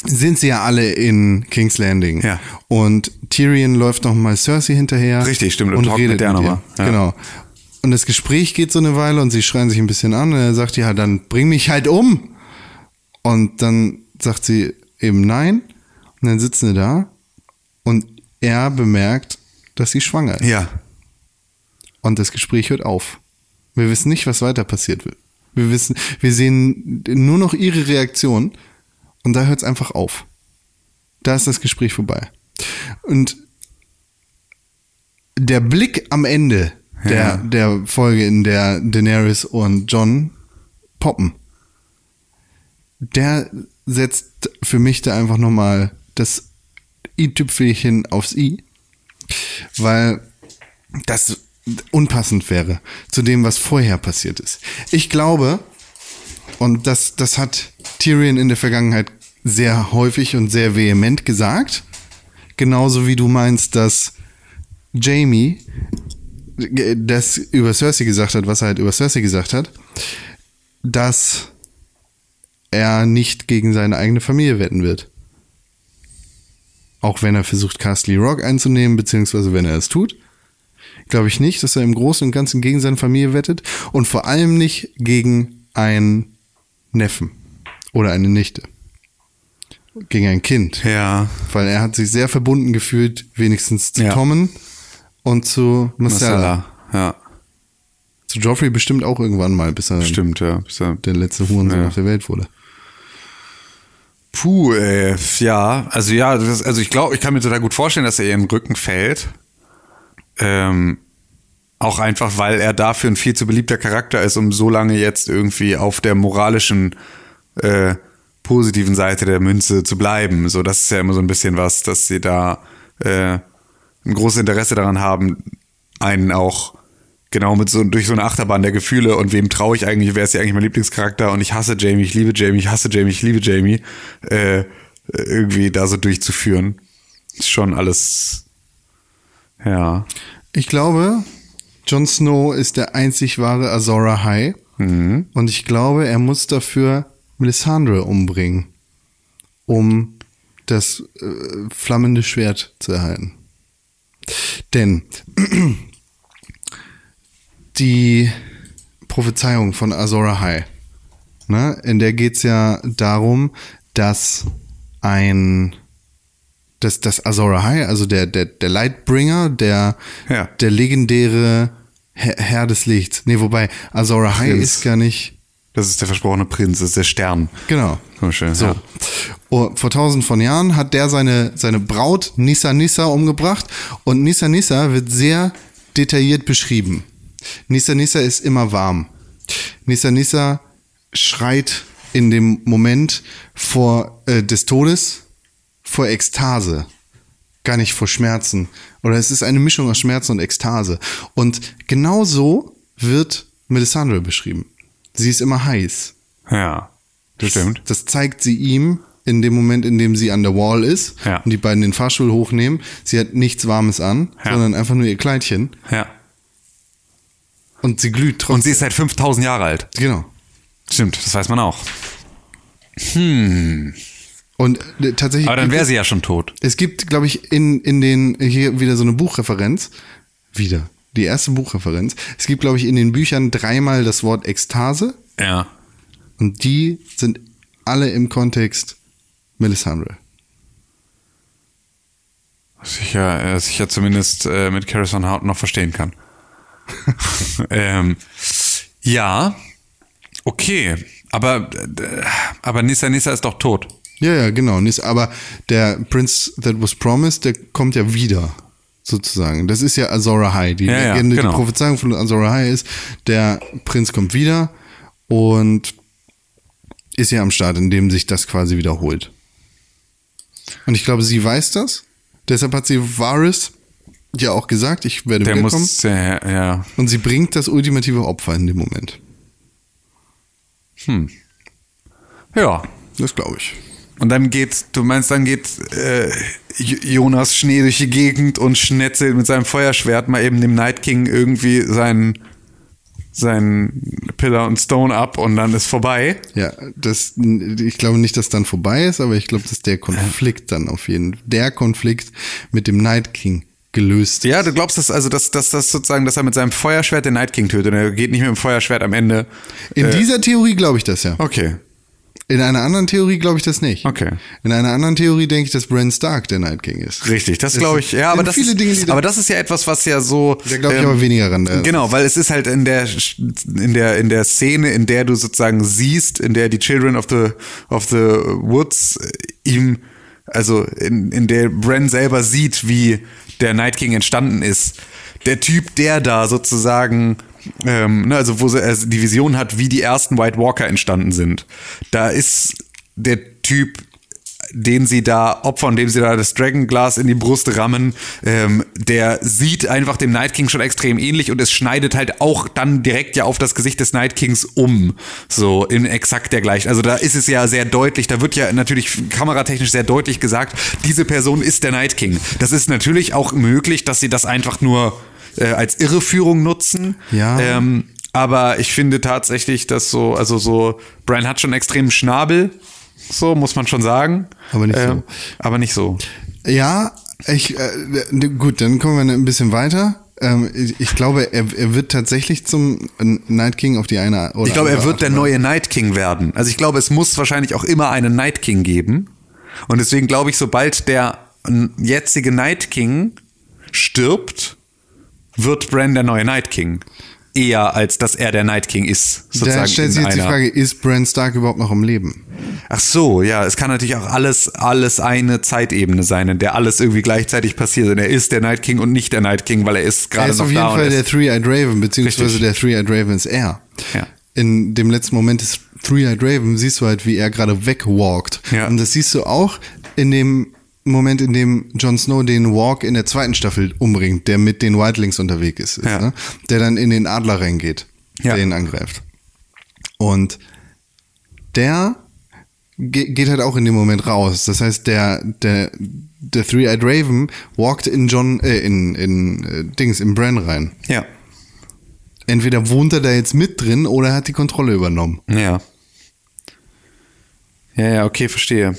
sind sie ja alle in King's Landing.
Ja.
Und Tyrion läuft nochmal Cersei hinterher.
Richtig, stimmt, und
Und
talkt
redet
mit der
ihr.
nochmal. Ja.
Genau. Und das Gespräch geht so eine Weile und sie schreien sich ein bisschen an. Und er sagt, ja, dann bring mich halt um. Und dann sagt sie eben nein. Und dann sitzen sie da. Und er bemerkt, dass sie schwanger ist.
Ja.
Und das Gespräch hört auf. Wir wissen nicht, was weiter passiert wird. Wir wissen, wir sehen nur noch ihre Reaktion und da hört es einfach auf. Da ist das Gespräch vorbei. Und der Blick am Ende der,
Ja.
der Folge, in der Daenerys und John poppen, der setzt für mich da einfach nochmal das i-Tüpfelchen aufs i, weil das unpassend wäre zu dem, was vorher passiert ist. Ich glaube, und das, das hat Tyrion in der Vergangenheit sehr häufig und sehr vehement gesagt, genauso wie du meinst, dass Jamie äh, das über Cersei gesagt hat, was er halt über Cersei gesagt hat, dass er nicht gegen seine eigene Familie wetten wird. Auch wenn er versucht, Castle Rock einzunehmen, beziehungsweise wenn er es tut. Glaube ich nicht, dass er im Großen und Ganzen gegen seine Familie wettet und vor allem nicht gegen einen Neffen oder eine Nichte. Gegen ein Kind.
Ja.
Weil er hat sich sehr verbunden gefühlt, wenigstens zu
Ja.
Tommen und zu Marcella.
Marcella. Ja.
Zu Joffrey bestimmt auch irgendwann mal, bis er
Stimmt, ja. So.
der letzte Hurensohn
Ja.
auf der Welt wurde.
Puh, ey. Ja. Also ja, das, also ich glaube, ich kann mir total gut vorstellen, dass er ihr in den Rücken fällt. Ähm, auch einfach, weil er dafür ein viel zu beliebter Charakter ist, um so lange jetzt irgendwie auf der moralischen äh, positiven Seite der Münze zu bleiben. So, das ist ja immer so ein bisschen was, dass sie da äh, ein großes Interesse daran haben, einen auch genau mit so durch so eine Achterbahn der Gefühle und wem traue ich eigentlich, wer ist ja eigentlich mein Lieblingscharakter und ich hasse Jamie, ich liebe Jamie, ich hasse Jamie, ich liebe Jamie, äh, irgendwie da so durchzuführen. Ist schon alles. Ja.
Ich glaube, Jon Snow ist der einzig wahre Azora High.
Mhm.
Und ich glaube, er muss dafür Melisandre umbringen, um das äh, flammende Schwert zu erhalten. Denn die Prophezeiung von Azora High, ne, in der geht es ja darum, dass ein dass das Azora High, also der, der, der Lightbringer, der,
Ja.
der legendäre Herr, Herr des Lichts. Nee, wobei Azora High
Prinz.
ist gar nicht.
Das ist der versprochene Prinz, das ist der Stern.
Genau.
So schön,
So.
ja.
Oh, vor tausend von Jahren hat der seine, seine Braut Nissa Nissa umgebracht und Nissa Nissa wird sehr detailliert beschrieben. Nissa Nissa ist immer warm. Nissa Nissa schreit in dem Moment vor äh, des Todes, vor Ekstase gar nicht vor Schmerzen. Oder es ist eine Mischung aus Schmerzen und Ekstase. Und genau so wird Melisandre beschrieben. Sie ist immer heiß.
Ja. Das stimmt.
Das zeigt sie ihm in dem Moment, in dem sie an der Wall ist
Ja.
und die beiden den Fahrstuhl hochnehmen. Sie hat nichts Warmes an,
Ja.
sondern einfach nur ihr Kleidchen.
Ja.
Und sie glüht trotzdem.
Und sie ist seit 5000 Jahre alt.
genau.
Stimmt, das weiß man auch.
Und äh, tatsächlich.
Aber dann wäre sie ja schon tot.
Es gibt, glaube ich, in, in den, hier wieder so eine Buchreferenz. Wieder. Die erste Buchreferenz. Es gibt, glaube ich, in den Büchern dreimal das Wort Ekstase.
Ja.
Und die sind alle im Kontext Melisandre.
Was ich ja, was ich ja zumindest äh, mit Carrison Hart noch verstehen kann. ähm, ja. Okay. Aber, äh, aber Nissa Nissa ist doch tot.
Ja, ja, genau. Und ist- Aber der Prince That Was Promised, der kommt ja wieder, sozusagen. Das ist ja Azora High. Die
Ja, ja,
Legende,
genau.
die Prophezeiung von Azora High ist, der Prinz kommt wieder und ist ja am Start, in dem sich das quasi wiederholt. Und ich glaube, sie weiß das. Deshalb hat sie Varys ja auch gesagt, ich werde
Der
wiederkommen.
muss, ja, ja.
Und sie bringt das ultimative Opfer in dem Moment.
Ja.
Das glaube ich.
Und dann geht, du meinst, dann geht äh, J- Jonas Schnee durch die Gegend und schnetzelt mit seinem Feuerschwert mal eben dem Night King irgendwie seinen, seinen Pillar und Stone ab und dann ist vorbei.
Ja, das, ich glaube nicht, dass dann vorbei ist, aber ich glaube, dass der Konflikt dann auf jeden der Konflikt mit dem Night King gelöst ist.
Ja, du glaubst, dass, also, dass, dass, dass sozusagen, dass er mit seinem Feuerschwert den Night King tötet und er geht nicht mit dem Feuerschwert am Ende.
In
äh,
dieser Theorie glaube ich das ja.
Okay.
In einer anderen Theorie glaube ich das nicht.
Okay.
In einer anderen Theorie denke ich, dass Bran Stark der Night King ist.
Richtig, das
Es
glaube ich.
sind
Ja, aber das,
viele
ist,
Dinge, die da-
aber das ist ja etwas, was ja so.
Da glaube ich aber weniger ran. äh,
Ähm, Genau, weil es ist halt in der in der in der Szene, in der du sozusagen siehst, in der die Children of the of the Woods äh, ihm also in, in der Bran selber sieht, wie der Night King entstanden ist. Der Typ, der da sozusagen ähm, ne, also wo sie also die Vision hat, wie die ersten White Walker entstanden sind. Da ist der Typ den sie da opfern, dem sie da das Dragonglas in die Brust rammen, ähm, der sieht einfach dem Night King schon extrem ähnlich und es schneidet halt auch dann direkt ja auf das Gesicht des Night Kings um. So in exakt der gleichen. Also da ist es ja sehr deutlich, da wird ja natürlich kameratechnisch sehr deutlich gesagt, diese Person ist der Night King. Das ist natürlich auch möglich, dass sie das einfach nur äh, als Irreführung nutzen.
Ja.
Ähm, aber ich finde tatsächlich, dass so, also so, Brian hat schon einen extremen Schnabel, so muss man schon sagen. Ähm,
Aber nicht so.
Aber nicht so.
Ja, ich, äh, ne, gut, dann kommen wir ein bisschen weiter. Ähm, ich, ich glaube, er, er wird tatsächlich zum Night King auf die eine oder
Ich glaube, er
andere
wird der neue Night King werden. Also ich glaube, es muss wahrscheinlich auch immer einen Night King geben. Und deswegen glaube ich, sobald der n- jetzige Night King stirbt, wird Bran der neue Night King. Eher als dass er der Night King ist. Sozusagen
Da stellt
in
sich jetzt die
einer-
Frage, ist Bran Stark überhaupt noch am Leben?
Ach so, ja, es kann natürlich auch alles, alles eine Zeitebene sein, in der alles irgendwie gleichzeitig passiert. Und er ist der Night King und nicht der Night King, weil er ist
Er
gerade
ist
noch
auf jeden
da.
Fall
und
der
ist,
Three-Eyed Raven, beziehungsweise
Richtig.
der Three-Eyed Raven ist er.
Ja.
In dem letzten Moment des Three-Eyed Raven siehst du halt, wie er gerade wegwalkt.
Ja.
Und das siehst du auch in dem Moment, in dem Jon Snow den Walk in der zweiten Staffel umbringt, der mit den Wildlings unterwegs ist,
Ja.
ne? der dann in den Adler reingeht,
Ja.
der ihn angreift. Und der ge geht halt auch in dem Moment raus. Das heißt, der, der, der Three-Eyed Raven walked in John, äh, in, in äh, Dings, in Bran rein.
ja,
Entweder wohnt er da jetzt mit drin oder er hat die Kontrolle übernommen.
ja. Ja, ja, okay, verstehe.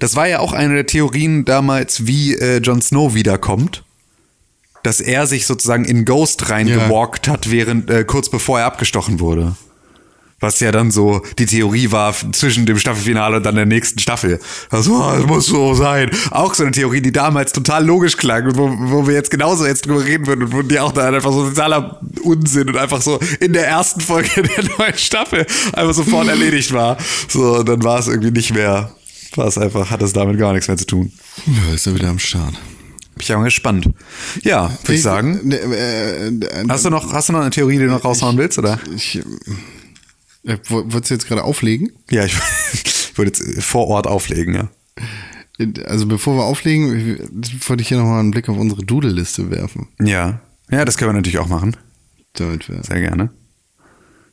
Das war ja auch eine der Theorien damals, wie äh, Jon Snow wiederkommt. Dass er sich sozusagen in Ghost reingewalkt hat, während, äh, kurz bevor er abgestochen wurde. Was ja dann so die Theorie war f- zwischen dem Staffelfinale und dann der nächsten Staffel. Also, ah, das muss so sein. Auch so eine Theorie, die damals total logisch klang und wo, wo wir jetzt genauso jetzt drüber reden würden und wo die auch dann einfach so totaler Unsinn und einfach so in der ersten Folge der neuen Staffel einfach sofort erledigt war. So, und dann war es irgendwie nicht mehr. War es einfach, hat es damit gar nichts mehr zu tun.
Ja, ist er wieder am Start.
Bin ich aber gespannt. Ja, würde ich sagen.
Äh, äh,
Hast du noch, hast du noch eine Theorie, die du noch raushauen willst, oder?
ich, äh, wo- wolltest du jetzt gerade auflegen?
Ja, ich, ich würde jetzt vor Ort auflegen, ja.
Also bevor wir auflegen, ich- wollte ich hier nochmal einen Blick auf unsere Doodle-Liste werfen.
Ja. Ja, das können wir natürlich auch machen.
Damit wir
Sehr gerne.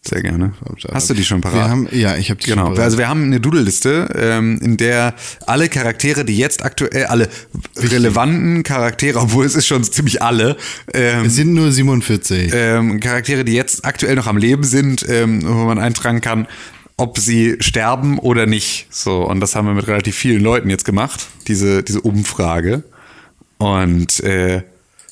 Sehr gerne. Hast du die schon parat?
Wir haben- ja, ich hab die schon
genau.
parat.
Also wir haben eine Doodle-Liste, ähm, in der alle Charaktere, die jetzt aktuell, alle relevanten Charaktere, obwohl es ist schon ziemlich alle, ähm,
Es sind nur 47.
ähm, Charaktere, die jetzt aktuell noch am Leben sind, ähm, wo man eintragen kann, ob sie sterben oder nicht. So, und das haben wir mit relativ vielen Leuten jetzt gemacht, diese, diese Umfrage. Und äh,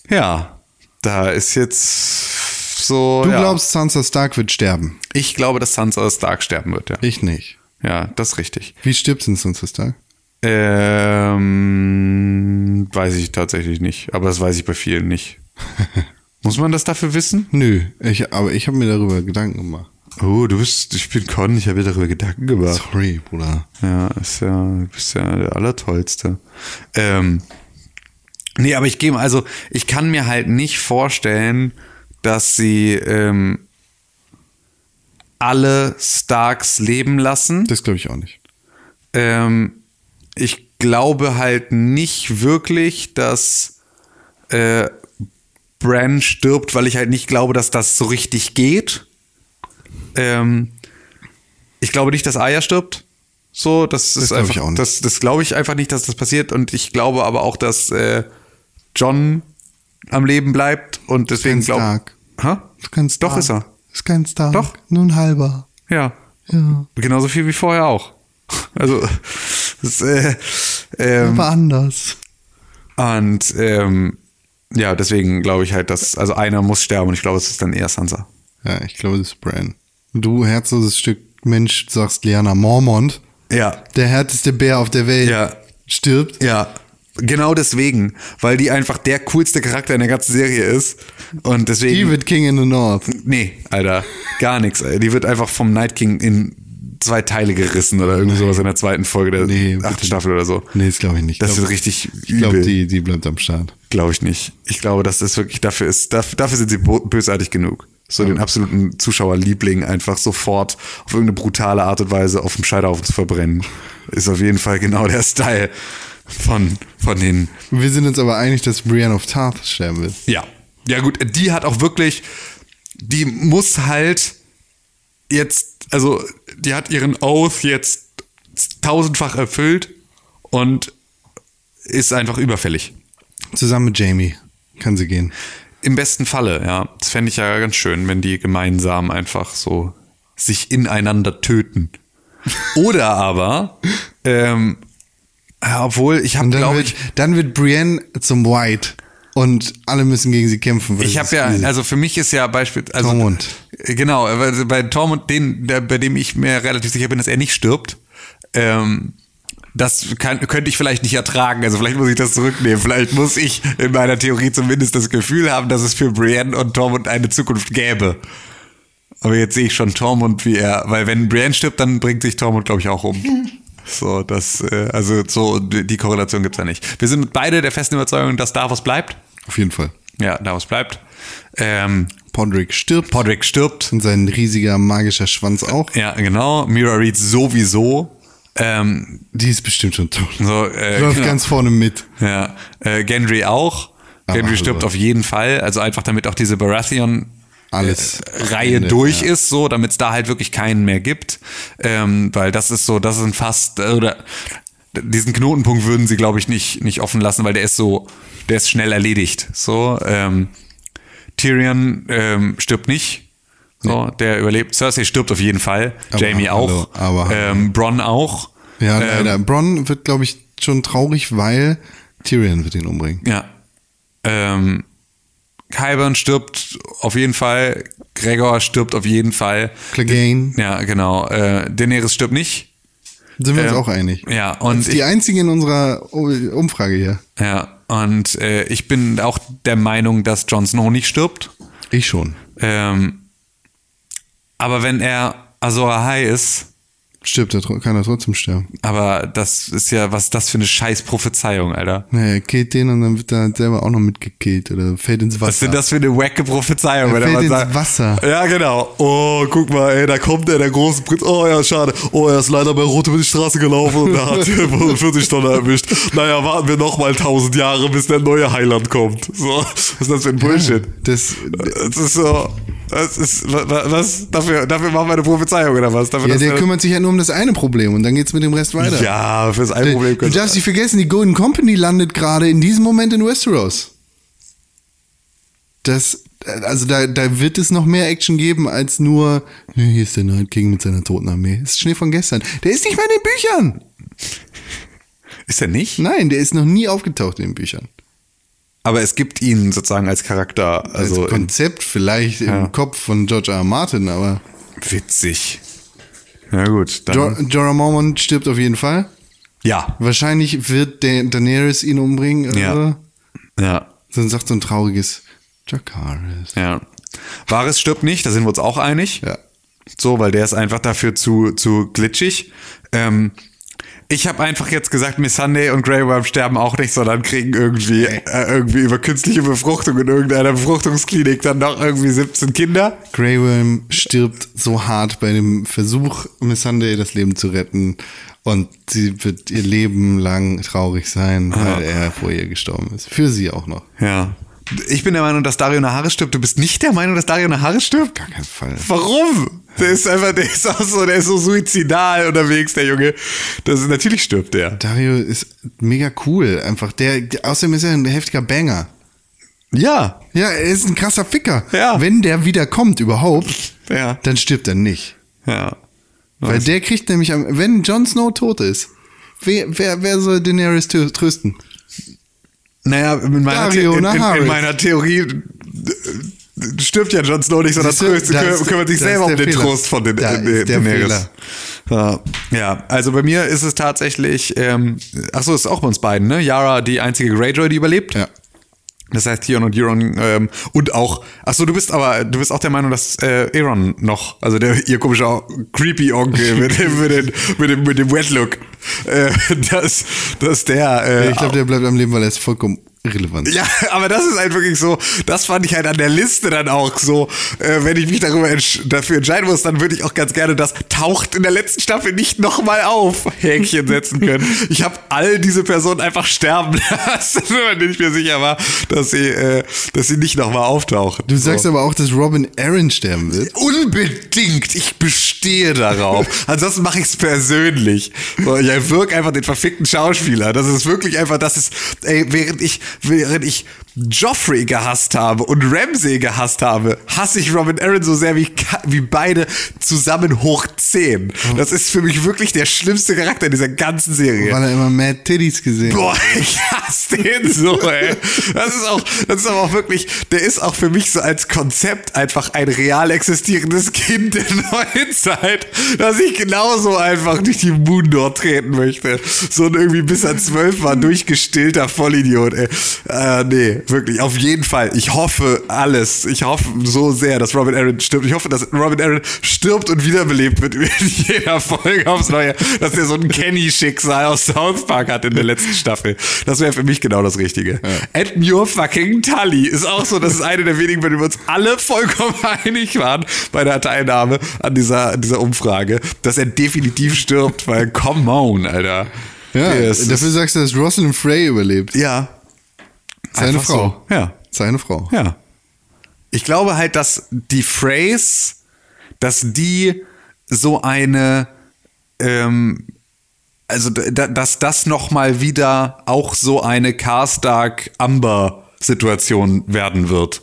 ja, da ist jetzt so.
du
ja.
glaubst, Sansa Stark wird sterben.
Ich glaube, dass Sansa Stark sterben wird, ja.
Ich nicht.
Ja, das ist richtig.
Wie stirbt denn Sansa Stark?
Ähm, weiß ich tatsächlich nicht, aber das weiß ich bei vielen nicht. Muss man das dafür wissen?
Nö, ich, aber ich habe mir darüber Gedanken gemacht.
Oh, du bist, ich bin Con, ich habe mir darüber Gedanken gemacht.
Sorry, Bruder.
Ja, ist ja, du bist ja der Allertollste. Ähm, nee, aber ich gehe, mal- also ich kann mir halt nicht vorstellen, dass sie ähm, alle Starks leben lassen.
Das glaube ich auch nicht.
Ähm, ich glaube halt nicht wirklich, dass äh, Bran stirbt, weil ich halt nicht glaube, dass das so richtig geht. Ähm, ich glaube nicht, dass Arya stirbt. So, das, ist
glaub ich
einfach,
auch nicht.
das, das glaube ich einfach nicht, dass das passiert. Und ich glaube aber auch, dass äh, John am Leben bleibt und deswegen
Ganz
glaube
stark.
ich.
Ist kein Stark.
Doch ist er.
Ist kein Stark.
Doch. Ähm.
Nur ein halber.
Ja.
Ja.
Genauso viel wie vorher auch. Also, das, äh, ähm,
Aber anders.
Und ähm, ja, deswegen glaube ich halt, dass, also einer muss sterben und ich glaube, es ist dann eher Sansa.
Ja, ich glaube, das ist Bran. Du herzloses Stück Mensch sagst Liana Mormont.
Ja.
Der härteste Bär auf der Welt
Ja.
stirbt.
Ja. Genau deswegen, weil die einfach der coolste Charakter in der ganzen Serie ist. Und deswegen.
David King in the North.
nee, Alter. Gar nichts. Alter. Die wird einfach vom Night King in zwei Teile gerissen oder irgendwie sowas in der zweiten Folge der
Nee, bitte
achten
nicht.
Staffel oder so.
Nee, das glaube ich nicht.
Das
Ich
wird
glaub-
richtig
Ich glaube,
übel.
die, die bleibt am Start.
Glaube ich nicht. Ich glaube, das ist wirklich, dafür ist, dafür, dafür sind sie bo- bösartig genug. So den absoluten Zuschauerliebling einfach sofort auf irgendeine brutale Art und Weise auf dem Scheiterhaufen zu verbrennen. Ist auf jeden Fall genau der Style von, von den.
Wir sind uns aber einig, dass Brienne of Tarth sterben wird.
Ja. Ja, gut, die hat auch wirklich, die muss halt jetzt, also, die hat ihren Oath jetzt tausendfach erfüllt und ist einfach überfällig.
Zusammen mit Jamie kann sie gehen.
Im besten Falle, ja. Das fände ich ja ganz schön, wenn die gemeinsam einfach so sich ineinander töten. Oder aber, ähm, ja, obwohl, ich habe,
Und dann
glaube
wird,
ich,
dann wird Brienne zum White. Und alle müssen gegen sie kämpfen. weil
ich
es
habe
ist
ja,
easy.
also für mich ist ja Beispiel, also
Tormund.
genau, weil bei Tormund, den, der, bei dem ich mir relativ sicher bin, dass er nicht stirbt, ähm, das kann, könnte ich vielleicht nicht ertragen. Also vielleicht muss ich das zurücknehmen. Vielleicht muss ich in meiner Theorie zumindest das Gefühl haben, dass es für Brienne und Tormund eine Zukunft gäbe. Aber jetzt sehe ich schon Tormund, wie er, weil wenn Brienne stirbt, dann bringt sich Tormund, glaube ich, auch um. So, das, äh, also so, die die Korrelation gibt's da nicht. Wir sind beide der festen Überzeugung, dass Davos bleibt.
Auf jeden Fall.
Ja, Davos bleibt. Ähm,
Podrick stirbt.
Podrick stirbt.
und sein riesiger magischer Schwanz auch.
Ja, genau. Mira Reed sowieso. Ähm,
Die ist bestimmt schon tot.
so, äh,
Läuft
genau.
ganz vorne mit.
ja. äh, Gendry auch.
Aber
Gendry
hallo.
stirbt auf jeden Fall. Also einfach damit auch diese Baratheon
Alles.
Reihe
Ende,
durch
ja.
ist, so, damit es da halt wirklich keinen mehr gibt. Ähm, weil das ist so, das ist ein fast, äh, oder diesen Knotenpunkt würden sie, glaube ich, nicht, nicht offen lassen, weil der ist so, der ist schnell erledigt. So, ähm, Tyrion ähm, stirbt nicht. So, der überlebt. Cersei stirbt auf jeden Fall.
Aber
Jamie
hallo,
auch.
aber hallo.
ähm, Bronn auch.
Ja,
ähm,
leider. Bronn wird, glaube ich, schon traurig, weil Tyrion wird ihn umbringen.
Ja. Ähm, Kyburn stirbt auf jeden Fall. Gregor stirbt auf jeden Fall.
Clegane,
Ja, genau. Äh, Daenerys stirbt nicht.
sind wir uns
ähm,
auch einig.
Ja, und
Die
ich,
einzige in unserer U- Umfrage hier.
ja, und äh, ich bin auch der Meinung, dass Jon Snow nicht stirbt.
Ich schon.
Ähm, aber wenn er Azor Ahai ist,
Stirbt er, tro- kann er trotzdem sterben.
aber das ist ja, was ist das für eine scheiß Prophezeiung, Alter.
Naja, er killt den und dann wird er selber auch noch mitgekillt oder fällt ins Wasser.
Was sind das für eine wacke Prophezeiung?
Er
wenn
fällt
man
ins
sagt-
Wasser.
Ja, genau. Oh, guck mal, ey, da kommt er, der große Prinz. Oh ja, schade. Oh, er ist leider bei Rot über die Straße gelaufen und da hat er 45 Tonner erwischt. Naja, warten wir nochmal 1000 Jahre, bis der neue Heiland kommt. So, was ist das für ein Bullshit?
Das,
Das ist so, das ist, wa- wa- was, dafür, dafür machen wir eine Prophezeiung oder was? Dafür,
ja,
dass
der
wir-
kümmert sich halt nur um das eine Problem und dann geht's mit dem Rest weiter.
ja, fürs ein Problem
Du
können
darfst nicht vergessen, die Golden Company landet gerade in diesem Moment in Westeros. Das, also da, da wird es noch mehr Action geben als nur, "Ja, hier ist der Night King mit seiner toten Armee. Das ist Schnee von gestern. Der ist nicht mal in den Büchern.
Ist er nicht?
Nein, der ist noch nie aufgetaucht in den Büchern.
Aber es gibt ihn sozusagen als Charakter, also
Als Konzept vielleicht
Ja.
im Kopf von George R. R. Martin, aber
witzig. Na gut, dann.
Jor- Jorah Mormont stirbt auf jeden Fall.
ja.
Wahrscheinlich wird der Daenerys ihn umbringen.
Ja.
Also.
Ja,
Dann sagt so ein trauriges Jacaris.
ja. Varys stirbt nicht, da sind wir uns auch einig.
Ja.
So, weil der ist einfach dafür zu, zu glitschig. Ähm, ich habe einfach jetzt gesagt, Miss Sunday und Grey Worm sterben auch nicht, sondern kriegen irgendwie, äh, irgendwie über künstliche Befruchtung in irgendeiner Befruchtungsklinik dann noch irgendwie 17 Kinder.
Grey Worm stirbt so hart bei dem Versuch, Miss Sunday das Leben zu retten. Und sie wird ihr Leben lang traurig sein, weil er vor ihr gestorben ist. Für sie auch noch.
Ja. Ich bin der Meinung, dass Dario Naharis stirbt. Du bist nicht der Meinung, dass Dario Naharis stirbt? Gar
keinen Fall.
Warum? Der ist einfach, der ist auch so, der ist so suizidal unterwegs, der Junge. Das ist, natürlich stirbt der.
Dario ist mega cool, einfach. Der, außerdem ist er ein heftiger Banger.
Ja.
Ja, er ist ein krasser Ficker.
Ja.
Wenn der wieder kommt überhaupt,
Ja.
dann stirbt er nicht.
Ja.
Weil der kriegt nämlich, am, wenn Jon Snow tot ist, wer, wer, wer soll Daenerys tö- trösten?
Naja, in meiner,
Dario
The- in, in,
Naharis.
in meiner Theorie äh, stirbt ja Jon Snow nicht, sondern
Siehst du,
tröst,
da
kü-
ist-
kümmert sich
da
selber
ist
um
der
den
Fehler.
Trost von den
Da
äh,
ist der
Daenerys. Ja. ja, also bei mir ist es tatsächlich, ähm, achso, ist auch bei uns beiden, ne? Yara die einzige Greyjoy, die überlebt.
Ja.
Das heißt, Theon und Euron ähm, und auch, achso, du bist aber, du bist auch der Meinung, dass äh, Euron noch, also der ihr komischer creepy Onkel mit dem, mit dem, mit dem, mit dem Wetlook, äh, dass, dass der äh,
Ich glaube, der bleibt am Leben, weil er ist vollkommen irrelevant.
ja, aber das ist halt wirklich so, das fand ich halt an der Liste dann auch so, äh, wenn ich mich darüber entsch dafür entscheiden muss, dann würde ich auch ganz gerne das taucht in der letzten Staffel nicht nochmal auf Häkchen setzen können. Ich habe all diese Personen einfach sterben lassen, bei denen ich mir sicher war, dass sie, äh, dass sie nicht nochmal auftauchen.
Du sagst aber auch, dass Robin Aaron sterben wird.
Unbedingt, ich bestehe darauf. Ansonsten mache ich es persönlich. So, ich wirke einfach den verfickten Schauspieler. Das ist wirklich einfach, das ist, ey, während ich, während ich Joffrey gehasst habe und Ramsey gehasst habe, hasse ich Robin Aaron so sehr wie, ka- wie beide zusammen hoch 10. Das ist für mich wirklich der schlimmste Charakter dieser ganzen Serie.
Weil er immer Mad Titties gesehen hat.
Boah, ich hasse den so, ey. Das ist auch, das ist aber auch wirklich, der ist auch für mich so als Konzept einfach ein real existierendes Kind der neuen Zeit, dass ich genauso einfach durch die Moondor treten möchte. So ein irgendwie bis er zwölf war durchgestillter Vollidiot, ey. Äh, nee, wirklich, auf jeden Fall. Ich hoffe alles. Ich hoffe so sehr, dass Robin Aaron stirbt. Ich hoffe, dass Robin Aaron stirbt und wiederbelebt wird in jeder Folge aufs Neue, dass er so ein Kenny-Schicksal aus South Park hat in der letzten Staffel. Das wäre für mich genau das Richtige. Ed Muir fucking Tully ist auch so, das ist eine der wenigen, bei denen wir uns alle vollkommen einig waren bei der Teilnahme an dieser, an dieser Umfrage, dass er definitiv stirbt, weil come on, Alter.
Ja,
Der ist-
dafür sagst du, dass Rosalind Frey überlebt.
ja.
Seine
Einfach
Frau.
So. Ja.
Seine Frau.
Ja. Ich glaube halt, dass die Phrase, dass die so eine, ähm, also d- da, dass das nochmal wieder auch so eine Karstark-Amber-Situation werden wird.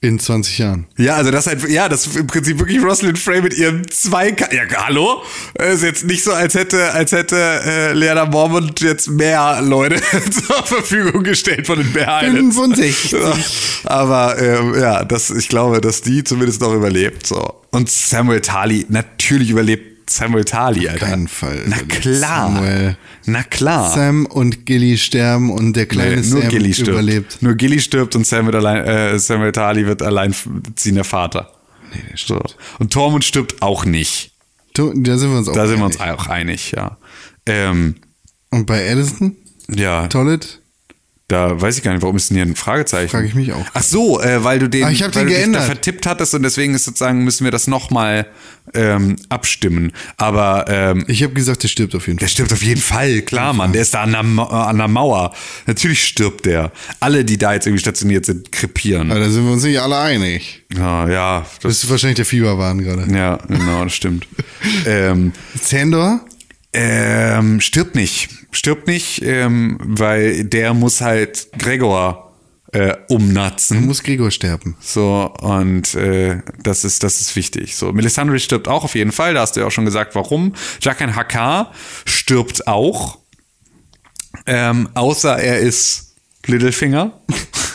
In 20 Jahren.
Ja, also das halt, ja, das ist im Prinzip wirklich Rosalind Frey mit ihren zwei, Ka ja, hallo? Äh, Ist jetzt nicht so, als hätte, als hätte äh, Leana Mormont jetzt mehr Leute zur Verfügung gestellt von den Bear Islands.
65.
Ja, aber ähm, ja, das, ich glaube, dass die zumindest noch überlebt. So. Und Samuel Tali, natürlich überlebt Samuel Tali, Alter.
keinen Fall
Na
überlebt
klar.
Samuel.
Na klar.
Sam und Gilly sterben und der kleine
Ah. Nee, nur
Sam
Gilly stirbt.
überlebt.
Nur Gilly stirbt und Sam wird allein, äh, Samuel Tali wird alleinziehender Vater. Nee, der stirbt. Und Tormund stirbt auch nicht.
Du, Da sind wir uns auch.
Da sind wir uns
einig.
auch einig, ja. Ähm,
Und bei Addison?
ja,
Tollet?
da weiß ich gar nicht, warum ist denn hier ein Fragezeichen?
Frage ich mich auch.
Ach so, äh, weil du den,
Ah, ich hab
weil
den
du dich
geändert.
da vertippt hattest und deswegen ist sozusagen müssen wir das nochmal ähm, abstimmen. Aber ähm,
Ich habe gesagt, der stirbt auf jeden
Der
Fall.
stirbt auf jeden Fall, klar, Mann. Der ist da an der, Ma- an der Mauer. Natürlich stirbt der. Alle, die da jetzt irgendwie stationiert sind, krepieren.
Aber da sind wir uns nicht alle einig.
Ja, Ah, ja, das,
Das ist wahrscheinlich der Fieberwahn gerade.
ja genau, das stimmt. ähm,
Sandor?
ähm, stirbt nicht. Stirbt nicht, ähm, weil der muss halt Gregor äh, umnatzen.
Muss Gregor sterben.
So, und äh, das ist, das ist wichtig. So, Melisandre stirbt auch auf jeden Fall, da hast du ja auch schon gesagt, warum. Jaqen Hakar stirbt auch. Ähm, außer er ist Littlefinger.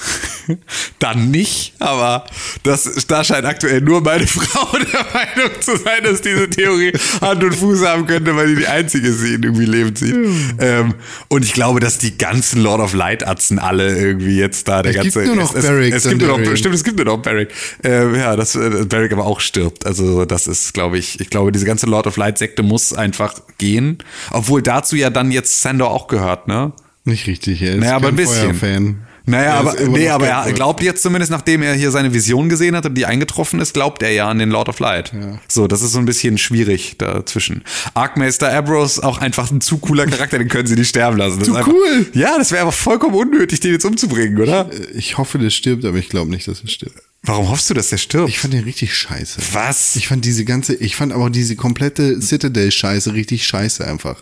Dann nicht, aber das, da scheint aktuell nur meine Frau der Meinung zu sein, dass diese Theorie Hand und Fuß haben könnte, weil die die einzige ist, die ihn irgendwie lebend sieht. Ähm, und ich glaube, dass die ganzen Lord of Light-Atzen alle irgendwie jetzt da der
Es gibt
ganze.
nur noch
es,
Barrick
es, es gibt nur noch,
Dondarrion.
stimmt, es gibt nur noch Barrick. Äh, ja, dass äh, Barrick aber auch stirbt. Also das ist, glaube ich, ich glaube, diese ganze Lord of Light-Sekte muss einfach gehen. Obwohl dazu ja dann jetzt Sandor auch gehört, ne?
Nicht richtig, er ist
Naja, aber ein
kein
bisschen.
Feuerfan.
Naja,
Er ist
aber,
immer
nee,
noch
aber er
Catwoman.
glaubt jetzt zumindest, nachdem er hier seine Vision gesehen hat, die eingetroffen ist, glaubt er ja an den Lord of Light. So, das ist so ein bisschen schwierig dazwischen. Arkmeister Abros, auch einfach ein zu cooler Charakter, den können sie nicht sterben lassen. Das
Zu
ist einfach,
cool.
Ja, das wäre aber vollkommen unnötig, den jetzt umzubringen, oder?
Äh, Ich hoffe, der stirbt, aber ich glaube nicht, dass er stirbt.
Warum hoffst du, dass der stirbt?
Ich fand den richtig scheiße.
Was?
Ich fand diese ganze, ich fand aber diese komplette Citadel-Scheiße richtig scheiße einfach.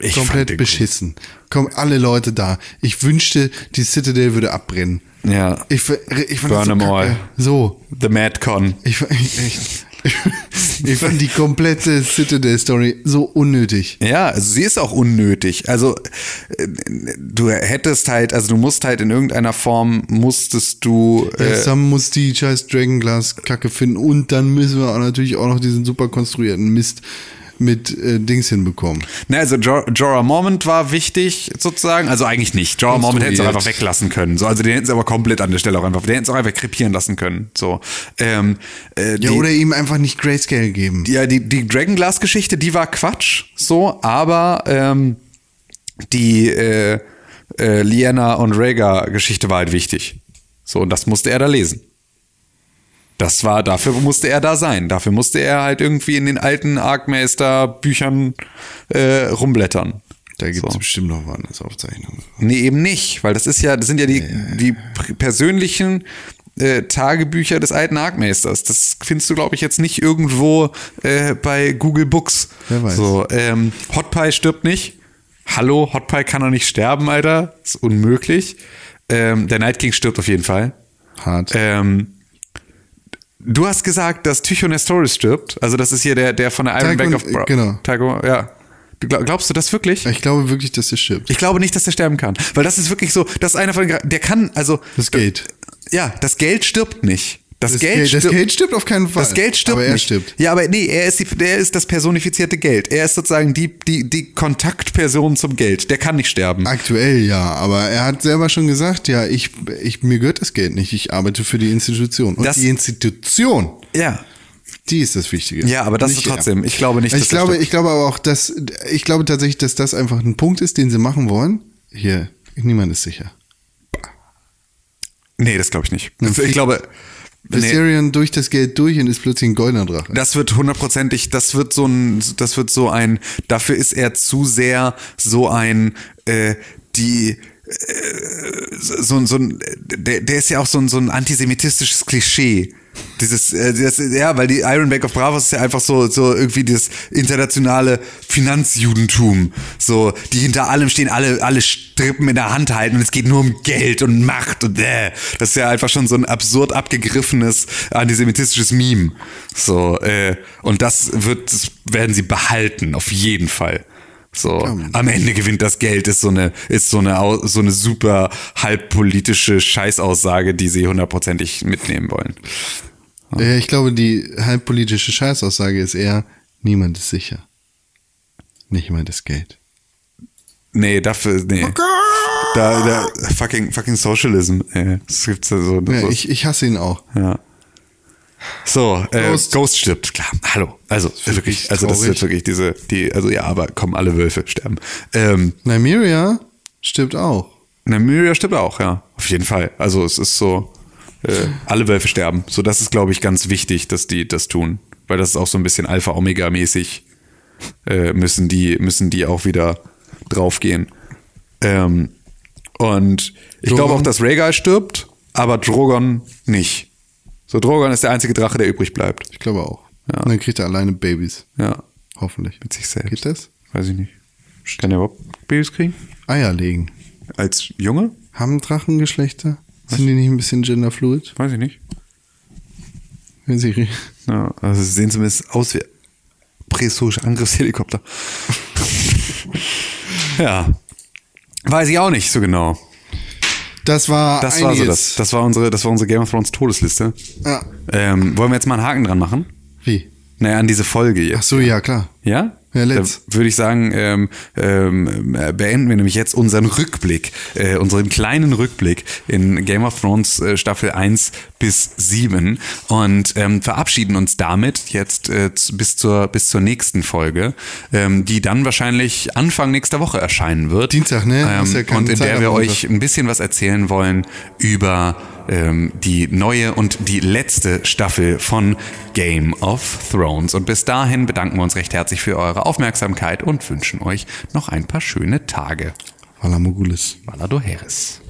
Ich fand
Komplett
den
beschissen. Komm, alle Leute da. Ich wünschte, die Citadel würde abbrennen.
ja.
Ich, f- ich fand das
Burn 'em
so kacke.
all.
So.
The Madcon.
Ich, fa- ich, echt. ich fand die komplette Citadel-Story so unnötig.
Ja, also sie ist auch unnötig. Also äh, du hättest halt, also du musst halt in irgendeiner Form, musstest du... äh,
Ja, Sam muss die scheiß Dragonglass-Kacke finden und dann müssen wir auch natürlich auch noch diesen super konstruierten Mist mit äh, Dings hinbekommen.
Ne, also Jor- Jorah Mormont war wichtig sozusagen, also eigentlich nicht. Jorah Mormont hätten sie auch einfach
Konstruiert.
weglassen können. So, also den hätten sie aber komplett an der Stelle auch einfach, den hätten sie auch einfach krepieren lassen können. So, ähm, äh,
Ja,
die,
oder ihm einfach nicht Grayscale geben.
ja, die, die Dragonglass-Geschichte, die war Quatsch, so, aber ähm, die äh, äh, Lyanna und Rhaegar-Geschichte war halt wichtig. So, und das musste er da lesen. Das war, dafür musste er da sein. Dafür musste er halt irgendwie in den alten Arkmeister-Büchern äh, rumblättern.
Da gibt es
So.
bestimmt noch woanders Aufzeichnungen.
Nee, eben nicht, weil das ist ja, das sind ja die, die pr- persönlichen äh, Tagebücher des alten Argmeisters. Das findest du, glaube ich, jetzt nicht irgendwo äh, bei Google Books.
Wer weiß.
So, ähm, Hot Pie stirbt nicht. Hallo, Hot Pie kann doch nicht sterben, Alter. Ist unmöglich. Ähm, der Night King stirbt auf jeden Fall.
Hart.
Ähm, du hast gesagt, dass Tycho Nestoris stirbt. Also, das ist hier der, der von der Iron
Tycho-
Bank of Bra
genau.
Tycho, ja. Du glaub- Glaubst du das wirklich?
Ich glaube wirklich, dass er stirbt.
Ich glaube nicht, dass er sterben kann. Weil das ist wirklich so, das ist einer von den, Gra- der kann, also.
Das Geld.
Ja, das Geld stirbt nicht. Das,
Das
Geld,
Geld- das
stirbt-
Geld stirbt auf keinen Fall.
Das Geld stirbt
Aber er
nicht.
stirbt.
Ja, aber nee, er ist, die, der ist das personifizierte Geld. Er ist sozusagen die, die, die Kontaktperson zum Geld. Der kann nicht sterben.
Aktuell ja, aber er hat selber schon gesagt, ja, ich, ich, mir gehört das Geld nicht, ich arbeite für die Institution. Und
Das-
die Institution,
Ja.
die ist das Wichtige.
Ja, aber das
Nicht
ist
er.
trotzdem- ich glaube nicht,
Ich
dass das
glaube,
stimmt.
ich glaube aber auch, dass, ich glaube tatsächlich, dass das einfach ein Punkt ist, den sie machen wollen. Hier, niemand ist sicher.
Nee, das glaube ich nicht. Ich glaube. Nee,
Viserion durch das Geld durch und ist plötzlich ein goldener Drache.
das wird hundertprozentig, das wird so ein, das wird so ein, dafür ist er zu sehr so ein, äh, die, so, ein- so ein, der, der ist ja auch so ein, so ein antisemitistisches Klischee. Dieses, äh, das, ja, weil die Iron Bank of Bravos ist ja einfach so, so irgendwie das internationale Finanzjudentum. So, die hinter allem stehen, alle, alle Strippen in der Hand halten und es geht nur um Geld und Macht und äh. Das ist ja einfach schon so ein absurd abgegriffenes antisemitistisches Meme. So, äh, und das wird, das werden sie behalten, auf jeden Fall. So, am Ende gewinnt das Geld, ist so eine, ist so eine, Au- so eine super halbpolitische Scheißaussage, die sie hundertprozentig mitnehmen wollen.
Ja, Äh, ich glaube, die halbpolitische Scheißaussage ist eher, niemand ist sicher. Nicht mal das Geld.
Nee, dafür, nee. Da, da, fucking, fucking Socialism, ey. Das gibt's ja so.
Ja,
so.
ich, ich hasse ihn auch.
ja. So, äh,
Ghost.
Ghost. stirbt, klar. Hallo. Also,
wirklich
wirklich, also das ist
traurig.
jetzt wirklich diese, die, also ja, aber kommen alle Wölfe sterben. Ähm,
Nymeria stirbt auch.
Nymeria stirbt auch, ja. Auf jeden Fall. Also es ist so, äh, alle Wölfe sterben. So, das ist, glaube ich, ganz wichtig, dass die das tun. Weil das ist auch so ein bisschen Alpha-Omega-mäßig. Äh, müssen, die, müssen die auch wieder draufgehen. Ähm, und ich glaube auch, dass Rhaegar stirbt, aber Drogon nicht. So, Drogon ist der einzige Drache, der übrig bleibt.
Ich glaube auch. Und dann kriegt er alleine Babys.
Ja,
Hoffentlich.
mit sich selbst.
Geht das?
Weiß ich nicht. Kann er überhaupt Babys kriegen?
Eier legen.
Als Junge?
Haben Drachen Geschlechter? Sind die nicht ein bisschen genderfluid?
Weiß ich nicht.
Wenn sie ri-
Ja, also sie sehen zumindest aus wie prähistorische Angriffshelikopter. ja. Weiß ich auch nicht so genau.
Das war
Das war
einiges.
so das. Das war unsere, das war unsere Game of Thrones Todesliste.
Ja.
Ähm, wollen wir jetzt mal einen Haken dran machen?
Wie?
Naja, an diese Folge
Ach
jetzt.
so, ja, klar.
Ja?
Ja,
da
let's.
würde ich sagen, ähm, ähm, äh, beenden wir nämlich jetzt unseren Rückblick, äh, unseren kleinen Rückblick in Game of Thrones äh, Staffel 1 bis 7 und ähm, verabschieden uns damit jetzt äh, z- bis, zur, bis zur nächsten Folge, ähm, die dann wahrscheinlich Anfang nächster Woche erscheinen wird.
Dienstag, ne? Hast ja
Ähm,
keine
und in
Zeit
der
am
wir
Montag.
euch ein bisschen was erzählen wollen über ähm, die neue und die letzte Staffel von Game of Thrones. Und bis dahin bedanken wir uns recht herzlich für eure Aufmerksamkeit und wünschen euch noch ein paar schöne Tage.
Valamogulis.
Valado Harris.